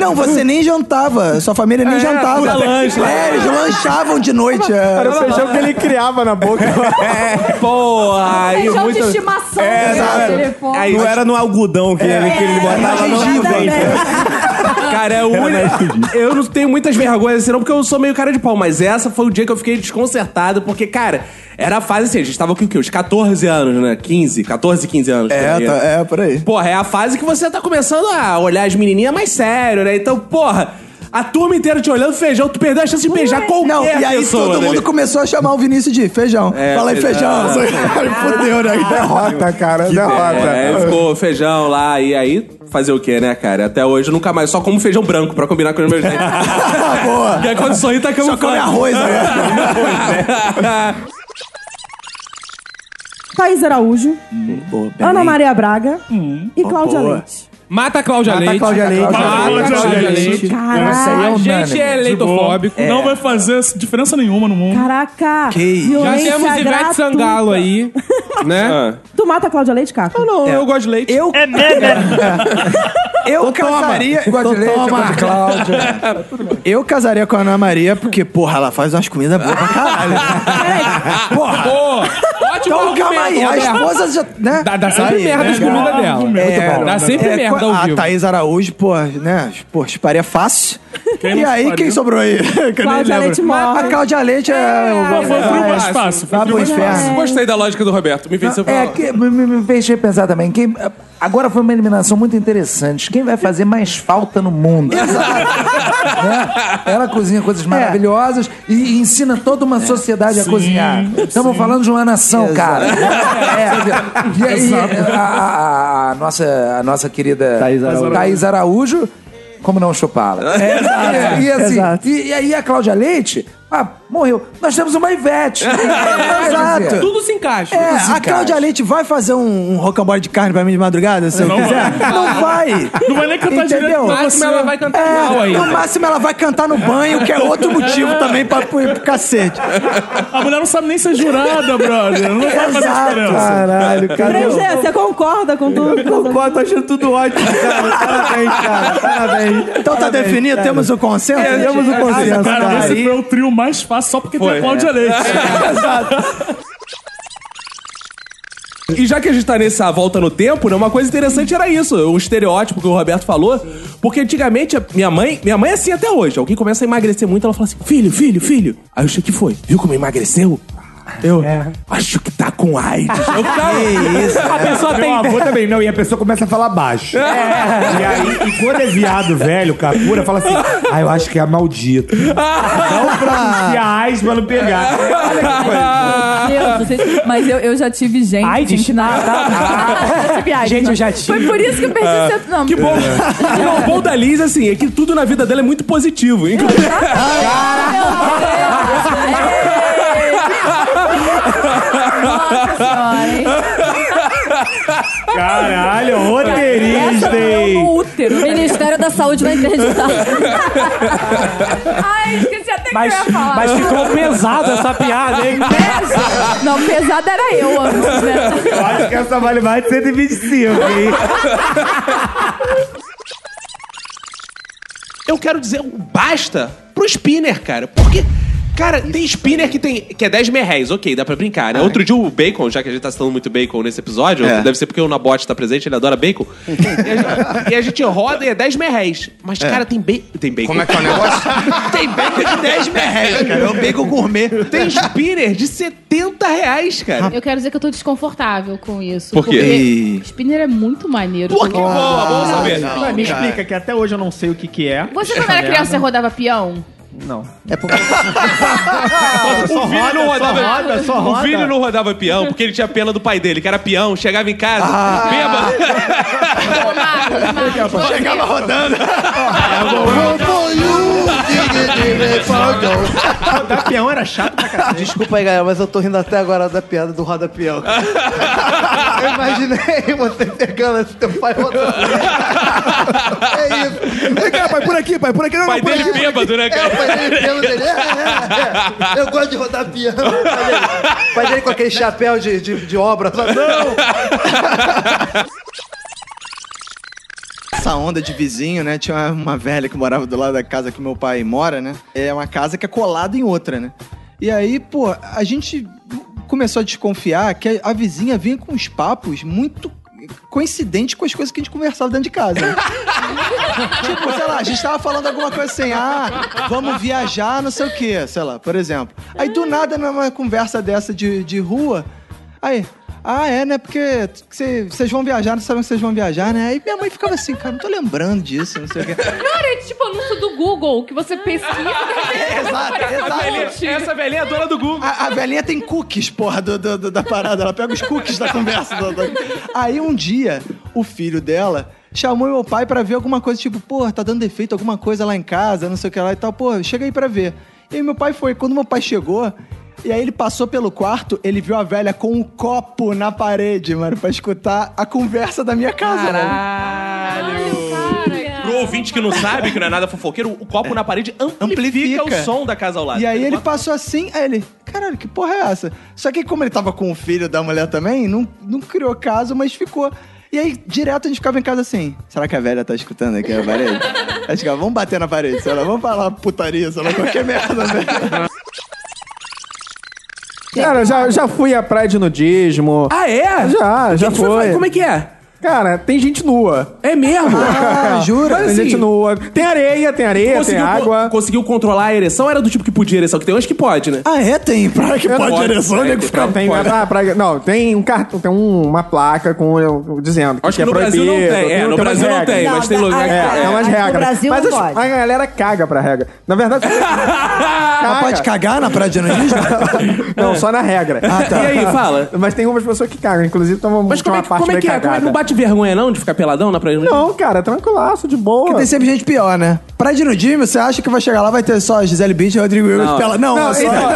[SPEAKER 2] Não, você nem jantava, sua família nem
[SPEAKER 1] É,
[SPEAKER 2] jantava.
[SPEAKER 1] pura lanche.
[SPEAKER 2] É, eles lanchavam de noite. é.
[SPEAKER 1] Era o feijão que ele
[SPEAKER 2] criava na boca.
[SPEAKER 1] É. Porra, aí
[SPEAKER 39] Feijão
[SPEAKER 1] muito...
[SPEAKER 39] de estimação.
[SPEAKER 40] É,
[SPEAKER 39] né,
[SPEAKER 40] sabe?
[SPEAKER 39] que ele come.
[SPEAKER 40] Não era no algodão que
[SPEAKER 2] É,
[SPEAKER 40] ele, que ele botava no
[SPEAKER 2] né?
[SPEAKER 1] É,
[SPEAKER 40] algodão.
[SPEAKER 1] Cara, é o único. Eu não tenho muitas vergonhas assim, não, porque eu sou meio cara de pau, mas essa foi o dia que eu fiquei desconcertado, porque, cara, era a fase assim, a gente tava com o quê? Uns 14 anos, né? 15, 14, 15 anos.
[SPEAKER 2] É, tá- é, por aí.
[SPEAKER 1] Porra, é a fase que você tá começando a olhar as menininhas mais sério, né? Então, porra. A turma inteira te olhando feijão, tu perdeu a chance de beijar qualquer
[SPEAKER 2] Não, e aí
[SPEAKER 1] pessoa,
[SPEAKER 2] todo
[SPEAKER 1] né,
[SPEAKER 2] mundo
[SPEAKER 1] velho?
[SPEAKER 2] começou a chamar o Vinícius de feijão.
[SPEAKER 1] É,
[SPEAKER 2] Fala aí, feijão.
[SPEAKER 41] Ah,
[SPEAKER 1] feijão.
[SPEAKER 2] Fudeu, né?
[SPEAKER 27] Derrota, cara,
[SPEAKER 1] É,
[SPEAKER 41] né?
[SPEAKER 1] aí ficou feijão lá, e aí fazer o quê, né, cara? Até hoje eu nunca mais, só como feijão branco pra combinar com os meus dentes.
[SPEAKER 2] Boa.
[SPEAKER 1] E aí quando sorri, tá
[SPEAKER 2] Ah, Só come arroz né?
[SPEAKER 1] agora.
[SPEAKER 24] Thaís Araújo, Ana Maria Braga e
[SPEAKER 1] Boa,
[SPEAKER 24] Cláudia
[SPEAKER 1] boa.
[SPEAKER 24] Leite.
[SPEAKER 1] Mata a Cláudia
[SPEAKER 24] Mata a
[SPEAKER 1] Leite.
[SPEAKER 24] Cláudia Leite.
[SPEAKER 1] Mata a Cláudia Leite.
[SPEAKER 24] Caraca. Isso aí é
[SPEAKER 1] A gente
[SPEAKER 24] unânime.
[SPEAKER 1] é eleitofóbico.
[SPEAKER 10] Não vai fazer diferença nenhuma no mundo.
[SPEAKER 24] Caraca! violência
[SPEAKER 10] Já temos Ivete
[SPEAKER 24] gratuita.
[SPEAKER 10] Sangalo
[SPEAKER 1] aí, né?
[SPEAKER 24] Tu mata a Cláudia Leite, Caco? Não, não,
[SPEAKER 1] eu gosto de leite.
[SPEAKER 2] Eu...
[SPEAKER 24] É mesmo?
[SPEAKER 2] Eu casaria com a de leite, com a Cláudia. Eu casaria com a Ana Maria, porque, porra, ela faz umas comidas boas pra caralho. porra!
[SPEAKER 1] Ótimo
[SPEAKER 2] então, calma aí, a esposa já. Né?
[SPEAKER 41] Dá- dá sempre merda as
[SPEAKER 2] cara.
[SPEAKER 41] comidas dela. Muito bom. Dá sempre merda ao
[SPEAKER 2] é a
[SPEAKER 41] vivo.
[SPEAKER 2] Thaís Araújo, pô, né? Pô, esparia fácil.
[SPEAKER 41] Quem
[SPEAKER 2] e
[SPEAKER 41] não
[SPEAKER 2] aí,
[SPEAKER 41] espalhou?
[SPEAKER 2] quem sobrou aí? Que eu nem
[SPEAKER 41] Cláudia
[SPEAKER 2] lembro.
[SPEAKER 41] Leite morre.
[SPEAKER 2] A Cláudia Leite é.
[SPEAKER 1] Pô, foi o trio
[SPEAKER 2] é,
[SPEAKER 1] mais
[SPEAKER 2] Vai
[SPEAKER 1] fácil, Ah, foi o trio
[SPEAKER 2] pro
[SPEAKER 1] mais fácil.
[SPEAKER 2] inferno.
[SPEAKER 11] É.
[SPEAKER 1] Gostei da lógica do Roberto. Me venceu pra
[SPEAKER 17] É,
[SPEAKER 1] lá.
[SPEAKER 17] que, me, me- me fez repensar também. Quem, agora foi uma eliminação muito interessante. Quem vai fazer mais falta no mundo? Né? Ela cozinha coisas maravilhosas e, e ensina toda uma sociedade a cozinhar. Estamos falando de uma nação, cara. É, e aí, a, a- a nossa, a nossa querida Thaís
[SPEAKER 27] Araújo.
[SPEAKER 17] Araújo. como não chupá-la?
[SPEAKER 27] É, exato.
[SPEAKER 17] É, e, assim,
[SPEAKER 27] Exato.
[SPEAKER 17] E, e aí a Cláudia Leite, ah, morreu. Nós temos uma Ivete.
[SPEAKER 2] Exato.
[SPEAKER 17] Tudo
[SPEAKER 2] se encaixa.
[SPEAKER 17] tudo
[SPEAKER 2] É,
[SPEAKER 17] se
[SPEAKER 2] a Cláudia Leite vai fazer um, um rocambole de carne pra mim de madrugada, se eu
[SPEAKER 17] Não
[SPEAKER 2] quiser?
[SPEAKER 17] vai.
[SPEAKER 2] Não vai.
[SPEAKER 17] Não vai nem cantar direito
[SPEAKER 2] Entendeu?
[SPEAKER 17] pra No máximo você. ela vai cantar
[SPEAKER 2] É,
[SPEAKER 17] mal aí.
[SPEAKER 2] No máximo ela vai cantar no banho, que é outro motivo também pra ir pro cacete.
[SPEAKER 10] A mulher não sabe nem ser jurada, brother. Não vai fazer
[SPEAKER 2] Exato.
[SPEAKER 10] diferença.
[SPEAKER 2] Caralho, cara.
[SPEAKER 24] 3G, você concorda com tudo? Concordo,
[SPEAKER 27] tô achando tudo ótimo, cara. Parabéns, cara. Parabéns.
[SPEAKER 2] Então tá
[SPEAKER 10] Parabéns,
[SPEAKER 2] definido?
[SPEAKER 10] cara.
[SPEAKER 2] Temos o consenso?
[SPEAKER 10] É,
[SPEAKER 2] Temos o consenso,
[SPEAKER 10] Cara,
[SPEAKER 2] cara.
[SPEAKER 10] esse foi É o trio mais fácil só porque tem
[SPEAKER 1] Foi.
[SPEAKER 10] a
[SPEAKER 11] né?
[SPEAKER 10] Cláudia
[SPEAKER 1] É.
[SPEAKER 10] Leite.
[SPEAKER 1] É.
[SPEAKER 11] É.
[SPEAKER 1] E já que a gente tá nessa volta no tempo, né, uma coisa interessante era isso, o estereótipo que o Roberto falou, porque antigamente a minha mãe, minha mãe é assim até hoje, alguém começa a emagrecer muito, ela fala assim, filho, filho, filho. Aí eu achei que foi, viu como emagreceu?
[SPEAKER 11] É.
[SPEAKER 1] Eu acho que tá com AIDS. Eu,
[SPEAKER 27] Que isso,
[SPEAKER 1] a
[SPEAKER 27] é.
[SPEAKER 1] pessoa
[SPEAKER 27] Meu
[SPEAKER 1] tem...
[SPEAKER 27] avô
[SPEAKER 1] também,
[SPEAKER 27] não, e a pessoa começa a falar baixo. E aí, e quando é viado velho, capura, fala assim: ah, eu acho que é maldito.
[SPEAKER 1] Ah. é
[SPEAKER 27] Não pronunciar as pra não pegar. Olha que coisa.
[SPEAKER 11] Meu Deus, vocês- mas eu, eu já tive gente, gente, na, na- eu tive AIDS.
[SPEAKER 1] tá, Gente, eu já tive.
[SPEAKER 11] Foi por isso que eu perdi
[SPEAKER 1] Ah,
[SPEAKER 11] seu nome.
[SPEAKER 1] Que bom.
[SPEAKER 11] É.
[SPEAKER 1] Não, o bom da Liz, assim, é que tudo na vida dela é muito positivo. Inclusive...
[SPEAKER 10] é
[SPEAKER 27] Caralho,
[SPEAKER 10] um
[SPEAKER 11] Essa
[SPEAKER 27] roteirista,
[SPEAKER 24] é
[SPEAKER 11] doeu
[SPEAKER 27] hein?
[SPEAKER 14] né?
[SPEAKER 11] no útero.
[SPEAKER 14] O Ministério da Saúde vai interditar.
[SPEAKER 11] Ai, esqueci até que
[SPEAKER 1] Mas, mas ficou pesado essa piada, hein?
[SPEAKER 42] Não, pesada era
[SPEAKER 11] É,
[SPEAKER 42] eu antes, né?
[SPEAKER 27] Eu acho que essa vale mais de 125, hein?
[SPEAKER 11] Eu quero dizer um basta pro spinner, cara. Porque, cara, tem spinner que, tem, que é 10 mil réis. Ok, dá pra brincar, né? Outro dia o Bacon, já que a gente tá citando muito Bacon nesse episódio,
[SPEAKER 10] É.
[SPEAKER 11] deve ser porque o Nabote tá presente, ele adora Bacon. e, a gente, e a gente roda e é 10 mil réis. Mas,
[SPEAKER 10] É.
[SPEAKER 11] cara, tem, ba tem Bacon.
[SPEAKER 10] Como é que é o negócio?
[SPEAKER 11] tem
[SPEAKER 17] é
[SPEAKER 11] Bacon de 10 mil réis, cara. É o Bacon gourmet. Tem spinner de 70 reais, cara.
[SPEAKER 24] Eu quero dizer que eu tô desconfortável com isso.
[SPEAKER 11] Por quê?
[SPEAKER 24] Porque Spinner é muito maneiro. Por que?
[SPEAKER 36] Ah, mas me explica, que até hoje eu não sei o que, que é.
[SPEAKER 24] Você
[SPEAKER 36] Essa
[SPEAKER 24] quando era
[SPEAKER 36] merda.
[SPEAKER 24] criança, você rodava peão?
[SPEAKER 36] Não.
[SPEAKER 10] O Vini não rodava,
[SPEAKER 36] só roda, só
[SPEAKER 10] O
[SPEAKER 36] roda.
[SPEAKER 10] Vini não rodava peão porque ele tinha pena do pai dele, que era peão, chegava em casa, bêbado.
[SPEAKER 8] Chegava rodando.
[SPEAKER 36] Rodar peão era chato pra cacete.
[SPEAKER 5] Desculpa aí, galera, mas eu tô rindo até agora da piada do Roda Peão. Eu imaginei você pegando esse teu pai rodando. É isso. Vem cá, pai, por aqui, pai, por aqui. Não,
[SPEAKER 10] Pai
[SPEAKER 5] não, por
[SPEAKER 10] dele
[SPEAKER 5] aqui,
[SPEAKER 10] bêbado, né,
[SPEAKER 5] É, o pai dele
[SPEAKER 10] cara?
[SPEAKER 5] pelo dele. É, é, é. Eu gosto de rodar peão. O Pai dele, o pai dele com aquele chapéu de, de, de obra. Fala, não!
[SPEAKER 2] Essa onda de vizinho, né? Tinha uma, uma velha que morava do lado da casa que meu pai mora, né? É uma casa que é colada em outra, né? E aí, pô, a gente começou a desconfiar que a, a vizinha vinha com uns papos muito coincidentes com as coisas que a gente conversava dentro de casa. né? tipo, sei lá, a gente tava falando alguma coisa assim, ah, vamos viajar, não sei o quê, sei lá, por exemplo. Aí do nada, numa conversa dessa de, de rua, aí. Ah, é, né? Porque cê- vocês vão viajar, não sabem que vocês vão viajar, né? Aí minha mãe ficava assim, cara, não tô lembrando disso, não sei o quê.
[SPEAKER 43] Cara, é tipo anúncio do Google, que você pesquisa. É,
[SPEAKER 2] exato, exato.
[SPEAKER 10] Essa velhinha é a dona do Google.
[SPEAKER 2] A, a velhinha tem cookies, porra, do- do- do- da parada. Ela pega os cookies da conversa. do- do- Aí um dia, o filho dela chamou meu pai pra ver alguma coisa, tipo, pô, tá dando defeito alguma coisa lá em casa, não sei o que lá e tal. Pô, chega aí pra ver. E aí meu pai foi. Quando meu pai chegou. E aí ele passou pelo quarto, ele viu a velha com um copo na parede, mano, pra escutar a conversa da minha casa,
[SPEAKER 10] Pro ouvinte que não sabe, que não é nada fofoqueiro, o copo na parede amplifica,
[SPEAKER 2] Amplifica.
[SPEAKER 10] o som da casa ao lado.
[SPEAKER 2] E aí ele passou assim, aí ele, caralho, que porra é essa? Só que como ele tava com o filho da mulher também, não, não criou caso, mas ficou. E aí, direto, a gente ficava em casa assim, será que a velha tá escutando aqui na parede? Aí ficava, vamos bater na parede, sei lá, vamos falar putaria, sei lá, qualquer merda, né?
[SPEAKER 8] Cara, já, já fui à praia de nudismo.
[SPEAKER 1] Ah, é?
[SPEAKER 8] Já,
[SPEAKER 1] Que
[SPEAKER 8] já
[SPEAKER 1] que
[SPEAKER 8] foi.
[SPEAKER 1] foi fazer? Como é que é?
[SPEAKER 8] Cara, tem gente nua.
[SPEAKER 1] É mesmo?
[SPEAKER 8] Ah, jura?
[SPEAKER 1] Mas
[SPEAKER 8] Tem gente
[SPEAKER 1] assim,
[SPEAKER 8] nua. Tem areia, tem areia, tem
[SPEAKER 1] Conseguiu co-
[SPEAKER 8] água.
[SPEAKER 1] conseguiu controlar a ereção? Era do tipo que podia ereção, que tem umas que pode, né? é,
[SPEAKER 2] Ah, é? Tem praia
[SPEAKER 8] Eu não- Tem- tem, ah, pra- Não, tem um cartão, tem um- uma placa com eu- dizendo que,
[SPEAKER 1] Acho
[SPEAKER 8] é
[SPEAKER 1] que no Brasil não
[SPEAKER 8] proibido,
[SPEAKER 1] tem, é, no
[SPEAKER 8] umas
[SPEAKER 1] Brasil não
[SPEAKER 8] regras.
[SPEAKER 1] tem, mas tem lugar que
[SPEAKER 8] é,
[SPEAKER 1] tem.
[SPEAKER 8] tem umas
[SPEAKER 1] Aqui no
[SPEAKER 8] regras.
[SPEAKER 1] Brasil
[SPEAKER 8] mas
[SPEAKER 1] não
[SPEAKER 8] as-
[SPEAKER 1] pode.
[SPEAKER 8] a galera caga pra regra. Na verdade,
[SPEAKER 2] Mas pode cagar na praia de nudismo?
[SPEAKER 8] não, só na regra.
[SPEAKER 1] Ah, tá. E aí, fala?
[SPEAKER 8] Mas tem umas pessoas que cagam, inclusive tomam
[SPEAKER 1] Mas como
[SPEAKER 8] uma
[SPEAKER 1] é que,
[SPEAKER 8] parte
[SPEAKER 1] como é,
[SPEAKER 8] bem
[SPEAKER 1] que é? Como é
[SPEAKER 8] cagada.
[SPEAKER 1] que não bate vergonha não de ficar peladão na praia?
[SPEAKER 8] Não, cara, tranquilaço, de boa.
[SPEAKER 2] Porque tem sempre gente pior, né? Praia de nudismo, você acha que vai chegar lá, vai ter só Gisele Bündchen, Rodrigo Wilson,
[SPEAKER 8] Não.
[SPEAKER 2] pela... Não,
[SPEAKER 8] Não,
[SPEAKER 2] é só...
[SPEAKER 8] então,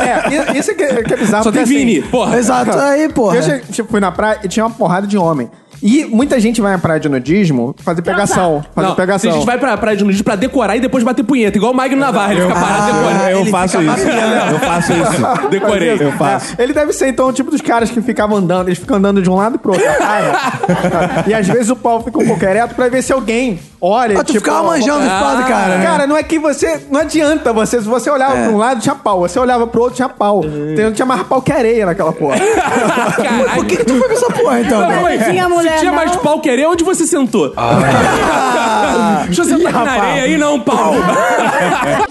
[SPEAKER 8] é, isso é que, que é bizarro.
[SPEAKER 2] Só tem
[SPEAKER 8] porque,
[SPEAKER 2] Vini, porra. assim, Exato, aí, porra.
[SPEAKER 8] Eu che- tipo, fui na praia e tinha uma porrada de homem. E muita gente vai na praia de nudismo fazer pegação. Fazer
[SPEAKER 1] Não,
[SPEAKER 8] pegação.
[SPEAKER 1] A gente vai pra praia de nudismo pra decorar e depois bater punheta, igual o Magno Navarro, ele fica parado decorando.
[SPEAKER 8] eu
[SPEAKER 1] Ele
[SPEAKER 8] faço
[SPEAKER 1] fica
[SPEAKER 8] isso.
[SPEAKER 1] mapeando.
[SPEAKER 8] Eu faço isso.
[SPEAKER 1] Decorei.
[SPEAKER 8] É, Ele deve ser, então, o tipo dos caras que ficavam andando, eles ficam andando de um lado pro outro. na praia. e às vezes o pau fica um pouco ereto pra ver se alguém olha. tipo,
[SPEAKER 2] Ah, tu ficava manjando de fado, cara, né? É.
[SPEAKER 8] Cara, não é que você. Não adianta você. Se você olhava pra um lado, tinha pau. Você olhava pro outro, tinha pau.
[SPEAKER 2] Uhum.
[SPEAKER 8] Tem, tinha mais pau que areia naquela porra.
[SPEAKER 2] Por que, que tu foi com essa porra, então?
[SPEAKER 1] Ah, Não,
[SPEAKER 2] cara?
[SPEAKER 1] mas se tinha mais pau querer, onde você sentou?
[SPEAKER 8] Ah.
[SPEAKER 1] Deixa eu sentar aqui na
[SPEAKER 24] rapaz.
[SPEAKER 1] areia aí, não, pau.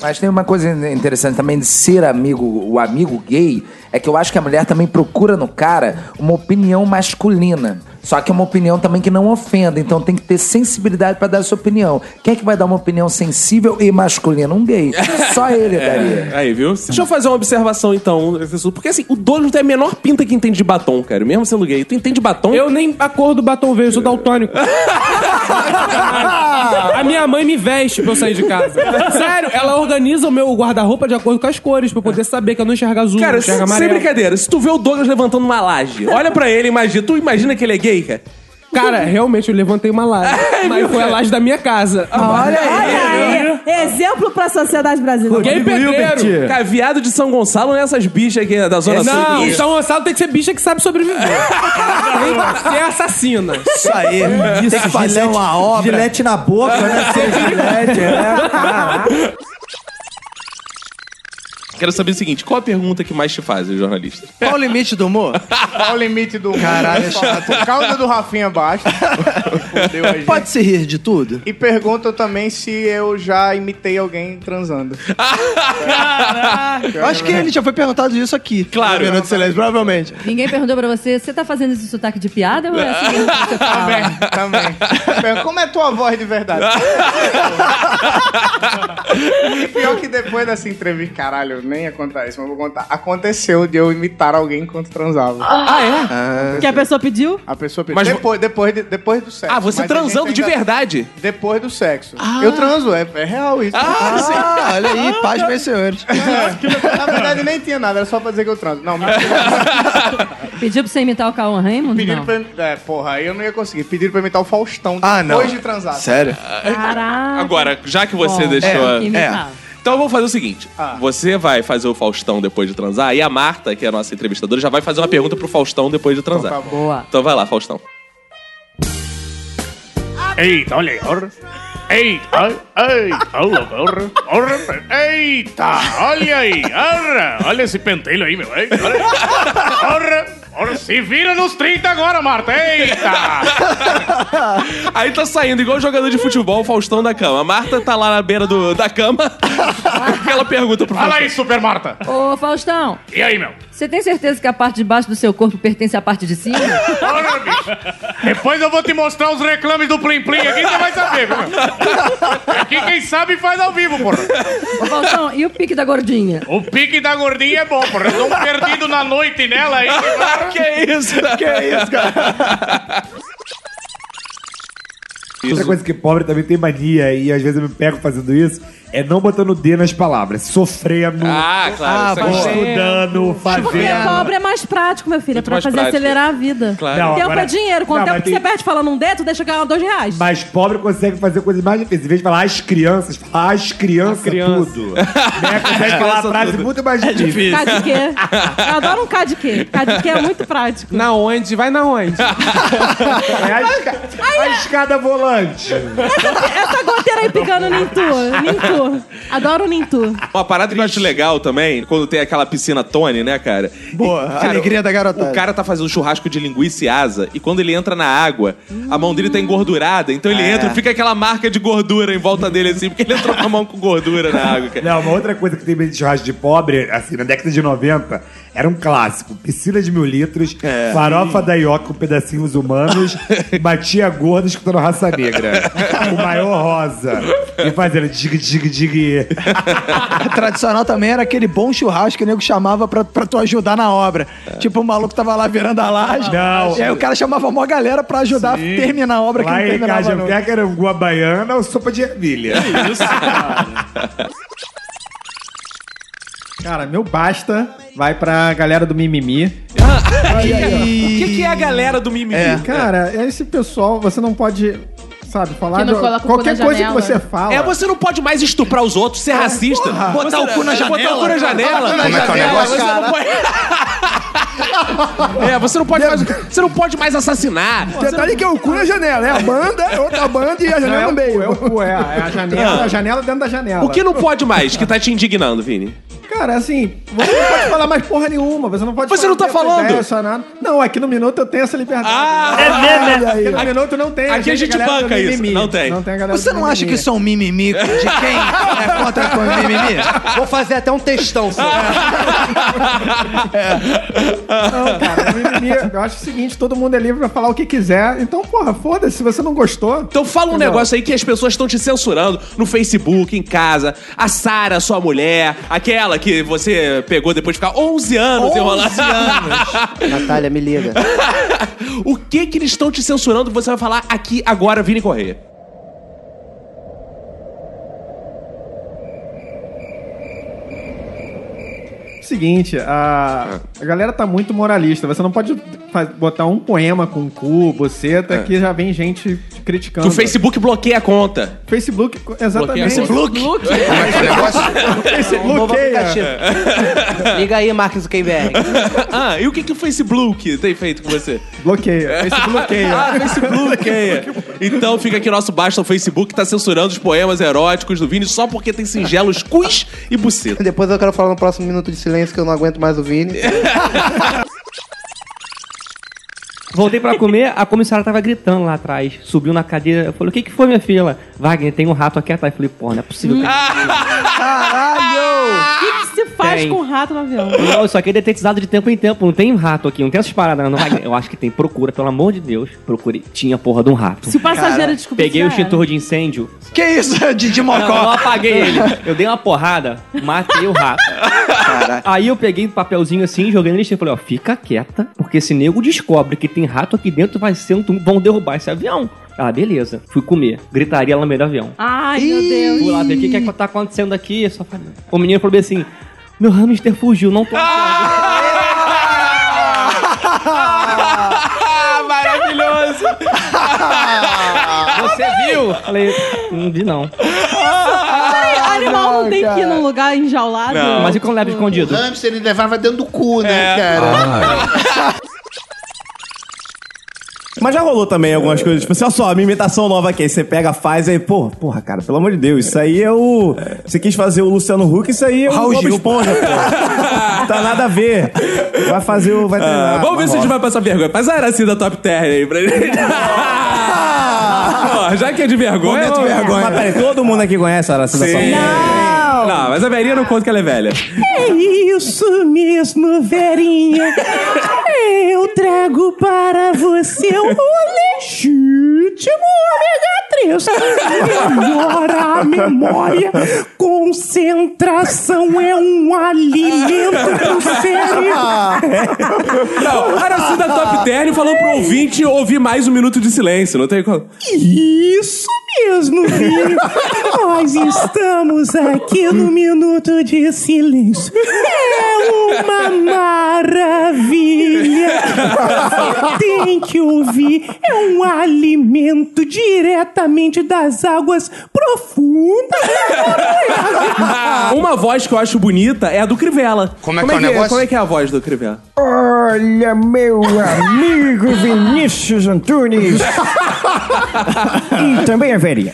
[SPEAKER 17] Mas tem uma coisa interessante também de ser amigo, o amigo gay, é que eu acho que a mulher também procura no cara uma opinião masculina. Só que é uma opinião também que não ofenda, então tem que ter sensibilidade pra dar essa opinião. Quem é que vai dar uma opinião sensível e masculina? Um gay. Só ele daria.
[SPEAKER 1] É, aí, viu? Deixa eu fazer uma observação, então. nesse assunto. Porque, assim, o dono tem a menor pinta que entende de batom, cara. Mesmo sendo gay. Tu entende de batom? Eu
[SPEAKER 44] nem a cor do batom vejo, eu sou daltônico. Ah, A minha mãe me veste pra eu sair de casa. Sério, ela organiza o meu guarda-roupa de acordo com as cores, pra eu poder saber que eu não enxergo azul, não
[SPEAKER 1] Cara, se-
[SPEAKER 44] enxergo
[SPEAKER 1] sem
[SPEAKER 44] amarelo.
[SPEAKER 1] brincadeira, se tu vê o Douglas levantando uma laje, olha pra ele, imagina. Tu imagina que ele é gay, cara? É,
[SPEAKER 44] Cara, realmente eu levantei uma laje. mas foi a laje da minha casa.
[SPEAKER 1] Ah, Olha aí,
[SPEAKER 44] Olha aí.
[SPEAKER 24] Exemplo pra sociedade brasileira.
[SPEAKER 45] Gay pedreiro. Caviado de São Gonçalo não é essas bichas aqui da Zona Sul.
[SPEAKER 44] então
[SPEAKER 11] Não,
[SPEAKER 45] Isso.
[SPEAKER 11] São Gonçalo tem que ser bicha que sabe sobreviver. tem que
[SPEAKER 44] é
[SPEAKER 11] ser assassina.
[SPEAKER 45] Isso aí.
[SPEAKER 11] Isso,
[SPEAKER 45] Tem que fazer
[SPEAKER 2] é
[SPEAKER 11] Gillette-
[SPEAKER 45] uma obra.
[SPEAKER 11] Gillette na boca, né? Ser Gillette, né?
[SPEAKER 1] Quero saber o seguinte: qual a pergunta que mais te fazem, jornalista?
[SPEAKER 15] Qual o limite do humor? Qual o limite do humor?
[SPEAKER 1] Caralho, é chato.
[SPEAKER 15] Por causa do Rafinha Basta. fudeu a gente.
[SPEAKER 2] Pode se rir de tudo?
[SPEAKER 15] E pergunta também se eu já imitei alguém transando.
[SPEAKER 2] Eu acho que ele já foi perguntado isso aqui. Um
[SPEAKER 1] Claro.
[SPEAKER 2] Minuto Silêncio, provavelmente.
[SPEAKER 14] Ninguém perguntou pra você, você tá fazendo esse sotaque de piada ou é assim mesmo que você fala?
[SPEAKER 15] também, também. Como é tua voz de verdade? e pior que depois dessa entrevista, caralho, eu nem ia contar isso, mas eu vou contar. Aconteceu de eu imitar alguém enquanto transava.
[SPEAKER 24] Ah, é?
[SPEAKER 15] Aconteceu.
[SPEAKER 24] Que a pessoa pediu?
[SPEAKER 15] A pessoa pediu.
[SPEAKER 24] Mas vo-
[SPEAKER 15] depois, depois, de- depois do sexo.
[SPEAKER 24] Ah, você
[SPEAKER 15] Mas a
[SPEAKER 24] transando
[SPEAKER 15] gente
[SPEAKER 24] de
[SPEAKER 1] verdade?
[SPEAKER 15] Depois do sexo. Eu transo, é, é real isso.
[SPEAKER 2] Ah, sim. olha aí, paz
[SPEAKER 15] não.
[SPEAKER 2] bem senhores.
[SPEAKER 15] Na verdade, nem tinha nada, era só pra dizer que eu transo. Não, mentira.
[SPEAKER 14] Pediu pra você imitar o Cauã Raymond?
[SPEAKER 15] Pediram
[SPEAKER 14] não.
[SPEAKER 15] pra. É, porra, aí eu não ia conseguir. Pediram pra imitar o Faustão
[SPEAKER 1] Ah, não.
[SPEAKER 15] depois de transar.
[SPEAKER 1] Sério?
[SPEAKER 14] Caraca.
[SPEAKER 1] Agora, já que você
[SPEAKER 15] Bom,
[SPEAKER 1] deixou.
[SPEAKER 15] é,
[SPEAKER 1] a-
[SPEAKER 15] que me fala.
[SPEAKER 1] Então eu vou fazer o seguinte:
[SPEAKER 10] Ah.
[SPEAKER 1] você vai fazer o Faustão depois de transar, e a Marta, que é a nossa entrevistadora, já vai fazer uma pergunta pro Faustão depois de transar.
[SPEAKER 44] tá
[SPEAKER 1] Então,
[SPEAKER 14] Boa.
[SPEAKER 1] vai lá, Faustão.
[SPEAKER 10] Eita, olha aí. Orra. Eita, eita, olha, orra, orra, eita, olha aí, orra, olha esse pentelho aí, meu, eita, olha. orra, orra, se vira nos 30 agora, Marta, eita.
[SPEAKER 1] Aí tá saindo, igual jogador de futebol, o Faustão da cama. A Marta tá lá na beira do, da cama. Ela pergunta pro Fala
[SPEAKER 10] aí, Super Marta.
[SPEAKER 14] Ô, Faustão,
[SPEAKER 10] E aí, meu?
[SPEAKER 14] você tem certeza que a parte de baixo do seu corpo pertence à parte de cima?
[SPEAKER 10] Depois eu vou te mostrar os reclames do Plim Plim aqui, você vai saber, viu, meu? Aqui quem sabe faz ao vivo, porra.
[SPEAKER 14] Ô, Faustão, e o pique da gordinha?
[SPEAKER 10] O pique da gordinha é bom, porra. Eu tô perdido na noite nela aí.
[SPEAKER 1] que isso?
[SPEAKER 27] Que isso,
[SPEAKER 1] cara?
[SPEAKER 27] Outra coisa que pobre também tem mania, e às vezes eu me pego fazendo isso, é não botando D nas palavras. Sofrendo.
[SPEAKER 1] Ah,
[SPEAKER 24] claro, isso é
[SPEAKER 27] pô,
[SPEAKER 24] gostoso.
[SPEAKER 27] estudando,
[SPEAKER 24] Porque
[SPEAKER 27] fazendo.
[SPEAKER 24] pobre é mais prático, meu filho. É pra
[SPEAKER 27] mais
[SPEAKER 24] fazer
[SPEAKER 27] prático.
[SPEAKER 24] acelerar a vida.
[SPEAKER 27] Claro. Não,
[SPEAKER 24] tempo
[SPEAKER 27] agora-
[SPEAKER 24] é dinheiro. Quanto
[SPEAKER 27] Não,
[SPEAKER 24] tempo
[SPEAKER 27] mas
[SPEAKER 24] que
[SPEAKER 27] tem-
[SPEAKER 24] você perde falando um dedo, tu deixa ganhar dois reais.
[SPEAKER 27] Mas pobre consegue fazer coisas mais difíceis. Em vez de falar as crianças, fala as crianças tudo. né? Consegue falar a frase muito mais É
[SPEAKER 2] É
[SPEAKER 27] difícil.
[SPEAKER 24] Cá de quê? Eu adoro um cá de quê. Cá de quê é muito prático.
[SPEAKER 11] Na onde? Vai na onde?
[SPEAKER 27] É a, esca- a escada volante.
[SPEAKER 24] Essa goteira aí picando Nintu. Nintu. Adoro Nintu.
[SPEAKER 1] Uma parada que eu acho legal também, quando tem aquela piscina Tony, né, cara? Boa,
[SPEAKER 2] a alegria da garotada.
[SPEAKER 1] O cara tá fazendo churrasco de linguiça e asa, e quando ele entra na água, a mão dele tá engordurada, então ele
[SPEAKER 27] É.
[SPEAKER 1] entra e fica aquela marca de gordura em volta dele, assim, porque ele entrou com a mão com gordura na água, cara.
[SPEAKER 27] Não, uma outra coisa que tem medo de churrasco de pobre, assim, na década de 90, era um clássico. Piscina de mil litros,
[SPEAKER 2] É.
[SPEAKER 27] farofa da ioca com pedacinhos humanos, batia gorda escutando raça negra. o maior rosa. E fazendo dig, dig, dig.
[SPEAKER 2] A tradicional também era aquele bom churrasco que o nego chamava pra, pra tu ajudar na obra. Tipo, o maluco tava lá virando a laje.
[SPEAKER 27] Não.
[SPEAKER 2] E aí o cara chamava a maior galera pra ajudar a terminar a obra que
[SPEAKER 27] Lá
[SPEAKER 2] não
[SPEAKER 27] em
[SPEAKER 2] terminava
[SPEAKER 27] casa,
[SPEAKER 2] nunca.
[SPEAKER 27] eu era um baiana ou sopa de ervilha. Isso,
[SPEAKER 8] Cara, meu basta vai pra galera do mimimi.
[SPEAKER 1] O que, que é a galera do mimimi?
[SPEAKER 8] Cara, é esse pessoal, você não pode, sabe, falar
[SPEAKER 1] Que não
[SPEAKER 8] do-
[SPEAKER 1] coloca o cu
[SPEAKER 8] qualquer
[SPEAKER 1] na
[SPEAKER 8] coisa
[SPEAKER 1] janela.
[SPEAKER 8] que você fala. É.
[SPEAKER 1] É, você não pode mais estuprar os outros, ser racista.
[SPEAKER 8] porra.
[SPEAKER 1] Você-
[SPEAKER 8] Botar o cu na
[SPEAKER 1] Botar o cu na
[SPEAKER 8] janela.
[SPEAKER 1] janela.
[SPEAKER 8] Como é que é o negócio,
[SPEAKER 1] você não pode... É, você não pode mais, você não pode mais assassinar. tá
[SPEAKER 2] Detalhe que é o cu na janela, é a banda, é outra banda e a janela
[SPEAKER 8] Não, é
[SPEAKER 2] no
[SPEAKER 8] o
[SPEAKER 2] meio.
[SPEAKER 8] cu, é o cu, é a, é a janela,
[SPEAKER 1] Ah.
[SPEAKER 8] a janela dentro da janela.
[SPEAKER 1] O que não pode mais que tá te indignando, Vini?
[SPEAKER 8] Cara, assim, você não pode falar mais porra nenhuma. Você não pode Você não tá
[SPEAKER 1] falando?
[SPEAKER 8] nada. Não, aqui no Minuto eu tenho essa liberdade.
[SPEAKER 1] Ah,
[SPEAKER 2] é mesmo, é?
[SPEAKER 8] Aqui no
[SPEAKER 2] Aqui-
[SPEAKER 8] Minuto não tem.
[SPEAKER 2] aqui a gente
[SPEAKER 8] galera do
[SPEAKER 2] banca isso,
[SPEAKER 8] mimimi.
[SPEAKER 2] não tem.
[SPEAKER 8] Não tem a galera
[SPEAKER 2] Você
[SPEAKER 8] do
[SPEAKER 2] não acha
[SPEAKER 8] mimimi.
[SPEAKER 2] que isso é um mimimi de quem é contra com o mimimi?
[SPEAKER 5] Vou fazer até um textão sobre
[SPEAKER 8] Não, cara, o mimimi, eu acho o seguinte, todo mundo é livre pra falar o que quiser. Então, porra, foda-se, se você não gostou...
[SPEAKER 1] Então fala um negócio aí que as pessoas estão te censurando no Facebook, em casa. A Sara, sua mulher, aquela que você pegou depois de ficar 11 anos
[SPEAKER 5] 11
[SPEAKER 1] enrolando.
[SPEAKER 5] Natália, me liga.
[SPEAKER 1] o que que eles estão te censurando que você vai falar aqui agora, Vini Correia?
[SPEAKER 8] É Seguinte, a, a galera tá muito moralista. Você não pode fa- botar um poema com cu, boceta,
[SPEAKER 1] É.
[SPEAKER 8] que já vem gente te criticando.
[SPEAKER 1] Que o Facebook bloqueia a conta.
[SPEAKER 8] Facebook, exatamente.
[SPEAKER 1] Facebook?
[SPEAKER 8] Como é que é o negócio?
[SPEAKER 5] Um novo
[SPEAKER 8] Facebook.
[SPEAKER 5] aplicativo.
[SPEAKER 8] É,
[SPEAKER 5] Liga aí, Mark Zuckerberg.
[SPEAKER 1] ah, e o que, que o Facebook tem feito com você?
[SPEAKER 8] Bloqueia.
[SPEAKER 1] Facebook
[SPEAKER 8] bloqueia.
[SPEAKER 1] ah, Facebook bloqueia. Então fica aqui o nosso basta o Facebook que tá censurando os poemas eróticos do Vini só porque tem singelos cus e buceta.
[SPEAKER 5] Depois eu quero falar no próximo minuto de silêncio que eu não aguento mais o Vini.
[SPEAKER 29] Voltei pra comer, a comissária tava gritando lá atrás. Subiu na cadeira, eu falei, o que que foi, minha filha? Ela, Wagner, tem um rato aqui atrás. Eu falei, pô, não é possível.
[SPEAKER 10] Hum.
[SPEAKER 29] que-
[SPEAKER 24] Caralho! O que, que se faz
[SPEAKER 29] Tem.
[SPEAKER 24] com rato no avião?
[SPEAKER 29] Não, isso aqui é detetizado de tempo em tempo. Não tem rato aqui, não tem essas paradas. Não. Wagner, eu acho que tem. Procura, pelo amor de Deus. Procure. Tinha a porra de um rato.
[SPEAKER 24] Se o passageiro
[SPEAKER 29] Cara,
[SPEAKER 24] descobrir,
[SPEAKER 29] Peguei
[SPEAKER 24] já
[SPEAKER 29] o extintor de incêndio.
[SPEAKER 5] Que isso, Didi
[SPEAKER 29] Não,
[SPEAKER 5] Mocó?
[SPEAKER 29] eu não apaguei ele. Eu dei uma porrada, matei o rato. Aí eu peguei um papelzinho assim, joguei nele e falei, ó, fica quieta, porque se nego descobre que tem rato aqui dentro, vai ser um tumulto, vão derrubar esse avião. Ah, beleza. Fui comer. Gritaria lá no meio do avião.
[SPEAKER 24] Ai, meu Deus.
[SPEAKER 29] Fui lá ver o que, que é que tá acontecendo aqui. Só falei- O menino falou bem assim, meu hamster fugiu, não tô...
[SPEAKER 1] Maravilhoso!
[SPEAKER 29] Você viu? Falei, não vi não.
[SPEAKER 24] Animal não tem que ir num lugar enjaulado.
[SPEAKER 29] Mas e com leve escondido?
[SPEAKER 15] hamster ele levava dentro do cu, né, cara?
[SPEAKER 20] Mas já rolou também algumas coisas, tipo assim, olha só, uma imitação nova aqui, aí você pega, faz, aí, pô, porra, cara, pelo amor de Deus, isso aí é o... Você quis fazer o Luciano Huck, isso aí é o
[SPEAKER 2] Raul
[SPEAKER 20] Bob
[SPEAKER 2] Gil.
[SPEAKER 20] Esponja, pô. Não tá nada a ver. Vai fazer o... Vai treinar.
[SPEAKER 2] Ah, vamos ver se a gente vai passar vergonha. Faz a Aracida Top Term aí pra ele. Ó, já que é de vergonha.
[SPEAKER 20] Momento
[SPEAKER 2] vamos-
[SPEAKER 20] vergonha. Mas peraí, todo mundo aqui conhece a Aracida
[SPEAKER 2] Sim. Não. mas a velhinha não conta que ela é velha.
[SPEAKER 10] É isso mesmo, verinha. Eu trago para você o legítimo ômega 3. Melhora a memória. Concentração é um alimento pro cérebro.
[SPEAKER 2] Não, a Aracida Top Term falou pro ouvinte ouvir mais um minuto de silêncio. Não tem como.
[SPEAKER 10] Isso mesmo, filho. Nós estamos aqui no minuto de silêncio. É uma maravilha. Você Tem que ouvir. É um alimento diretamente das águas profundas.
[SPEAKER 1] Ah.
[SPEAKER 2] Uma voz que eu acho bonita é a do Crivella. Como
[SPEAKER 10] é que é o negócio?
[SPEAKER 2] Como é que é a voz do Crivella?
[SPEAKER 10] Olha, meu amigo Vinícius Antunes. e também a velha. Eu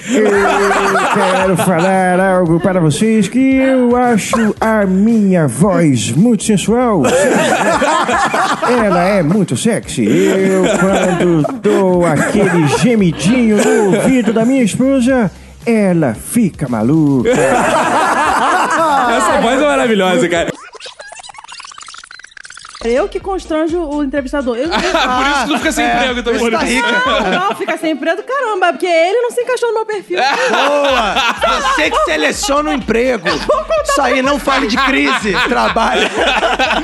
[SPEAKER 10] quero falar algo para vocês que eu acho a minha voz muito sensual. Ela é muito sexy. Eu, quando dou aquele gemidinho no ouvido da minha esposa, ela fica maluca.
[SPEAKER 2] Essa voz é maravilhosa, cara.
[SPEAKER 24] É Eu que constranjo o entrevistador. Eu-
[SPEAKER 1] Por isso que tu fica sem
[SPEAKER 15] É.
[SPEAKER 1] emprego também.
[SPEAKER 15] tá
[SPEAKER 24] Não, não, fica sem emprego, caramba, porque ele não se encaixou no meu perfil.
[SPEAKER 1] É.
[SPEAKER 15] Boa! Você que
[SPEAKER 2] um
[SPEAKER 15] seleciona o emprego. Isso aí, não fale de crise. Trabalho.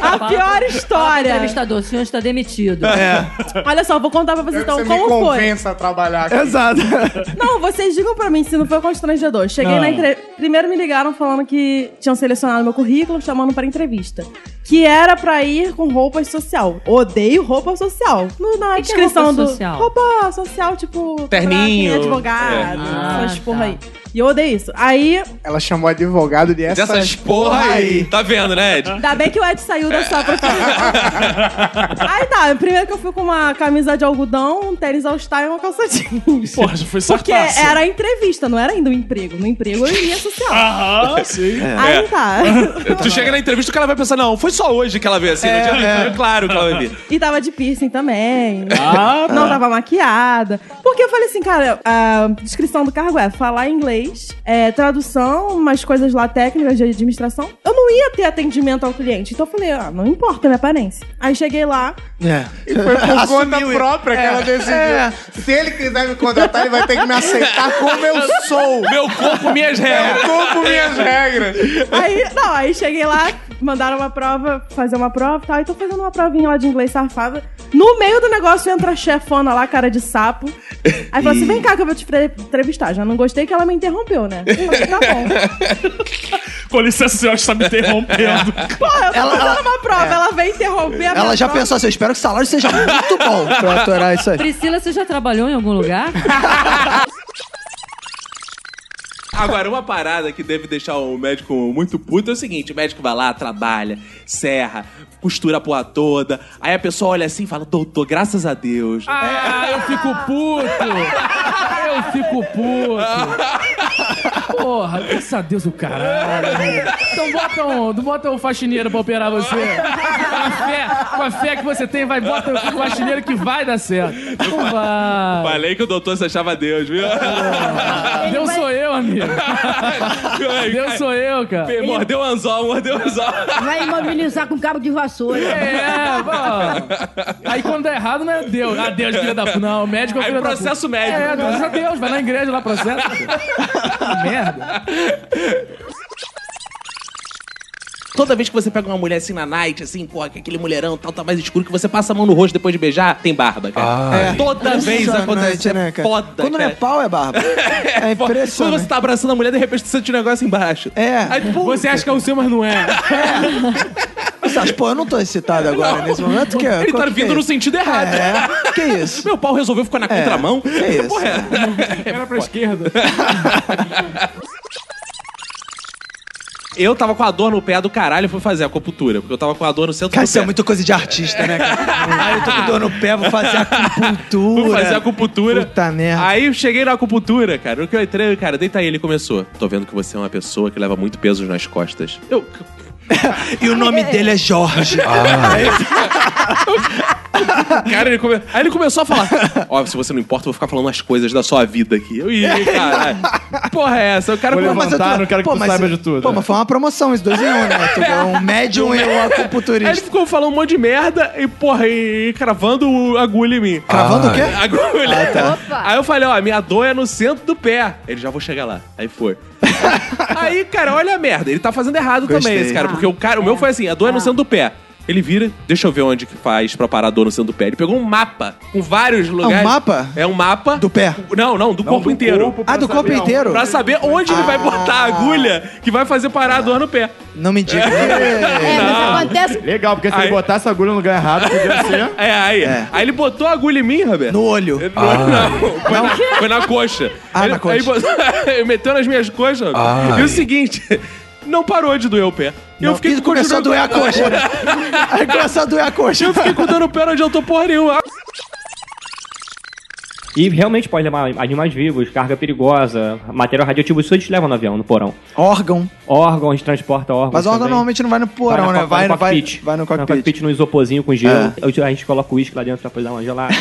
[SPEAKER 24] A pior história.
[SPEAKER 11] O entrevistador, o senhor está demitido.
[SPEAKER 15] É.
[SPEAKER 24] Olha só, vou contar pra vocês então
[SPEAKER 15] você me
[SPEAKER 24] como
[SPEAKER 15] convença
[SPEAKER 24] foi.
[SPEAKER 15] a trabalhar aqui. Exato.
[SPEAKER 24] Não, vocês digam pra mim se não foi constrangedor. Cheguei
[SPEAKER 15] Não.
[SPEAKER 24] na entre... Primeiro me ligaram falando que tinham selecionado meu currículo, chamando pra entrevista. Que era pra ir com roupa social. Odeio roupa social. No, na
[SPEAKER 11] Que que é
[SPEAKER 24] descrição
[SPEAKER 11] roupa
[SPEAKER 24] do.
[SPEAKER 11] social?
[SPEAKER 24] Roupa social, tipo.
[SPEAKER 15] Terninho.
[SPEAKER 24] pra quem é Advogado,
[SPEAKER 15] É. Ah,
[SPEAKER 24] essas porra aí. E eu odeio isso. Aí,
[SPEAKER 15] Ela chamou advogado de essas,
[SPEAKER 1] Dessas porra aí. Tá vendo, né, Ed?
[SPEAKER 24] ainda bem que o Ed saiu da sua profissão. Aí tá, primeiro que eu fui com uma camisa de algodão, um tênis all star e uma calça jeans.
[SPEAKER 46] Porra, é já foi
[SPEAKER 24] Porque
[SPEAKER 46] sarcaço.
[SPEAKER 24] era a entrevista, não era ainda o emprego. No emprego eu iria social.
[SPEAKER 46] Aham, sim. É.
[SPEAKER 24] Aí tá.
[SPEAKER 1] É. Tu chega na entrevista que ela vai pensar, não, foi só hoje que ela veio assim.
[SPEAKER 24] É,
[SPEAKER 1] no dia do
[SPEAKER 24] é.
[SPEAKER 1] encontro, claro que ela vai vir.
[SPEAKER 24] E tava de piercing também.
[SPEAKER 1] Ah,
[SPEAKER 24] não
[SPEAKER 1] tá.
[SPEAKER 24] tava maquiada. Porque eu falei assim, cara, a descrição do cargo é falar inglês, é, tradução, umas coisas lá técnicas de administração. Eu não ia ter atendimento ao cliente. Então eu falei, ah, não importa a minha aparência. Aí cheguei lá,
[SPEAKER 15] É. E foi por conta
[SPEAKER 24] Assumiu.
[SPEAKER 15] própria que
[SPEAKER 24] É.
[SPEAKER 15] ela decidiu.
[SPEAKER 24] É.
[SPEAKER 15] Se ele quiser me contratar, ele vai ter que me aceitar como eu sou.
[SPEAKER 1] Meu corpo, minhas regras.
[SPEAKER 15] Meu corpo, minhas regras.
[SPEAKER 24] Aí, não, aí cheguei lá, mandaram uma prova, fazer uma prova e tal. E tô fazendo uma provinha lá de inglês safada. No meio do negócio entra a chefona lá, cara de sapo. Aí falou assim: vem cá que eu vou te pre- entrevistar. Já não gostei que ela me interrompeu, né? Eu Falei, tá bom.
[SPEAKER 10] Com licença, senhora, está me interrompendo.
[SPEAKER 24] Porra, eu tô
[SPEAKER 10] Ela-
[SPEAKER 24] fazendo
[SPEAKER 10] ela-
[SPEAKER 24] uma prova, ela vem interromper a
[SPEAKER 2] é. Ela
[SPEAKER 24] minha
[SPEAKER 2] já
[SPEAKER 24] prova.
[SPEAKER 2] pensou assim, eu espero que o salário seja muito bom pra aturar isso aí.
[SPEAKER 14] Priscila, você já trabalhou em algum lugar?
[SPEAKER 1] Agora, uma parada que deve deixar o médico muito puto é o seguinte: o médico vai lá, trabalha, serra, costura a porra toda. Aí a pessoa olha assim e fala: Doutor, graças a Deus.
[SPEAKER 11] Ah, eu fico puto! Eu fico puto! Porra, graças a Deus o caralho! Então bota um, bota um faxineiro pra operar você. Com a fé, com a fé que você tem, vai, bota um faxineiro que vai dar certo. Não vai.
[SPEAKER 1] É, Falei que o doutor se achava Deus, viu?
[SPEAKER 11] Deus sou eu, né? amigo. Deus sou eu, cara.
[SPEAKER 1] Ele- Mordeu o anzol, mordeu o anzol.
[SPEAKER 3] Vai imobilizar com cabo de vassoura.
[SPEAKER 11] É, pô. Aí quando dá errado, não é Deus. Ah, Deus, filha da puta. Não, o médico é
[SPEAKER 1] Aí
[SPEAKER 11] filho da
[SPEAKER 1] processa
[SPEAKER 11] puta.
[SPEAKER 1] o médico.
[SPEAKER 11] É, graças a Deus. Vai na igreja lá, processa.
[SPEAKER 1] Toda vez que você pega uma mulher assim na night, assim, pô, que aquele mulherão tal, tá mais escuro, que você passa a mão no rosto depois de beijar, tem barba, cara.
[SPEAKER 2] É.
[SPEAKER 1] Toda vez acontece, né, cara? Foda,
[SPEAKER 2] Quando não é
[SPEAKER 1] cara.
[SPEAKER 2] pau, é barba. É
[SPEAKER 1] Quando
[SPEAKER 2] impressionante.
[SPEAKER 1] você tá abraçando a mulher, de repente você sente um negócio embaixo.
[SPEAKER 2] É.
[SPEAKER 1] Você acha que é o seu, mas não é.
[SPEAKER 2] Você acha, pô, eu não tô excitado agora nesse momento. Que,
[SPEAKER 1] Ele tá
[SPEAKER 2] qual que
[SPEAKER 1] vindo
[SPEAKER 2] é
[SPEAKER 1] no
[SPEAKER 2] isso?
[SPEAKER 1] sentido errado.
[SPEAKER 2] É. Que isso?
[SPEAKER 1] Meu pau resolveu ficar na
[SPEAKER 2] É.
[SPEAKER 1] contramão.
[SPEAKER 2] Que isso?
[SPEAKER 1] Porra,
[SPEAKER 11] Era pra esquerda.
[SPEAKER 1] Eu tava com a dor no pé do caralho, fui fazer a acupuntura, porque eu tava com a dor no centro
[SPEAKER 2] Cara,
[SPEAKER 1] do
[SPEAKER 2] isso
[SPEAKER 1] pé.
[SPEAKER 2] é muita coisa de artista, né, cara? Aí eu tô com dor no pé, vou fazer acupuntura.
[SPEAKER 1] Fui fazer acupuntura.
[SPEAKER 2] Puta merda.
[SPEAKER 1] Aí eu cheguei na acupuntura, cara. No que eu entrei, cara, deita aí, ele começou. Tô vendo que você é uma pessoa que leva muito peso nas costas. Eu...
[SPEAKER 2] e o nome dele é Jorge.
[SPEAKER 1] Cara, ele come... Aí ele começou a falar: Ó, se você não importa, eu vou ficar falando as coisas da sua vida aqui. Eu ia, caralho. Que Porra, é essa? O cara
[SPEAKER 2] Pô, mas eu tô- pô, mas- Pô, mas foi uma promoção, os dois em um, né? Tu ganhou um médium e um acupunturista.
[SPEAKER 1] Aí ele ficou falando um monte de merda e, porra, e cravando o- agulha em mim.
[SPEAKER 2] Cravando o quê?
[SPEAKER 1] Agulha.
[SPEAKER 2] Ah, tá.
[SPEAKER 1] Aí eu falei, ó, minha dor é no centro do pé. Ele já vou chegar lá. Aí foi. Aí, cara, olha a merda. Ele tá fazendo errado
[SPEAKER 2] Gostei.
[SPEAKER 1] também, esse cara. Porque o cara, o meu foi assim, a dor é no centro do pé. Ele vira, deixa eu ver onde que faz pra parar a dor no centro do pé. Ele pegou um mapa com vários lugares.
[SPEAKER 2] mapa?
[SPEAKER 1] É um mapa. Do
[SPEAKER 2] pé?
[SPEAKER 1] Não, não, do corpo inteiro.
[SPEAKER 2] Ah, do corpo inteiro?
[SPEAKER 1] Pra saber onde ele vai botar a agulha que vai fazer parar a dor no pé.
[SPEAKER 2] Não me diga.
[SPEAKER 1] É,
[SPEAKER 3] acontece.
[SPEAKER 15] Legal, porque se
[SPEAKER 1] Aí-
[SPEAKER 15] ele botasse a agulha no lugar errado, podia ser.
[SPEAKER 1] É, aí. Aí ele botou a agulha em mim, Roberto. No
[SPEAKER 2] olho.
[SPEAKER 1] Não, foi, Na, foi na coxa.
[SPEAKER 2] Ah,
[SPEAKER 1] Ele-
[SPEAKER 2] na coxa.
[SPEAKER 1] Aí botou- ele meteu nas minhas coxas.
[SPEAKER 2] Ah.
[SPEAKER 1] e o seguinte, não parou de doer o pé. E
[SPEAKER 2] Não, e começou a doer a coxa. Aí começou a doer a coxa.
[SPEAKER 1] Eu fiquei com dor no pé onde eu tô porra nenhuma.
[SPEAKER 29] E realmente pode levar animais vivos, carga perigosa, material radioativo, isso a gente leva no avião, no porão.
[SPEAKER 2] Órgão.
[SPEAKER 29] Órgão, a gente transporta órgãos.
[SPEAKER 2] Mas o órgão
[SPEAKER 29] também.
[SPEAKER 2] normalmente não vai no porão, né?
[SPEAKER 29] na
[SPEAKER 2] Vai, vai,
[SPEAKER 29] co-
[SPEAKER 2] vai,
[SPEAKER 29] cockpit.
[SPEAKER 2] no
[SPEAKER 29] Vai no
[SPEAKER 2] cockpit. É.
[SPEAKER 29] cockpit no isoporzinho com gelo. A gente coloca o uísque lá dentro pra poder dar uma gelada.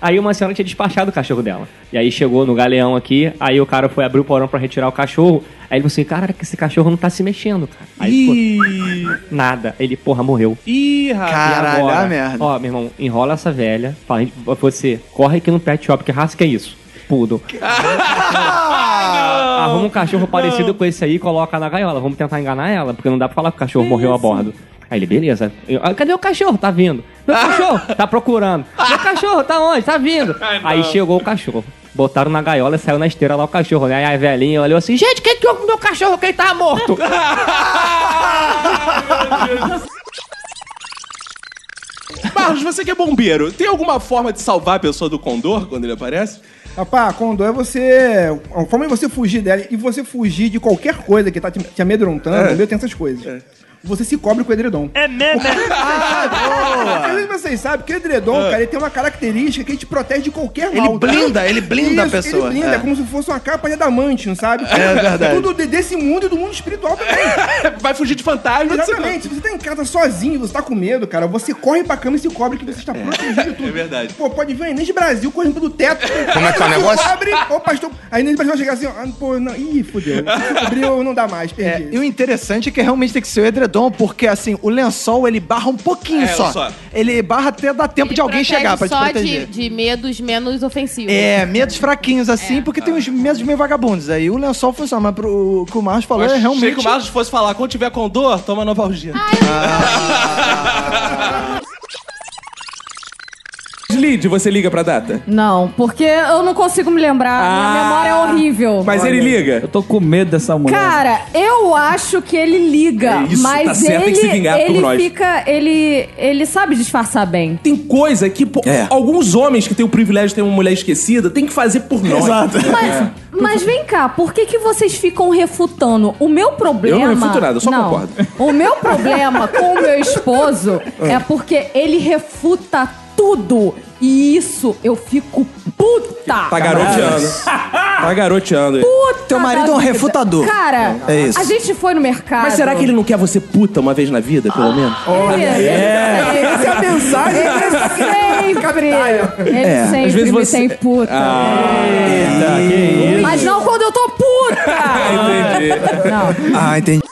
[SPEAKER 29] Aí uma senhora tinha despachado o cachorro dela. E aí chegou no galeão aqui, aí o cara foi abrir o porão pra retirar o cachorro. Aí ele falou assim: cara, que esse cachorro não tá se mexendo, cara. Aí ficou, nada. Ele, porra, morreu.
[SPEAKER 1] Ih,
[SPEAKER 29] E
[SPEAKER 1] rapaz.
[SPEAKER 29] agora?
[SPEAKER 1] a
[SPEAKER 29] Ó, meu irmão, enrola essa velha. Fala, gente, você corre aqui no pet shop, que raça que é isso? Pudo. Arruma um cachorro parecido com esse aí e coloca na gaiola. Vamos tentar enganar ela, porque não dá pra falar que o cachorro morreu a bordo. Aí ele, beleza. Eu, ah, Cadê o cachorro? Tá vindo. Meu cachorro? Tá procurando. Meu cachorro tá onde? Tá vindo.
[SPEAKER 47] Ai, não.
[SPEAKER 29] Aí chegou o cachorro. Botaram na gaiola, saiu na esteira lá o cachorro, né? Aí a velhinha olhou assim, gente, quem que houve com o meu cachorro? Quem tá morto?
[SPEAKER 1] Barros, você que é bombeiro, tem alguma forma de salvar a pessoa do condor quando ele aparece?
[SPEAKER 22] Rapaz, quando é você. A forma de você fugir dela e você fugir de qualquer coisa que tá te, te amedrontando,
[SPEAKER 1] É.
[SPEAKER 22] entendeu? Tem essas coisas. Você se cobre com o edredom. É
[SPEAKER 27] né,
[SPEAKER 22] mesmo?
[SPEAKER 2] Ah,
[SPEAKER 22] Às vezes vocês sabem que o edredom, cara, ele tem uma característica que ele te protege de qualquer
[SPEAKER 2] Ele
[SPEAKER 22] mal.
[SPEAKER 2] blinda, ele blinda a
[SPEAKER 22] Isso,
[SPEAKER 2] pessoa.
[SPEAKER 22] Ele blinda,
[SPEAKER 2] É.
[SPEAKER 22] é. como se fosse uma capa de adamante, não sabe?
[SPEAKER 2] É verdade.
[SPEAKER 22] Tudo de- desse mundo e do mundo espiritual também.
[SPEAKER 1] Vai fugir de fantasma.
[SPEAKER 22] Exatamente. Se você tá em casa sozinho, você tá com medo, cara, você corre pra cama e se cobre que você está protegido de tudo.
[SPEAKER 1] É verdade.
[SPEAKER 22] Pô, pode ver a Inês Brasil correndo pelo teto.
[SPEAKER 15] Como é que é o
[SPEAKER 22] Se
[SPEAKER 15] negócio?
[SPEAKER 22] Abre, ô pastor. A Inês Brasil vai chegar assim, ó. ah, Pô, não. Ih, fudeu. Se Abriu, não dá mais, perdi.
[SPEAKER 2] E o interessante é que realmente tem que ser o edredom, porque assim, o lençol ele barra um pouquinho
[SPEAKER 1] É,
[SPEAKER 2] só.
[SPEAKER 1] só.
[SPEAKER 2] Ele barra até dar tempo de alguém chegar pra te
[SPEAKER 48] só de,
[SPEAKER 2] proteger.
[SPEAKER 48] de medos menos ofensivos.
[SPEAKER 2] É, medos fraquinhos
[SPEAKER 1] É.
[SPEAKER 2] assim, porque tem uns medos meio vagabundos. Aí o lençol funciona, mas pro, o que o Marcos falou é
[SPEAKER 1] Achei
[SPEAKER 2] realmente.
[SPEAKER 1] que o Marcos fosse falar, quando tiver condor, toma novalgina.
[SPEAKER 49] Os
[SPEAKER 1] Lid, você liga pra data?
[SPEAKER 14] Não, porque eu não consigo me lembrar.
[SPEAKER 15] Ah.
[SPEAKER 14] Minha memória é horrível.
[SPEAKER 1] Mas ele liga. Eu
[SPEAKER 29] tô com medo dessa mulher.
[SPEAKER 14] Cara, eu acho que ele liga,
[SPEAKER 1] É isso,
[SPEAKER 14] mas
[SPEAKER 1] tá certo, tem
[SPEAKER 14] ele,
[SPEAKER 1] que se vingar por
[SPEAKER 14] ele
[SPEAKER 1] nós.
[SPEAKER 14] fica, ele, ele sabe disfarçar bem.
[SPEAKER 1] Tem coisa que pô, alguns homens que têm o privilégio de ter uma mulher esquecida têm que fazer por nós.
[SPEAKER 14] Exato.
[SPEAKER 1] É.
[SPEAKER 14] Mas- Mas vem cá, por que, que vocês ficam refutando? O meu problema.
[SPEAKER 1] Eu não refuto nada, eu só
[SPEAKER 14] Não.
[SPEAKER 1] concordo. Ah.
[SPEAKER 14] O meu problema com o meu esposo é porque ele refuta tudo. E isso eu fico puta.
[SPEAKER 1] Tá garoteando. tá garoteando.
[SPEAKER 14] Puta
[SPEAKER 1] Teu
[SPEAKER 14] da vida. Cara,
[SPEAKER 1] É isso.
[SPEAKER 14] a gente foi no mercado.
[SPEAKER 1] Mas será que ele não quer você puta uma vez na vida, pelo menos?
[SPEAKER 14] É.
[SPEAKER 1] Essa é a mensagem.
[SPEAKER 14] Sempre. Ele
[SPEAKER 1] É.
[SPEAKER 14] sempre
[SPEAKER 1] Às vezes
[SPEAKER 14] me
[SPEAKER 1] você-
[SPEAKER 14] tem puta.
[SPEAKER 11] Ah.
[SPEAKER 14] Mas não quando eu tô puta.
[SPEAKER 50] Ah, entendi.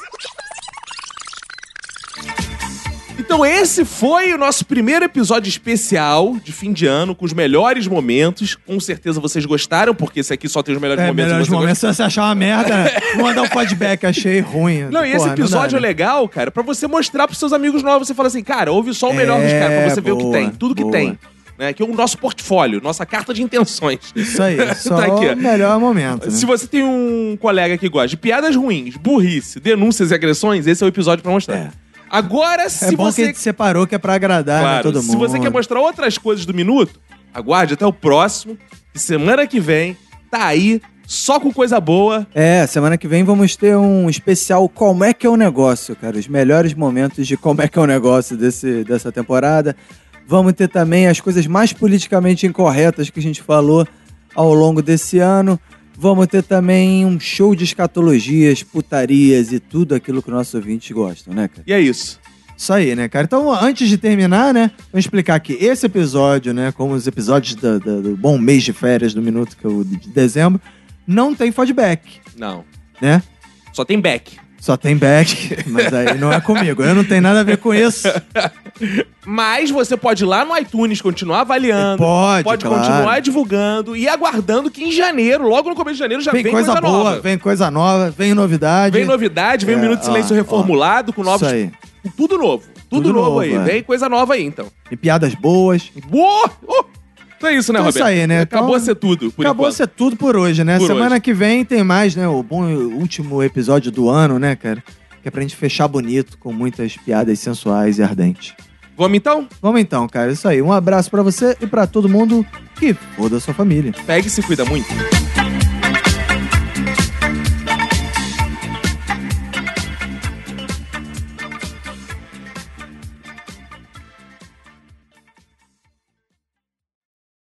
[SPEAKER 1] Então esse foi o nosso primeiro episódio especial de fim de ano, com os melhores momentos. Com certeza vocês gostaram, porque esse aqui só tem os melhores
[SPEAKER 2] É,
[SPEAKER 1] momentos.
[SPEAKER 2] melhores
[SPEAKER 1] você
[SPEAKER 2] momentos se você achar uma merda, né? Manda um feedback, achei ruim.
[SPEAKER 1] Não, e esse episódio é
[SPEAKER 2] né?
[SPEAKER 1] legal, cara, pra você mostrar pros seus amigos novos. Você fala assim, cara, ouve só o melhor dos
[SPEAKER 2] É,
[SPEAKER 1] caras, pra você ver o que
[SPEAKER 2] boa,
[SPEAKER 1] tem, tudo que
[SPEAKER 2] boa.
[SPEAKER 1] tem. Né? Que é o nosso portfólio, nossa carta de intenções.
[SPEAKER 2] Isso aí, só né?
[SPEAKER 1] tá aqui. ó.
[SPEAKER 2] o melhor momento.
[SPEAKER 1] Se você tem um colega que gosta de piadas ruins, burrice, denúncias e agressões, esse é o episódio pra mostrar. Agora,
[SPEAKER 2] É
[SPEAKER 1] se
[SPEAKER 2] bom
[SPEAKER 1] você.
[SPEAKER 2] que a gente separou, que é pra agradar né,
[SPEAKER 1] Claro,
[SPEAKER 2] todo mundo.
[SPEAKER 1] se você quer mostrar outras coisas do minuto, aguarde até o próximo. E semana que vem, tá aí, só com coisa boa.
[SPEAKER 2] É, semana que vem vamos ter um especial Como é que é o negócio, cara. Os melhores momentos de como é que é o negócio desse, dessa temporada. Vamos ter também as coisas mais politicamente incorretas que a gente falou ao longo desse ano. Vamos ter também um show de escatologias, putarias e tudo aquilo que nossos ouvintes gostam, né, cara?
[SPEAKER 1] E é isso.
[SPEAKER 2] Isso aí, né, cara? Então, antes de terminar, né, vamos explicar que esse episódio, né, como os episódios da- da- do bom mês de férias do minuto, que é o de dezembro, não tem feedback,
[SPEAKER 1] Não.
[SPEAKER 2] né?
[SPEAKER 1] Só tem back.
[SPEAKER 2] Só tem back, mas aí não é comigo. Eu não tenho nada a ver com isso.
[SPEAKER 1] Mas você pode ir lá no iTunes continuar avaliando.
[SPEAKER 2] Pode, claro.
[SPEAKER 1] continuar divulgando e aguardando que em janeiro, logo no começo de janeiro, já vem,
[SPEAKER 2] vem coisa, boa,
[SPEAKER 1] nova.
[SPEAKER 2] vem coisa nova, vem novidade.
[SPEAKER 1] Vem novidade, vem
[SPEAKER 2] É,
[SPEAKER 1] um Minuto de
[SPEAKER 2] ó,
[SPEAKER 1] Silêncio
[SPEAKER 2] ó.
[SPEAKER 1] reformulado, com novos.
[SPEAKER 2] Isso aí.
[SPEAKER 1] Tudo novo. Tudo,
[SPEAKER 2] Tudo
[SPEAKER 1] novo,
[SPEAKER 2] novo,
[SPEAKER 1] aí.
[SPEAKER 2] é.
[SPEAKER 1] Vem coisa nova aí, então.
[SPEAKER 2] E piadas boas.
[SPEAKER 1] Uou! Uh! Então é isso, né,
[SPEAKER 2] Então é
[SPEAKER 1] Roberto?
[SPEAKER 2] isso aí, né?
[SPEAKER 1] Acabou
[SPEAKER 2] Então,
[SPEAKER 1] ser tudo. Por
[SPEAKER 2] Acabou
[SPEAKER 1] enquanto.
[SPEAKER 2] ser tudo por hoje, né?
[SPEAKER 1] Por
[SPEAKER 2] Semana que vem tem mais, né? O bom último episódio do ano, né, cara? Que é pra gente fechar bonito com muitas piadas sensuais e ardentes.
[SPEAKER 1] Vamos então?
[SPEAKER 2] Vamos então, cara. Isso aí. Um abraço pra você e pra todo mundo que foda a sua família.
[SPEAKER 1] Pega e se cuida muito.